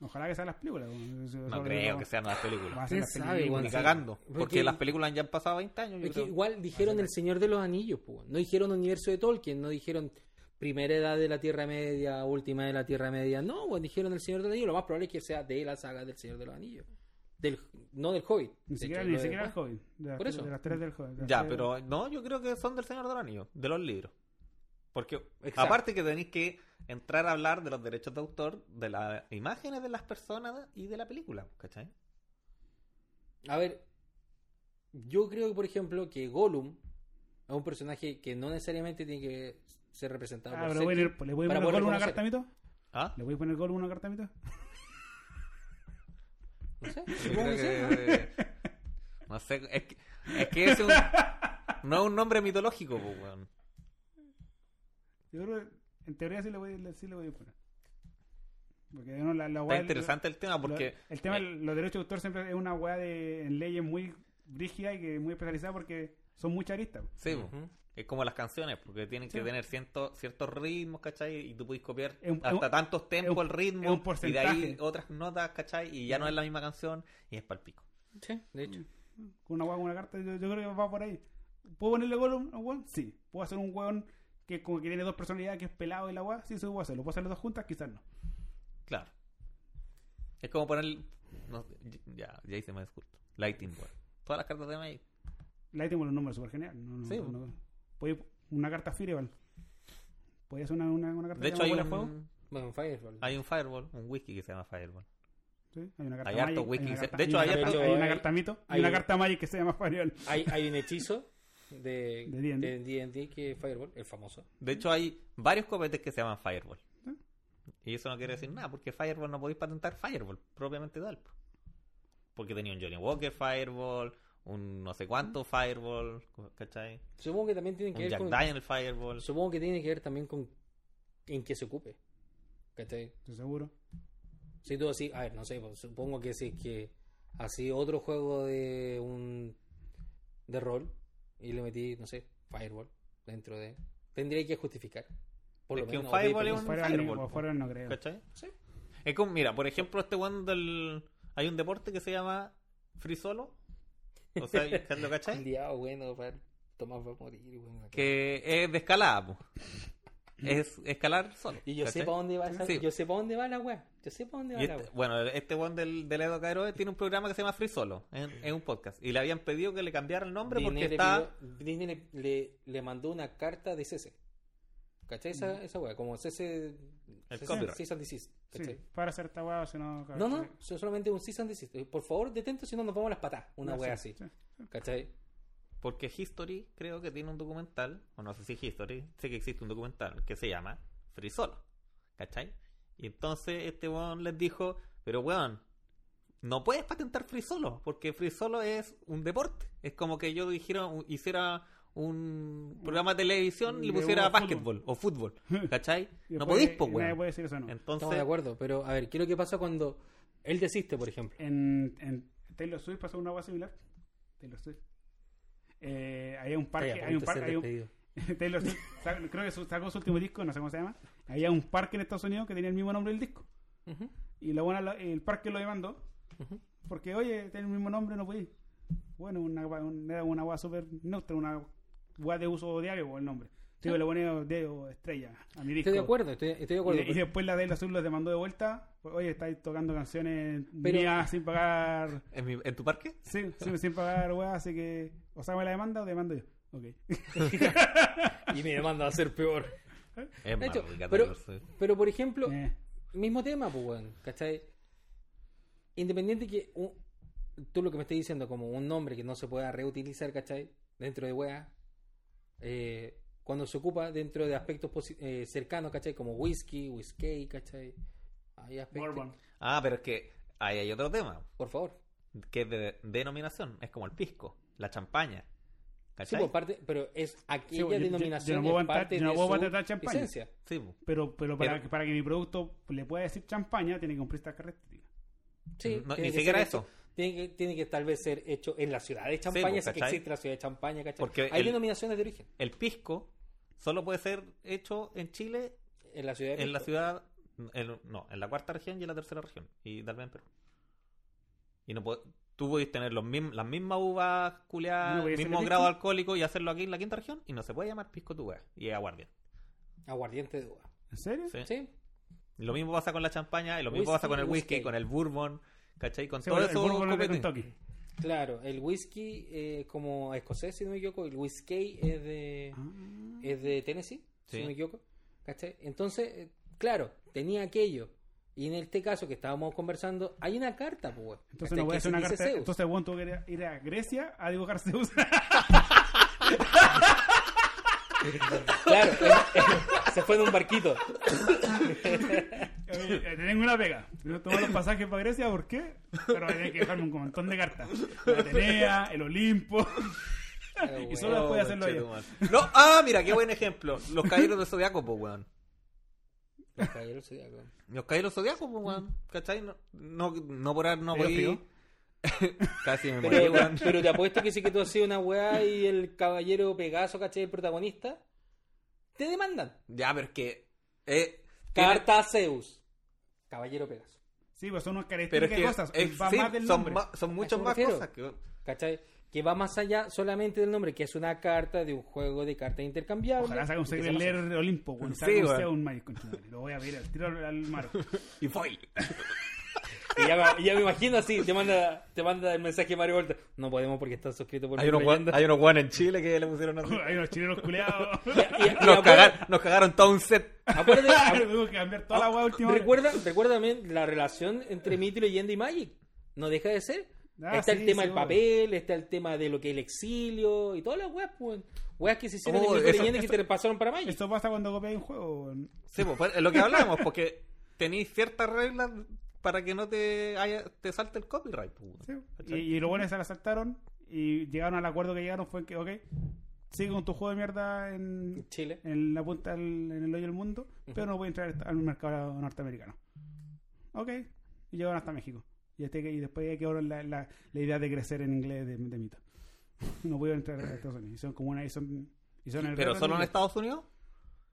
Speaker 3: Ojalá que sean las películas. pues,
Speaker 2: No creo que sean las películas.
Speaker 1: ¿Quién sabe, weón?
Speaker 2: Ni
Speaker 1: Sí.
Speaker 2: cagando.
Speaker 1: Porque-
Speaker 2: Porque las películas ya han pasado 20 años. yo
Speaker 1: Es que
Speaker 2: creo.
Speaker 1: igual dijeron El Señor de los Anillos, po, no dijeron Universo de Tolkien, no dijeron Primera Edad de la Tierra Media, Última de la Tierra Media, no, weón, dijeron El Señor de los Anillos, lo más probable es que sea de la saga del Señor de los Anillos, del, no del Hobbit.
Speaker 3: Ni
Speaker 1: de
Speaker 3: siquiera,
Speaker 1: hecho,
Speaker 3: ni
Speaker 1: lo de-
Speaker 3: siquiera el Hobbit. De las,
Speaker 1: Por eso.
Speaker 3: de las tres del Hobbit. de las
Speaker 2: Ya,
Speaker 3: tres- Ah,
Speaker 2: pero no, yo creo que son del Señor de los Anillos, de los libros. Porque
Speaker 1: Exacto.
Speaker 2: aparte que tenéis que entrar a hablar de los derechos de autor, de las imágenes de las personas y de la película, ¿cachai?
Speaker 1: A ver, yo creo, por ejemplo, que Gollum es un personaje que no necesariamente tiene que ser representado
Speaker 3: Ah,
Speaker 1: por
Speaker 3: pero voy a
Speaker 1: Sergio.
Speaker 3: poner- ¿Le voy a
Speaker 1: para
Speaker 3: poner
Speaker 1: poder
Speaker 3: gol una
Speaker 1: reconocer.
Speaker 3: carta mito?
Speaker 2: ¿Ah?
Speaker 3: ¿Le voy a poner gol una carta mito?
Speaker 1: No sé,
Speaker 2: Yo
Speaker 1: supongo
Speaker 2: creo
Speaker 1: que sí, ¿no?
Speaker 2: que- No sé, es que, es que es un- no es un nombre mitológico, pues, weón.
Speaker 3: Yo creo que en teoría sí le voy, le- sí le voy a poner. Porque no, la, la
Speaker 2: Está
Speaker 3: weá-
Speaker 2: interesante el tema
Speaker 3: lo-
Speaker 2: porque...
Speaker 3: el tema de
Speaker 2: eh,
Speaker 3: los derechos de autor siempre es una weá de en leyes muy brígida y que muy especializada porque son muchas aristas.
Speaker 2: sí, pues,
Speaker 1: Ujú.
Speaker 2: es como las canciones, porque tienen que
Speaker 3: Sí.
Speaker 2: tener ciento- ciertos ritmos, ¿cachai? Y tú puedes copiar
Speaker 3: Es un- es
Speaker 2: hasta
Speaker 3: un-
Speaker 2: tantos
Speaker 3: es
Speaker 2: tempos
Speaker 3: un-
Speaker 2: el ritmo,
Speaker 3: es un
Speaker 2: y de ahí
Speaker 3: porcentaje.
Speaker 2: otras notas, ¿cachai? Y ya no es la misma canción, y es pal pico.
Speaker 1: Sí, de hecho.
Speaker 3: Con una weá con una carta, yo, yo creo que va por ahí. ¿Puedo ponerle gol a un a un weón? Sí. ¿Puedo hacer un weón que como que tiene dos personalidades, que es pelado y la weá? Sí, eso puedo hacerlo. ¿Puedo hacer las dos juntas? Quizás no.
Speaker 2: Claro. Es como poner. no, ya, ya hice más disculpa. Lighting Board. Todas las cartas de Magic.
Speaker 3: Light tengo los nombres súper genial. No, no,
Speaker 2: Sí.
Speaker 3: no, no. Puede- una carta Fireball. Podría ser una, una, una carta
Speaker 2: De
Speaker 3: que
Speaker 2: hecho, hay
Speaker 3: llama bola de
Speaker 2: un,
Speaker 1: Bueno, Fireball.
Speaker 2: hay un Fireball, un whisky que se llama Fireball.
Speaker 3: fuego. Sí, Hay una carta
Speaker 2: hay harto
Speaker 3: Magic,
Speaker 2: wiki.
Speaker 3: hay una
Speaker 2: Se-
Speaker 3: carta-
Speaker 2: de hecho,
Speaker 3: hay
Speaker 2: hay
Speaker 3: una, carta,
Speaker 1: harto-
Speaker 3: hay una
Speaker 1: hay-
Speaker 3: carta mito y
Speaker 1: hay-
Speaker 3: una carta Magic que se llama Fireball.
Speaker 1: Hay, hay un hechizo de
Speaker 3: De D&D.
Speaker 1: de D&D que es Fireball, el famoso.
Speaker 2: De hecho, hay varios copetes que se llaman Fireball. Y eso no quiere decir nada, porque Fireball no podéis patentar Fireball, propiamente tal. po. Porque tenía un Johnny Walker Fireball, un no sé cuánto Fireball, ¿cachai?
Speaker 1: Supongo que también tiene que
Speaker 2: Un
Speaker 1: ver
Speaker 2: Jack
Speaker 1: con...
Speaker 2: Daniel Fireball.
Speaker 1: Supongo que tiene que ver también con en qué se ocupe. ¿Cachai?
Speaker 3: Estoy seguro.
Speaker 1: Si tú así, a ver, no sé, pues, supongo que si es que así otro juego de un de rol y le metí, no sé, Fireball dentro de. Tendría que justificar. Por lo
Speaker 2: Es que un
Speaker 1: menos, o pedir
Speaker 2: Fireball es
Speaker 1: permiso.
Speaker 2: Un
Speaker 3: Fireball,
Speaker 2: Fireball,
Speaker 3: no-
Speaker 2: po.
Speaker 3: Fireball no creo.
Speaker 2: ¿Cachai?
Speaker 1: Sí.
Speaker 2: Es como, mira, por ejemplo, este weón del. Hay un deporte que se llama Free Solo. O sea, ¿lo
Speaker 1: El
Speaker 2: cachai?
Speaker 1: día bueno, para Tomás va a morir, bueno.
Speaker 2: Que es de escalada, po. Es escalar solo.
Speaker 1: Y yo sé
Speaker 2: ¿cachai?
Speaker 1: para dónde va esa-
Speaker 2: Sí.
Speaker 1: yo sé pa' dónde va la weá. Yo sé para dónde va
Speaker 2: Y
Speaker 1: la
Speaker 2: este-
Speaker 1: weá.
Speaker 2: bueno, este weón del, del Edo Cairo tiene un programa que se llama Free Solo. Es, es un podcast. Y le habían pedido que le cambiara el nombre
Speaker 1: Disney,
Speaker 2: porque
Speaker 1: le,
Speaker 2: está.
Speaker 1: pidió- Disney le, le- le mandó una carta de cese. ¿Cachai? Esa, esa weá, como cese.
Speaker 2: El
Speaker 1: cese-
Speaker 2: copyright.
Speaker 1: cease and desist, ¿cachai?
Speaker 3: Sí, para hacer esta weá, si no.
Speaker 1: No, no, so- solamente un cease and desist. Eh, Por favor, detente, si no nos vamos a las patas.
Speaker 3: Ah,
Speaker 1: Una wea así. ¿Cachai?
Speaker 2: Porque History creo que tiene un documental, o no sé si History, sé que existe un documental que se llama Free Solo, ¿cachai? Y entonces este weón les dijo, pero weón, no puedes patentar Free Solo, porque Free Solo es un deporte. Es como que yo dijera, u- hiciera un programa de televisión y le
Speaker 3: De
Speaker 2: pusiera
Speaker 3: uno a
Speaker 2: básquetbol o fútbol, ¿cachai?
Speaker 3: Y
Speaker 2: no
Speaker 3: después
Speaker 2: podéis, pues,
Speaker 3: Nadie
Speaker 2: weón.
Speaker 3: puede decir eso, no.
Speaker 2: Entonces,
Speaker 1: Estamos de acuerdo, pero a ver, ¿qué es lo que pasa cuando él desiste, por ejemplo?
Speaker 3: En, en Taylor Swift pasó una weá similar. Taylor Swift. Eh, hay un parque,
Speaker 1: Estoy a
Speaker 3: hay un
Speaker 1: punto de ser
Speaker 3: parque, hay un,
Speaker 1: despedido.
Speaker 3: Taylor Swift, sa- creo que su- sacó su último disco, no sé cómo se llama. Había un parque en Estados Unidos que tenía el mismo nombre del disco.
Speaker 1: Ujú,
Speaker 3: Y la buena, la- el parque lo demandó
Speaker 1: ujú.
Speaker 3: porque, oye, tiene el mismo nombre, no podí. Bueno, una, gua- un- era una guay súper neutra, una guay de uso diario, el nombre. Tío, le pone dedo estrella a mi
Speaker 1: Ah.
Speaker 3: disco.
Speaker 1: Estoy de acuerdo, estoy, estoy de
Speaker 3: Y,
Speaker 1: acuerdo.
Speaker 3: y después la Taylor Swift los demandó de vuelta. Pues, Oye, estáis tocando canciones
Speaker 1: Pero-
Speaker 3: mías sin pagar.
Speaker 2: ¿En, mi- en tu parque?
Speaker 3: Sí, sí, sin pagar, weá, así que. O sea, me la demanda o demando yo. Ok.
Speaker 1: Y me demanda a ser peor.
Speaker 2: Es
Speaker 1: De
Speaker 2: más
Speaker 1: hecho,
Speaker 2: rica
Speaker 1: pero,
Speaker 2: Taylor Swift.
Speaker 1: pero por ejemplo,
Speaker 3: Eh,
Speaker 1: mismo tema, pues, weón, ¿cachai? Independiente que un- tú lo que me estás diciendo como un nombre que no se pueda reutilizar, ¿cachai? Dentro de weá, eh, cuando se ocupa dentro de aspectos posi- eh, cercanos, ¿cachai? Como whisky, whisky, ¿cachai? Hay aspectos.
Speaker 3: Bourbon.
Speaker 2: Ah, pero es que ahí hay otro tema,
Speaker 1: Por favor.
Speaker 2: que es de denominación. Es como el pisco, la champaña.
Speaker 1: Sí,
Speaker 2: ¿Cachai?
Speaker 1: por parte, pero es aquella
Speaker 3: yo- yo- yo no
Speaker 1: denominación
Speaker 3: puedo
Speaker 1: es
Speaker 3: aguantar-
Speaker 1: parte
Speaker 3: yo no
Speaker 1: de
Speaker 3: puedo
Speaker 1: su
Speaker 3: aguantar champaña.
Speaker 1: licencia.
Speaker 2: Sí, po.
Speaker 3: Pero, pero, para,
Speaker 2: Pero-
Speaker 3: que- para que mi producto le pueda decir champaña, tiene que cumplir estas características.
Speaker 1: Sí,
Speaker 2: No,
Speaker 1: tiene
Speaker 2: ni
Speaker 1: que
Speaker 2: siquiera
Speaker 1: ser
Speaker 2: eso.
Speaker 1: hecho- Tiene que, tiene que tal vez ser hecho en la ciudad de Champaña,
Speaker 2: pues,
Speaker 1: si es que
Speaker 2: ¿cachai?
Speaker 1: existe la ciudad de Champaña, ¿cachai?
Speaker 2: Porque
Speaker 1: Hay
Speaker 2: el-
Speaker 1: denominaciones de origen
Speaker 2: El pisco solo puede ser hecho en Chile,
Speaker 1: en la ciudad de
Speaker 2: en la
Speaker 1: México.
Speaker 2: ciudad. en- no, en la cuarta región y en la tercera región. Y tal vez en Perú. Y no po- Tú podés tener los mism- las mismas uvas
Speaker 3: No
Speaker 2: culeadas,
Speaker 3: podía ser
Speaker 2: mismo
Speaker 3: el
Speaker 2: grado
Speaker 3: pisco.
Speaker 2: alcohólico y hacerlo aquí en la quinta región y no se puede llamar pisco tu wea. Y es aguardiente.
Speaker 1: Aguardiente de uva.
Speaker 3: ¿En serio?
Speaker 2: Sí.
Speaker 1: Sí,
Speaker 2: Lo mismo pasa con la champaña, y lo mismo
Speaker 1: Whisky,
Speaker 2: pasa con el whisky,
Speaker 1: whisky.
Speaker 2: con el bourbon, ¿cachai? Con
Speaker 3: Sí,
Speaker 2: todo
Speaker 3: bueno, el
Speaker 2: eso.
Speaker 3: Bourbon es de
Speaker 2: copete.
Speaker 3: Kentucky.
Speaker 1: claro. El whisky eh, como escocés, si no me equivoco, el whisky es de,
Speaker 3: Ah.
Speaker 1: es de Tennessee, si
Speaker 2: Sí.
Speaker 1: no me equivoco. ¿Cachai? Entonces, eh, claro, tenía aquello. Y en este caso que estábamos conversando, hay una carta, pues.
Speaker 3: Entonces
Speaker 1: ¿cachai?
Speaker 3: no voy
Speaker 1: Que
Speaker 3: a hacer una
Speaker 1: dice
Speaker 3: carta.
Speaker 1: Zeus.
Speaker 3: Entonces Juan tuvo que ir a- ir a Grecia a dibujar Zeus.
Speaker 1: Claro, en- se fue en un barquito.
Speaker 3: Eh, eh, Tengo una pega. Primero tomar los pasajes para Grecia, ¿por qué? Pero tenía que dejarme un montón de cartas. La Atenea, el Olimpo.
Speaker 1: Pero,
Speaker 3: Y
Speaker 1: bueno.
Speaker 3: solo puede hacerlo
Speaker 2: conchetumare. No, ah, mira, qué buen ejemplo. Los caballeros de Zodiaco, pues, weón.
Speaker 1: Los caballeros zodiacos.
Speaker 2: Los caballeros zodiacos, pues, weón. ¿Cachai? No, no, no por ar- no
Speaker 3: ¿Te dio
Speaker 2: podí- Casi me morí,
Speaker 1: Pero,
Speaker 2: weón.
Speaker 1: pero te apuesto que sí que tú has sido una weá y el caballero Pegaso, ¿cachai? El protagonista. Te demandan.
Speaker 2: Ya, pero es que. eh, tiene-
Speaker 1: Carta a Zeus. Caballero Pegaso.
Speaker 3: Sí, pues son unas
Speaker 2: pero es que
Speaker 3: características cosas.
Speaker 2: es-
Speaker 3: va
Speaker 2: sí,
Speaker 3: más del
Speaker 2: son,
Speaker 3: nombre.
Speaker 2: ma- son muchas
Speaker 1: me
Speaker 2: más
Speaker 1: refiero.
Speaker 2: cosas que.
Speaker 1: ¿Cachai? Que va más allá solamente del nombre, que es una carta de un juego de cartas intercambiables.
Speaker 3: Ojalá saque un
Speaker 1: y que
Speaker 3: Secret
Speaker 1: sea más-
Speaker 3: Lair Olimpo, weón.
Speaker 2: Sí,
Speaker 3: Saca un
Speaker 2: weón.
Speaker 3: Zeus, un Magic, conchetumare. Lo voy a ver al tiro al, al mar.
Speaker 2: Y voy.
Speaker 1: Y ya, me- ya me imagino así, te manda, te manda el mensaje Mario Volta. No podemos porque estás suscrito por
Speaker 2: Hay
Speaker 1: mi
Speaker 2: unos
Speaker 1: leyenda.
Speaker 2: weón- hay unos weón en Chile que le pusieron así.
Speaker 3: Hay unos chilenos culeados.
Speaker 1: Y- y- y
Speaker 2: Nos,
Speaker 1: acuérdate-
Speaker 2: cagar- nos cagaron todo un set.
Speaker 1: acuérdate-
Speaker 3: Claro, Tengo que cambiar toda la weá última hora.
Speaker 1: Recuerda, recuerda también la relación entre mito, leyenda y Magic. No deja de ser.
Speaker 3: Ah,
Speaker 1: está el
Speaker 3: sí,
Speaker 1: tema
Speaker 3: sí,
Speaker 1: del
Speaker 3: bueno.
Speaker 1: papel, está el tema de lo que es el exilio y todas las weas, pues. Weas que se hicieron
Speaker 2: Oh,
Speaker 1: en mito,
Speaker 2: eso-
Speaker 1: leyenda y que te pasaron para Magic.
Speaker 3: Esto pasa cuando copias un juego. weón.
Speaker 2: Sí, pues, pues, es lo que hablábamos, porque tenéis ciertas reglas para que no te haya- te salte el copyright. pues, weón.
Speaker 3: Sí. Y,
Speaker 2: ¿Cachai?
Speaker 3: y lo bueno es que se la saltaron y llegaron al acuerdo que llegaron fue que, ok, sigue con tu juego de mierda en,
Speaker 1: Chile.
Speaker 3: en la punta del, en el hoyo del mundo, pero no puede entrar al mercado norteamericano. Ok, y llegaron hasta México. Y, este, que- y después ya quedó la, la, la idea de crecer en inglés de, de mito. No pudieron entrar a Estados Unidos. Y son como una. y son- y son el
Speaker 2: Pero
Speaker 3: reto
Speaker 2: solo en
Speaker 3: de-
Speaker 2: Estados Unidos.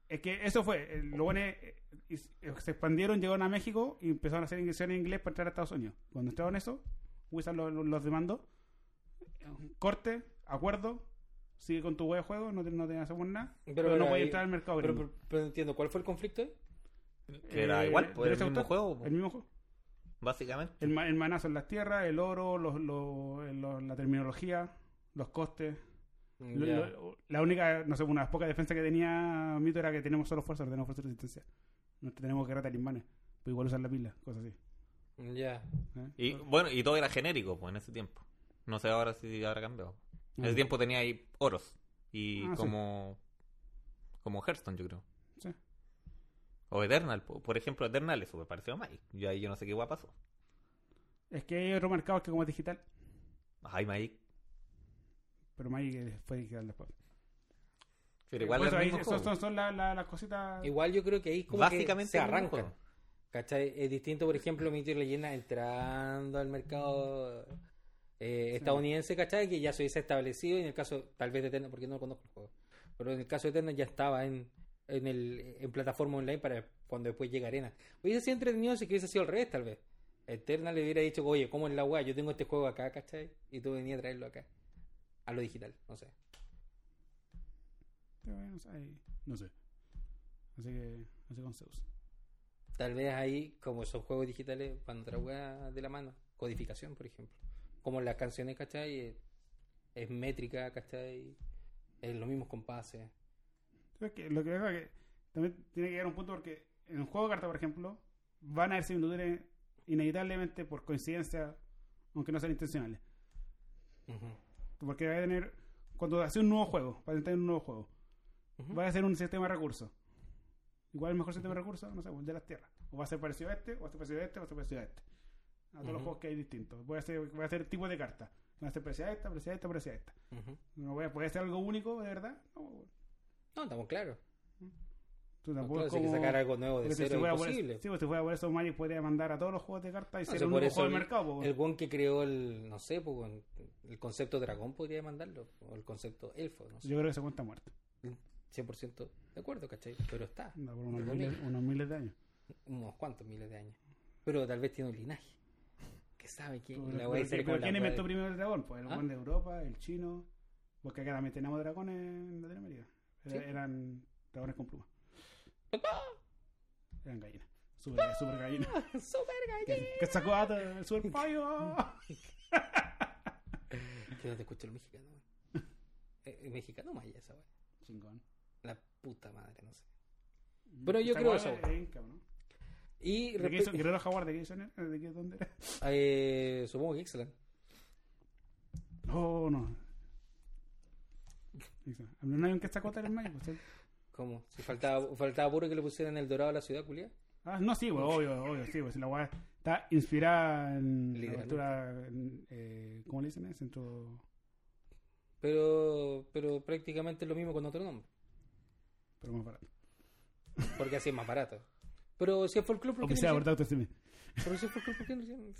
Speaker 3: Es que eso fue. eh, Lo bueno es, eh, y s- eh, se expandieron, llegaron a México y empezaron a hacer ingresiones en inglés para entrar a Estados Unidos. Cuando entraron eso, Wizard lo- lo- los, demandó. Eh, Corte, acuerdo, sigue con tu web de juego, no te, no te hacemos nada. Pero, no
Speaker 1: ahí-
Speaker 3: puede entrar al mercado.
Speaker 1: Pero,
Speaker 3: gringo.
Speaker 1: pero- pero no entiendo, ¿cuál fue el conflicto? ahí?
Speaker 2: Que era
Speaker 3: Eh,
Speaker 2: igual, pues, era
Speaker 3: derecho
Speaker 2: el mismo
Speaker 3: de autor,
Speaker 2: juego, pues,
Speaker 3: El mismo juego.
Speaker 2: básicamente.
Speaker 3: El, ma- el manazo en las tierras, el oro, los, los- eh, los- la terminología, los costes. Lo-
Speaker 1: Ya.
Speaker 3: lo- la única, no sé, una de las pocas defensas que tenía Mito era que tenemos solo fuerza, no tenemos fuerza de resistencia. No tenemos guerra talismanes. Pues igual usar la pila, cosas así.
Speaker 1: Ya.
Speaker 3: ¿eh?
Speaker 2: Y bueno, y todo era genérico, pues, en ese tiempo. No sé ahora si habrá cambiado. En
Speaker 3: Ah.
Speaker 2: ese tiempo tenía ahí oros. Y
Speaker 3: Ah, sí.
Speaker 2: como. Como Hearthstone, yo creo.
Speaker 3: Sí.
Speaker 2: O Eternal, po- por ejemplo, Eternal, eso me pareció Magic. Yo ahí yo no sé qué guay pasó.
Speaker 3: Es que hay otro mercado que como es digital,
Speaker 2: Ay, Magic.
Speaker 3: pero Magic fue digital después.
Speaker 2: Pero igual
Speaker 3: Por
Speaker 2: era
Speaker 3: eso
Speaker 2: el
Speaker 3: pues ahí
Speaker 2: mismo
Speaker 3: son,
Speaker 2: juego.
Speaker 3: son, son la- la- las cositas.
Speaker 1: Igual yo creo que ahí como que
Speaker 2: Básicamente
Speaker 1: se
Speaker 2: el mismo
Speaker 1: arranca.
Speaker 2: juego.
Speaker 1: ¿Cachai? Es distinto, por ejemplo, Mito y Leyenda entrando al mercado eh, estadounidense, ¿cachai? Que ya se hubiese establecido. y En el caso, tal vez de Eterna, porque no lo conozco el juego. Pero en el caso de Eterna ya estaba en, en, el, en plataforma online para cuando después llega Arena. Hubiese sido entretenido si que hubiese sido al revés, tal vez. Eterna le hubiera dicho, oye, ¿cómo es la weá? Yo tengo este juego acá, ¿cachai? Y tú venías a traerlo acá. A lo digital, no sé.
Speaker 3: Pero bueno, o sea, ahí- No sé. Así que, así con Zeus.
Speaker 1: Tal vez ahí, como son juegos digitales, van otra weá de la mano. Codificación, por ejemplo. Como las canciones, ¿cachai? Es, es métrica, ¿cachai? Es los mismos compases.
Speaker 3: Pero es que lo que pasa es que también tiene que llegar a un punto porque en un juego de cartas, por ejemplo, van a haber similitudes inevitablemente por coincidencia, aunque no sean intencionales.
Speaker 1: Ujú.
Speaker 3: Porque va a tener, cuando hace un nuevo juego, para tener un nuevo juego,
Speaker 1: Ujú.
Speaker 3: va a ser un sistema de recursos. Igual el mejor sistema de recursos, no sé, el de las tierras. O va a ser parecido a este, o va a ser parecido a este, o va a ser parecido a este. A todos los
Speaker 1: Ujú.
Speaker 3: juegos que hay distintos. Voy a hacer, va a ser tipo de cartas. Va a ser parecido a esta, parecido a esta, parecido a esta.
Speaker 1: Ujú.
Speaker 3: No voy a poder hacer algo único, de verdad. No, weón.
Speaker 1: No, estamos claros.
Speaker 3: tú
Speaker 1: No,
Speaker 3: tampoco
Speaker 1: claro,
Speaker 3: es
Speaker 1: si hay que
Speaker 3: pues, como-
Speaker 1: sacar algo nuevo de
Speaker 3: porque
Speaker 1: cero
Speaker 3: si
Speaker 1: es
Speaker 3: fuera por
Speaker 1: imposible.
Speaker 3: eso, sí, pues, si fuera por eso, Mario podría mandar a todos los juegos de cartas y
Speaker 1: No
Speaker 3: ser
Speaker 1: sé,
Speaker 3: el
Speaker 1: por
Speaker 3: único
Speaker 1: eso
Speaker 3: juego
Speaker 1: el,
Speaker 3: del mercado. pues, po.
Speaker 1: el weón que creó el, no sé, pues, weón, el concepto dragón podría mandarlo, o el concepto elfo, no sé.
Speaker 3: Yo creo que se cuenta muerto.
Speaker 1: 100% de acuerdo, ¿cachai? Pero está,
Speaker 3: Anda por unos,
Speaker 1: Pero
Speaker 3: miles,
Speaker 1: mira.
Speaker 3: unos miles de años.
Speaker 1: unos cuantos miles de años. Pero tal vez tiene un linaje. Que sabe que
Speaker 3: Pero,
Speaker 1: la
Speaker 3: pero-
Speaker 1: weá sale
Speaker 3: pero
Speaker 1: como la
Speaker 3: ¿quién
Speaker 1: weá
Speaker 3: inventó
Speaker 1: de-
Speaker 3: primero el dragón? Pues el
Speaker 1: ¿Ah?
Speaker 3: buen de Europa, el chino. Porque acá también tenemos dragones en Latinoamérica. Era-
Speaker 1: Sí.
Speaker 3: Eran dragones con plumas. Eran gallinas. Super, super gallinas.
Speaker 1: ¡Súper gallina!
Speaker 3: Que, que sacó a todo el super pollo.
Speaker 1: Que no te escucho el mexicano, weón. Eh, El mexicano maya esa weá.
Speaker 3: Chingón.
Speaker 1: La puta madre, no sé. Pero yo creo eso.
Speaker 3: Es inca, ¿no?
Speaker 1: Y
Speaker 3: eh, ¿De qué
Speaker 1: respecto.
Speaker 3: hizo- Guerrero Jaguar? ¿De qué hizo? ¿De qué? ¿Dónde era?
Speaker 1: Eh, supongo que Excellent.
Speaker 3: Oh, no. Exacto. No hay un que está cota el mayo. Pues, ¿sí?
Speaker 1: ¿Cómo? Si faltaba, faltaba puro que le pusieran el dorado a la ciudad, culia.
Speaker 3: ah, no, sí, güey, obvio, obvio, sí, güey. si La weá está inspirada en la
Speaker 1: Literalmente.
Speaker 3: cultura. en, Eh, ¿Cómo le dicen? eh? Centro.
Speaker 1: Pero, pero prácticamente es lo mismo con otro nombre.
Speaker 3: Pero más barato.
Speaker 1: Porque así es más barato. Pero si es folclore, ¿por
Speaker 3: O
Speaker 1: qué
Speaker 3: que sea,
Speaker 1: no
Speaker 3: verdad, usted sí me-
Speaker 1: hicieron? Pero si es folclore, ¿por qué no hicieron?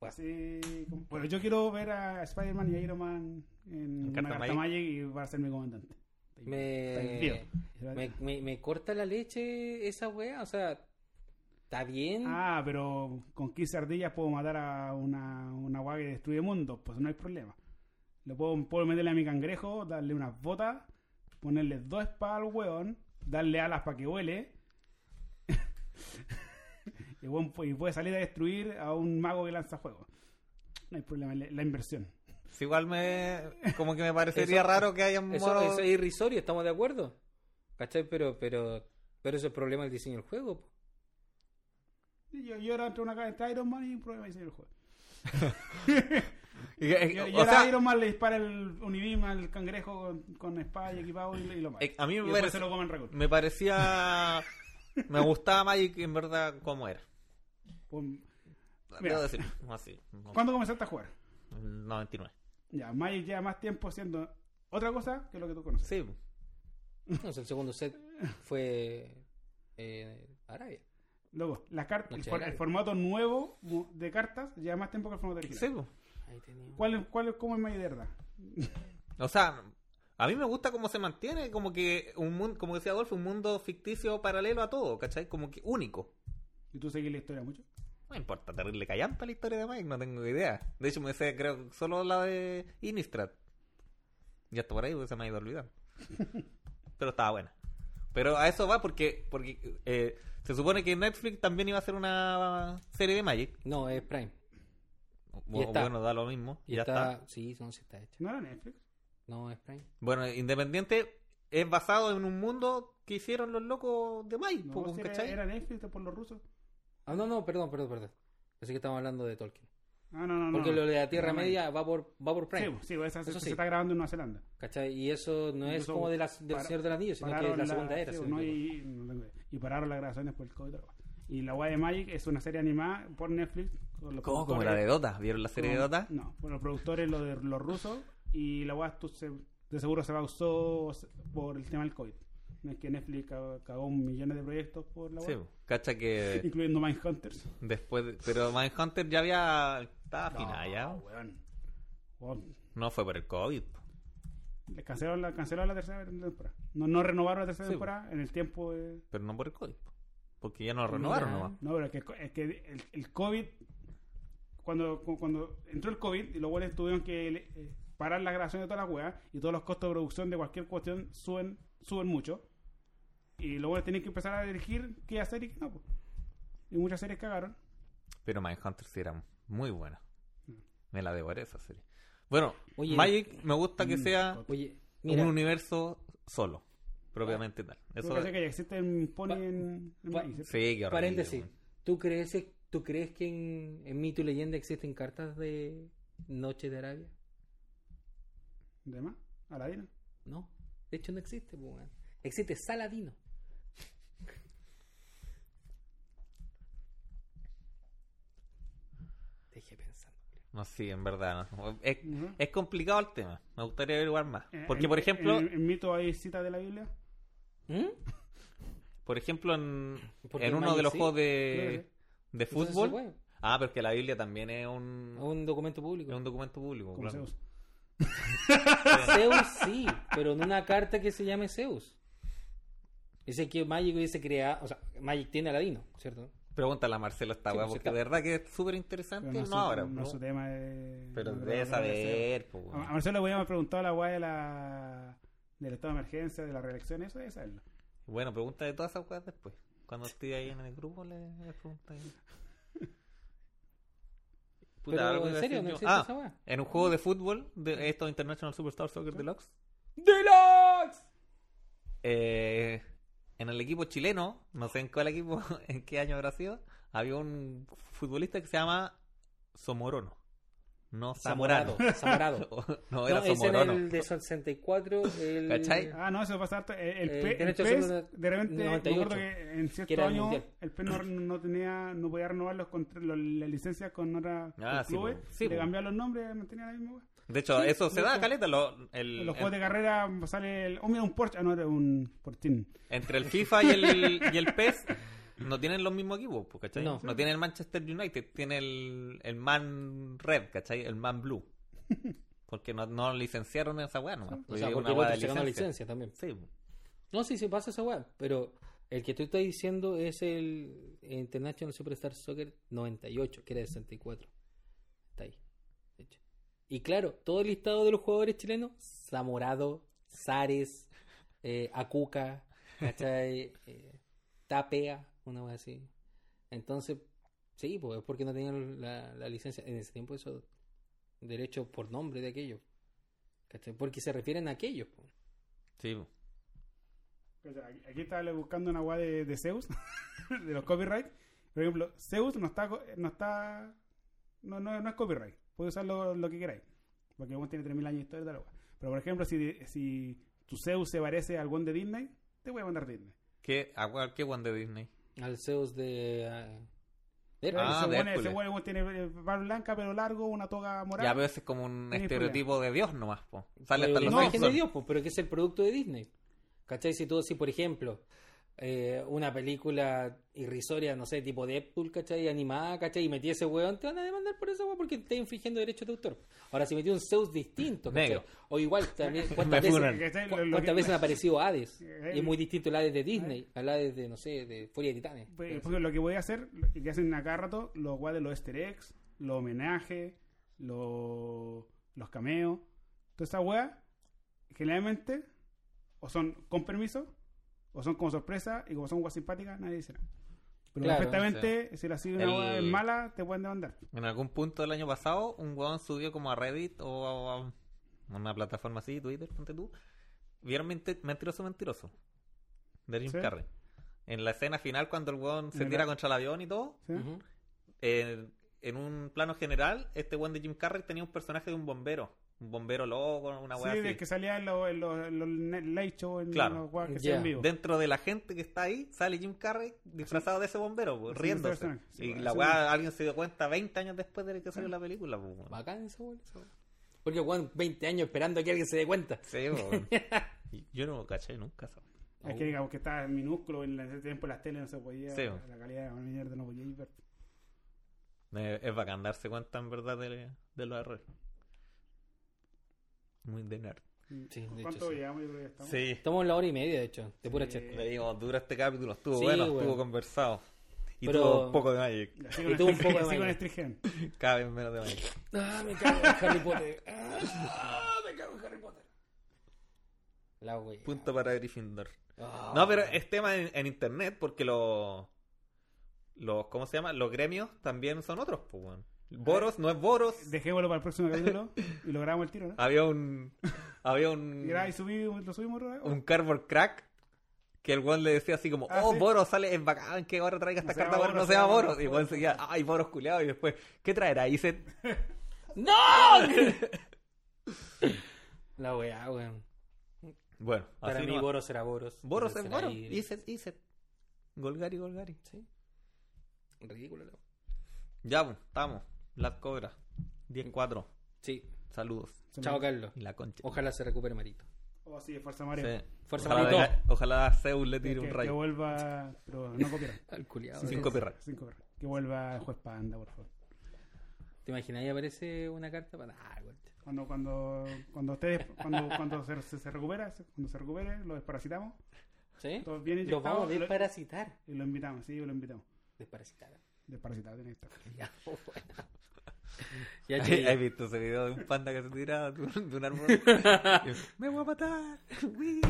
Speaker 3: Así como- Bueno, yo quiero ver a Spider-Man y Iron Man en
Speaker 2: carta
Speaker 3: una carta
Speaker 2: Magic.
Speaker 3: Magic y va a ser mi comandante. Está ahí frío.
Speaker 1: Me, me, me, me corta la leche esa wea. O sea, está bien.
Speaker 3: Ah, pero con 15 ardillas puedo matar a una, una guagua que destruye mundos, pues no hay problema. Lo puedo, puedo meterle a mi cangrejo, darle unas botas, ponerle dos espadas al hueón, darle alas para que huele. y, hueón pu- y puede salir a destruir a un mago que lanza fuego. No hay problema, le- la inversión.
Speaker 2: Si igual me. Como que me parecería
Speaker 1: Eso-
Speaker 2: raro que hayan
Speaker 1: eso,
Speaker 2: monos-
Speaker 1: eso es irrisorio, estamos de acuerdo. ¿Cachai? Pero, pero, pero eso es problema del diseño del juego. po.
Speaker 3: Y Yo, yo era entre una carta de Iron Man y un problema de diseño del juego.
Speaker 2: Y- y-
Speaker 3: Yo,
Speaker 2: Eh, o
Speaker 3: yo era
Speaker 2: sea,
Speaker 3: Iron Man, le dispara el Unibim al cangrejo con, con espada y equipado y, y lo mata.
Speaker 2: eh, a mí
Speaker 3: Y
Speaker 2: me,
Speaker 3: después
Speaker 2: parece-
Speaker 3: se lo comen Raccoon.
Speaker 2: me parecía. Me gustaba Magic en verdad como era.
Speaker 3: Pum. Mira.
Speaker 2: Debo decirlo. Así. no-
Speaker 3: ¿Cuándo comenzaste a jugar?
Speaker 2: 99.
Speaker 3: Ya, Magic lleva más tiempo siendo otra cosa que lo que tú conoces.
Speaker 2: Sí.
Speaker 1: Entonces el segundo set fue eh, Arabia.
Speaker 3: Luego, las cartas, el,
Speaker 1: Muchas
Speaker 3: for- el
Speaker 1: gracias.
Speaker 3: formato nuevo mu- de cartas lleva más tiempo que el formato original.
Speaker 2: Sí. po.
Speaker 1: Ahí tenía.
Speaker 3: ¿Cuál, es- cuál, es- ¿Cómo es Magic de verdad?
Speaker 2: O sea, a mí me gusta cómo se mantiene, como que un mundo, como decía Adolfo, un mundo ficticio paralelo a todo, ¿cachai? Como que único.
Speaker 3: ¿Y tú seguís la historia mucho?
Speaker 2: No importa, terrible callanta la historia de Mike, no tengo idea. De hecho, me sé, creo, solo la de Innistrad. Ya está por ahí, porque se me ha ido a olvidar. Pero estaba buena. Pero a eso va porque, porque eh, se supone que Netflix también iba a hacer una serie de Magic.
Speaker 1: No, es Prime.
Speaker 2: O-
Speaker 1: Y está.
Speaker 2: Bueno, da lo mismo.
Speaker 1: Y
Speaker 2: ya
Speaker 1: está,
Speaker 2: está.
Speaker 1: Sí, no, sí está hecha.
Speaker 3: ¿No era Netflix?
Speaker 1: No, es Prime.
Speaker 2: Bueno, Independiente es basado en un mundo que hicieron los locos de Magic,
Speaker 3: No,
Speaker 2: po,
Speaker 1: pues,
Speaker 3: si era,
Speaker 2: ¿cachai?
Speaker 3: era Netflix por los rusos.
Speaker 1: Ah, no, no, perdón, perdón, perdón. Pensé que estamos hablando de Tolkien.
Speaker 3: Ah, no, no, no.
Speaker 1: Porque
Speaker 3: no.
Speaker 1: lo de la Tierra
Speaker 3: Era
Speaker 1: Media va por, va por
Speaker 3: Magic.
Speaker 1: Prime.
Speaker 3: Sí, pues. sí, esa se,
Speaker 1: Eso
Speaker 3: se
Speaker 1: sí.
Speaker 3: está grabando en Nueva Zelanda.
Speaker 1: ¿Cachai? Y eso no es
Speaker 3: Incluso
Speaker 1: como de la, del
Speaker 3: para-
Speaker 1: Señor del Anillo, sino que es
Speaker 3: pararon
Speaker 1: la segunda era.
Speaker 3: sí,
Speaker 1: si no
Speaker 3: ¿no?
Speaker 1: me equivoco.
Speaker 3: y, no tengo idea. Y pararon las grabaciones por el COVID. y todo. Y la guay de Magic es una serie animada por Netflix. con los
Speaker 2: ¿Cómo? Como
Speaker 3: productores-
Speaker 2: la de Dota. ¿Vieron la serie de
Speaker 3: Con-
Speaker 2: Dota?
Speaker 3: No, por los productores, los de los rusos, y la weá tú se- de seguro se pausó se- por el tema del COVID. No es que Netflix ca- cagó millones de proyectos por la
Speaker 2: Sí,
Speaker 3: weá,
Speaker 2: po. cacha que...
Speaker 3: incluyendo Mindhunters.
Speaker 2: Después, de- pero Mindhunter ya había. Estaba afinada ya.
Speaker 3: weón. Weón,
Speaker 2: No fue por el COVID. po.
Speaker 3: Le cancelaron la, cancelaron la tercera temporada. No, no renovaron la tercera
Speaker 2: Sí,
Speaker 3: temporada en el tiempo. de-
Speaker 2: Pero no por el COVID. po. Porque ya no renovaron
Speaker 1: Mira.
Speaker 2: nomás.
Speaker 3: No, pero es que, es que el, el COVID. Cuando, cu- cuando entró el COVID, y los buenos tuvieron que eh, parar la grabación de todas las weas, y todos los costos de producción de cualquier cuestión suben suben mucho. Y luego tienen que empezar a dirigir qué hacer y qué no. po. Y muchas series cagaron.
Speaker 2: Pero Mindhunter sí era muy buena.
Speaker 3: Mm.
Speaker 2: Me la devoré esa serie. Bueno,
Speaker 1: Oye,
Speaker 2: Magic me gusta que sea
Speaker 1: Oye, mira,
Speaker 2: un universo solo, propiamente tal. Eso
Speaker 3: Eso que ya existe en Pony
Speaker 1: Pa-
Speaker 3: en, en
Speaker 1: pa-
Speaker 3: Magic, ¿cierto?
Speaker 2: Sí, qué horrible,
Speaker 1: paréntesis.
Speaker 2: weón.
Speaker 1: ¿Tú crees, ¿Tú crees que en, en Mito y Leyenda existen cartas de Noche de Arabia?
Speaker 3: ¿De más? Aladino.
Speaker 1: No. De hecho, no existe, po, weón. Existe Saladino. Deje pensando.
Speaker 2: No, sí, en verdad. no. Es,
Speaker 3: Ujú.
Speaker 2: es complicado el tema. Me gustaría averiguar más.
Speaker 3: Eh,
Speaker 2: Porque,
Speaker 3: en-
Speaker 2: por ejemplo,
Speaker 3: En, en mito hay citas de la Biblia.
Speaker 1: ¿Mm?
Speaker 2: por ejemplo en,
Speaker 1: Porque
Speaker 2: en
Speaker 1: en
Speaker 2: uno
Speaker 1: Magic
Speaker 2: de los
Speaker 1: sí.
Speaker 2: juegos
Speaker 3: Claro,
Speaker 2: de, de
Speaker 1: Entonces,
Speaker 2: fútbol.
Speaker 1: se puede.
Speaker 2: Ah, porque la Biblia también es un,
Speaker 1: Es un documento
Speaker 2: es
Speaker 1: público.
Speaker 2: un documento público.
Speaker 3: Como
Speaker 2: Oh, claro.
Speaker 3: Zeus.
Speaker 1: Zeus sí, pero en una carta que se llame Zeus. Dice que Magic hubiese creado. O sea, Magic tiene a Aladino, ¿cierto?
Speaker 2: Pregúntale a Marcelo esta
Speaker 1: Sí,
Speaker 2: weá,
Speaker 1: pues,
Speaker 2: porque
Speaker 1: está.
Speaker 2: de verdad que es súper
Speaker 3: Pero
Speaker 2: interesante.
Speaker 3: no
Speaker 2: No,
Speaker 3: es su-
Speaker 2: ahora,
Speaker 3: no
Speaker 2: ¿no?
Speaker 3: es su tema. de-
Speaker 2: pero
Speaker 3: no
Speaker 2: debe
Speaker 3: Ah, creo que lo vaya a hacer.
Speaker 2: saber. po, weón.
Speaker 3: A a Marcelo le habíamos preguntado la weá de la... del estado de emergencia, de la reelección, eso debe saberlo.
Speaker 2: Bueno, pregunta de todas esas cosas después. Cuando esté ahí en el grupo, le, le pregunta ahí. Puta,
Speaker 1: Pero,
Speaker 2: algo
Speaker 1: ¿en
Speaker 2: iba a
Speaker 1: serio?
Speaker 2: decir
Speaker 1: ¿No
Speaker 2: yo.
Speaker 1: existe esa
Speaker 2: Ah,
Speaker 1: weá?
Speaker 2: en un juego de fútbol, de estos International Superstar Soccer Deluxe,
Speaker 1: ¡Deluxe!
Speaker 2: eh, en el equipo chileno, no sé en cuál equipo, en qué año habrá sido, había un futbolista que se llama Somorono. No, Zamorano.
Speaker 1: Zamorado.
Speaker 2: no,
Speaker 1: No,
Speaker 2: era
Speaker 1: es en
Speaker 2: Somorono.
Speaker 1: el de 64. El...
Speaker 2: ¿Cachai?
Speaker 3: Ah, no, eso pasa harto. El, el
Speaker 1: Eh,
Speaker 3: P- el
Speaker 1: derecho
Speaker 3: PES,
Speaker 1: a hacer
Speaker 3: de repente, me
Speaker 1: 98,
Speaker 3: acuerdo que en
Speaker 1: que era
Speaker 3: ciertos
Speaker 1: el
Speaker 3: años
Speaker 1: mundial.
Speaker 3: el PES no, no tenía, no podía renovar los, contra- los- las licencias con otras
Speaker 2: Ah,
Speaker 3: con
Speaker 2: sí,
Speaker 3: clubes.
Speaker 2: po. Sí,
Speaker 3: le
Speaker 2: po.
Speaker 3: cambiaban los nombres, mantenía la misma weá.
Speaker 2: De hecho,
Speaker 3: Sí,
Speaker 2: eso se
Speaker 3: de
Speaker 2: da,
Speaker 3: hecho.
Speaker 2: caleta. lo- el-
Speaker 3: En los
Speaker 2: el-
Speaker 3: juegos de carrera sale el. Oh, mira, un Porsche. Ah, no, era un Portín.
Speaker 2: Entre el FIFA y el, y el PES no tienen los mismos equipos, po, ¿cachai?
Speaker 1: No.
Speaker 2: No. tiene el Manchester United, tiene el, el Man Red, ¿cachai? El Man Blue. Porque no, no licenciaron esa weá nomás.
Speaker 1: O sea,
Speaker 2: Porque
Speaker 1: porque
Speaker 2: una
Speaker 1: el
Speaker 2: weá
Speaker 1: otro
Speaker 2: de
Speaker 1: se ganó
Speaker 2: licencia.
Speaker 1: la licencia también.
Speaker 2: Sí, po.
Speaker 1: No, sí, sí, pasa esa weá. Pero el que tú estás diciendo es el International Superstar Soccer 98, que era de 64. Está ahí. de hecho. Y claro, todo el listado de los jugadores chilenos: Zamorado, Zares, eh, Acuca, ¿cachai? Eh, Tapea, una weá así. Entonces, sí, pues es porque no tenían la, la licencia. En ese tiempo, eso, derecho por nombre de aquello. ¿cachai? Porque se refieren a aquellos. pues. po.
Speaker 2: sí, po.
Speaker 3: Pues, aquí- Aquí estaba buscando una weá de, de Zeus, de los copyright. Por ejemplo, Zeus no está. co- No, está, no, no, no es copyright. Puede usar lo, lo que queráis. Porque uno tiene 3.000 años de historia de la weá. Pero por ejemplo, si, si tu Zeus se parece al one de Disney, te voy a mandar Disney.
Speaker 2: ¿Qué, ah, weá, qué weón de Disney?
Speaker 1: Al Zeus de. ah, de Hércules.
Speaker 2: Ah,
Speaker 3: ese
Speaker 2: de
Speaker 3: weón- ese
Speaker 2: Hércules.
Speaker 3: weón igual tiene eh, barba blanca pero largo, una toga morada.
Speaker 2: Ya, pero ese es como un
Speaker 3: Disney
Speaker 2: estereotipo de Dios nomás, po. Sale
Speaker 1: Pero la
Speaker 2: hasta los
Speaker 1: imagen de
Speaker 2: Simpsons.
Speaker 1: Dios, pues, pero que es el producto de Disney. ¿Cachai? Si tú, si por ejemplo, eh, una película irrisoria, no sé, tipo Deadpool, ¿cachai? Animada, ¿cachai? Y metí ese weón, te van a demandar por eso, weón, porque te estás infringiendo derechos de autor. Ahora, si metí un Zeus distinto, ¿cachai?
Speaker 2: Negro.
Speaker 1: O igual, también,
Speaker 2: Me
Speaker 1: ¿cuántas veces,
Speaker 2: funan.
Speaker 3: Que está-
Speaker 1: cu-
Speaker 3: lo- lo que-
Speaker 1: cuántas veces me ha aparecido Hades?
Speaker 3: Eh, Ah.
Speaker 1: Y es muy distinto el Hades de Disney al Hades de, no sé, de Furia de Titanes.
Speaker 3: Pues, pues, lo que voy a hacer, lo que hacen a cada rato, los guay de los easter eggs, los homenajes, los, los cameos. Toda esa weá, generalmente, o son con permiso, o son como sorpresa, y como son weas simpáticas, nadie dice nada. Pero
Speaker 1: Claro,
Speaker 3: perfectamente, si la sigue una
Speaker 2: El-
Speaker 3: weá es mala, te pueden demandar.
Speaker 2: En algún punto del año pasado, un weón subió como a Reddit o a- a una plataforma así, Twitter, ponte tú. Vieron Mente- Mentiroso Mentiroso de Jim
Speaker 3: Sí.
Speaker 2: Carrey. En la escena final, cuando el weón se
Speaker 3: En el-
Speaker 2: tira contra el avión y todo,
Speaker 3: ¿sí?
Speaker 1: Ujú.
Speaker 2: en, en un plano general, este weón de Jim Carrey tenía un personaje de un bombero. Un bombero loco, una weá
Speaker 3: Sí,
Speaker 2: así.
Speaker 3: de que salía en los en los- en los net- late show, en
Speaker 2: Claro.
Speaker 3: los weas que
Speaker 1: Ya.
Speaker 3: hacían vivo.
Speaker 2: Dentro de la gente que está ahí, sale Jim Carrey disfrazado de ese bombero, po,
Speaker 3: Así
Speaker 2: riéndose.
Speaker 3: es el personaje. Sí,
Speaker 2: y
Speaker 3: bueno,
Speaker 2: la
Speaker 3: así
Speaker 2: weá, alguien se dio cuenta 20 años después de que salió la película. po, weón.
Speaker 1: Bacán esa weón. esa weón. Porque, weón, 20 años esperando a que alguien se dé cuenta.
Speaker 2: Sí, po, weón. Yo no lo caché nunca, esa weá.
Speaker 3: Es que digamos que estaba en minúsculo, en ese tiempo las teles no se podía,
Speaker 2: Sí,
Speaker 3: la calidad de la mierda no podía ir. pero-
Speaker 2: Eh, Es bacán darse cuenta en verdad de, de los errores. Muy de nerd.
Speaker 1: Sí, de hecho,
Speaker 3: ¿Cuánto
Speaker 1: sí.
Speaker 3: llevamos? Yo creo que ya estamos.
Speaker 2: Sí.
Speaker 1: Estamos en la hora y media, de hecho, de pura
Speaker 3: Sí.
Speaker 1: chasca.
Speaker 2: Le digo, dura este capítulo, estuvo
Speaker 1: Sí,
Speaker 2: bueno,
Speaker 1: weón.
Speaker 2: estuvo conversado. Y
Speaker 1: Pero-
Speaker 2: tuvo un poco de Magic.
Speaker 3: Así
Speaker 1: Y
Speaker 3: con
Speaker 1: tuvo un poco
Speaker 3: Stringham,
Speaker 1: de
Speaker 3: así con este
Speaker 1: baile.
Speaker 3: Stringham.
Speaker 2: Cada vez menos de Magic.
Speaker 1: Ah, me cago en Harry Potter. Ah, me cago en Harry Potter. La wea.
Speaker 2: Punto para Gryffindor.
Speaker 1: Ah.
Speaker 2: No, pero eh. es tema en, en internet porque los. Los, ¿Cómo se llama? Los gremios también son otros, pues, weón. Boros no es Boros.
Speaker 3: Dejémoslo para el próximo capítulo y lo grabamos el tiro, ¿no?
Speaker 2: Había un. Había
Speaker 3: Y
Speaker 1: Mm.
Speaker 2: un.
Speaker 3: gra- y subimos, lo subimos, ¿no?
Speaker 2: Un cardboard crack. Que el weón le decía así como,
Speaker 3: Ah,
Speaker 2: oh,
Speaker 3: sí.
Speaker 2: Boros sale, es bacán que ahora traiga esta
Speaker 3: No se llama
Speaker 2: carta, Boros,
Speaker 3: Boros,
Speaker 2: no se llama Boros. Y el weón seguía, ay, Boros culeado. Y después, ¿qué traerá? Y se,
Speaker 1: ¡No! La weá, weón.
Speaker 2: Bueno,
Speaker 1: Para
Speaker 2: así
Speaker 1: mí
Speaker 2: no-
Speaker 1: Boros era Boros.
Speaker 2: Boros
Speaker 1: Entonces
Speaker 2: es
Speaker 1: era
Speaker 2: Boros.
Speaker 1: ahí-
Speaker 2: Iset, Iset. Golgari, Golgari.
Speaker 1: Sí. Ridículo, la weá.
Speaker 2: Ya, pues, estamos. Las cobras. 10-4.
Speaker 1: Sí.
Speaker 2: Saludos.
Speaker 3: Se me-
Speaker 1: Chao, Carlos.
Speaker 2: Y la concha.
Speaker 1: Ojalá se recupere Marito.
Speaker 3: Oh, sí, fuerza
Speaker 2: Sí.
Speaker 3: Mario.
Speaker 1: Fuerza,
Speaker 2: ojalá,
Speaker 1: Marito.
Speaker 2: deja- ojalá Zeus le
Speaker 3: Que,
Speaker 2: tire un
Speaker 3: que
Speaker 2: rayo.
Speaker 3: vuelva, pero no copiar.
Speaker 1: Al culiado.
Speaker 2: Sin
Speaker 1: weón.
Speaker 2: copyright.
Speaker 3: Cinco corre. Que vuelva el juez Panda, por favor.
Speaker 1: ¿Te imaginas? Ahí aparece una carta para. Ah, weón.
Speaker 3: Cuando, cuando, cuando ustedes, cuando, cuando se, se, se recupera, se- cuando se recupere, lo desparasitamos
Speaker 1: ¿Sí?
Speaker 3: Todos bien
Speaker 1: Los
Speaker 3: inyectados,
Speaker 1: vamos a
Speaker 3: lo-
Speaker 1: desparasitar.
Speaker 3: y lo invitamos, sí, lo invitamos.
Speaker 1: Desparasitar.
Speaker 3: Desparasitado tiene que estar.
Speaker 1: Ya, bueno. Ya, chiquillos.
Speaker 2: ¿Has visto ese video de un panda que se tira de un de un árbol? Y, ¡Me voy a matar! Uy.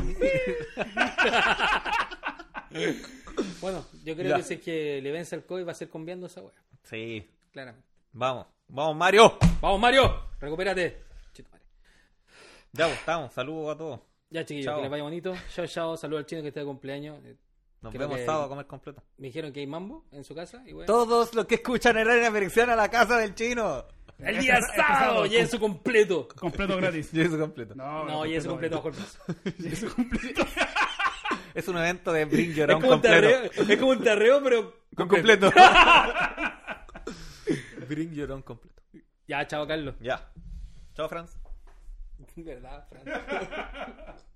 Speaker 1: Bueno, yo creo
Speaker 2: Ya.
Speaker 1: que si es que le vence al COVID va a ser cambiando esa weá.
Speaker 2: sí,
Speaker 1: Claramente.
Speaker 2: vamos. ¡Vamos, Mario!
Speaker 1: ¡Vamos, Mario! ¡Recupérate! Chito, madre.
Speaker 2: Ya, pues, estamos. Saludos a todos.
Speaker 1: Ya, chiquillos,
Speaker 2: Chao.
Speaker 1: que les vaya bonito. Chao, chao. Saludos al chino que está de cumpleaños. Eh,
Speaker 2: Nos
Speaker 1: Creo
Speaker 2: vemos
Speaker 1: que-
Speaker 2: sábado a comer completo.
Speaker 1: Me dijeron que hay mambo en su casa. Y bueno.
Speaker 2: Todos los que escuchan el área Merexiana a la casa del chino.
Speaker 1: ¡El día
Speaker 3: Este
Speaker 1: sábado!
Speaker 3: sábado,
Speaker 1: ¡Ya en su completo!
Speaker 3: Completo gratis.
Speaker 2: Y eso completo.
Speaker 1: No, ya en su completo bajo el brazo.
Speaker 3: Yeso completo.
Speaker 2: Es un evento de Bring Your
Speaker 1: Es
Speaker 2: Own
Speaker 1: como, un tarreo,
Speaker 2: completo.
Speaker 1: es como un tarreo, pero.
Speaker 2: Con completo. Bring Your Own completo.
Speaker 1: Ya, chao, Carlos.
Speaker 2: Ya. Chao, Franz.
Speaker 1: ¿Verdad, Fran?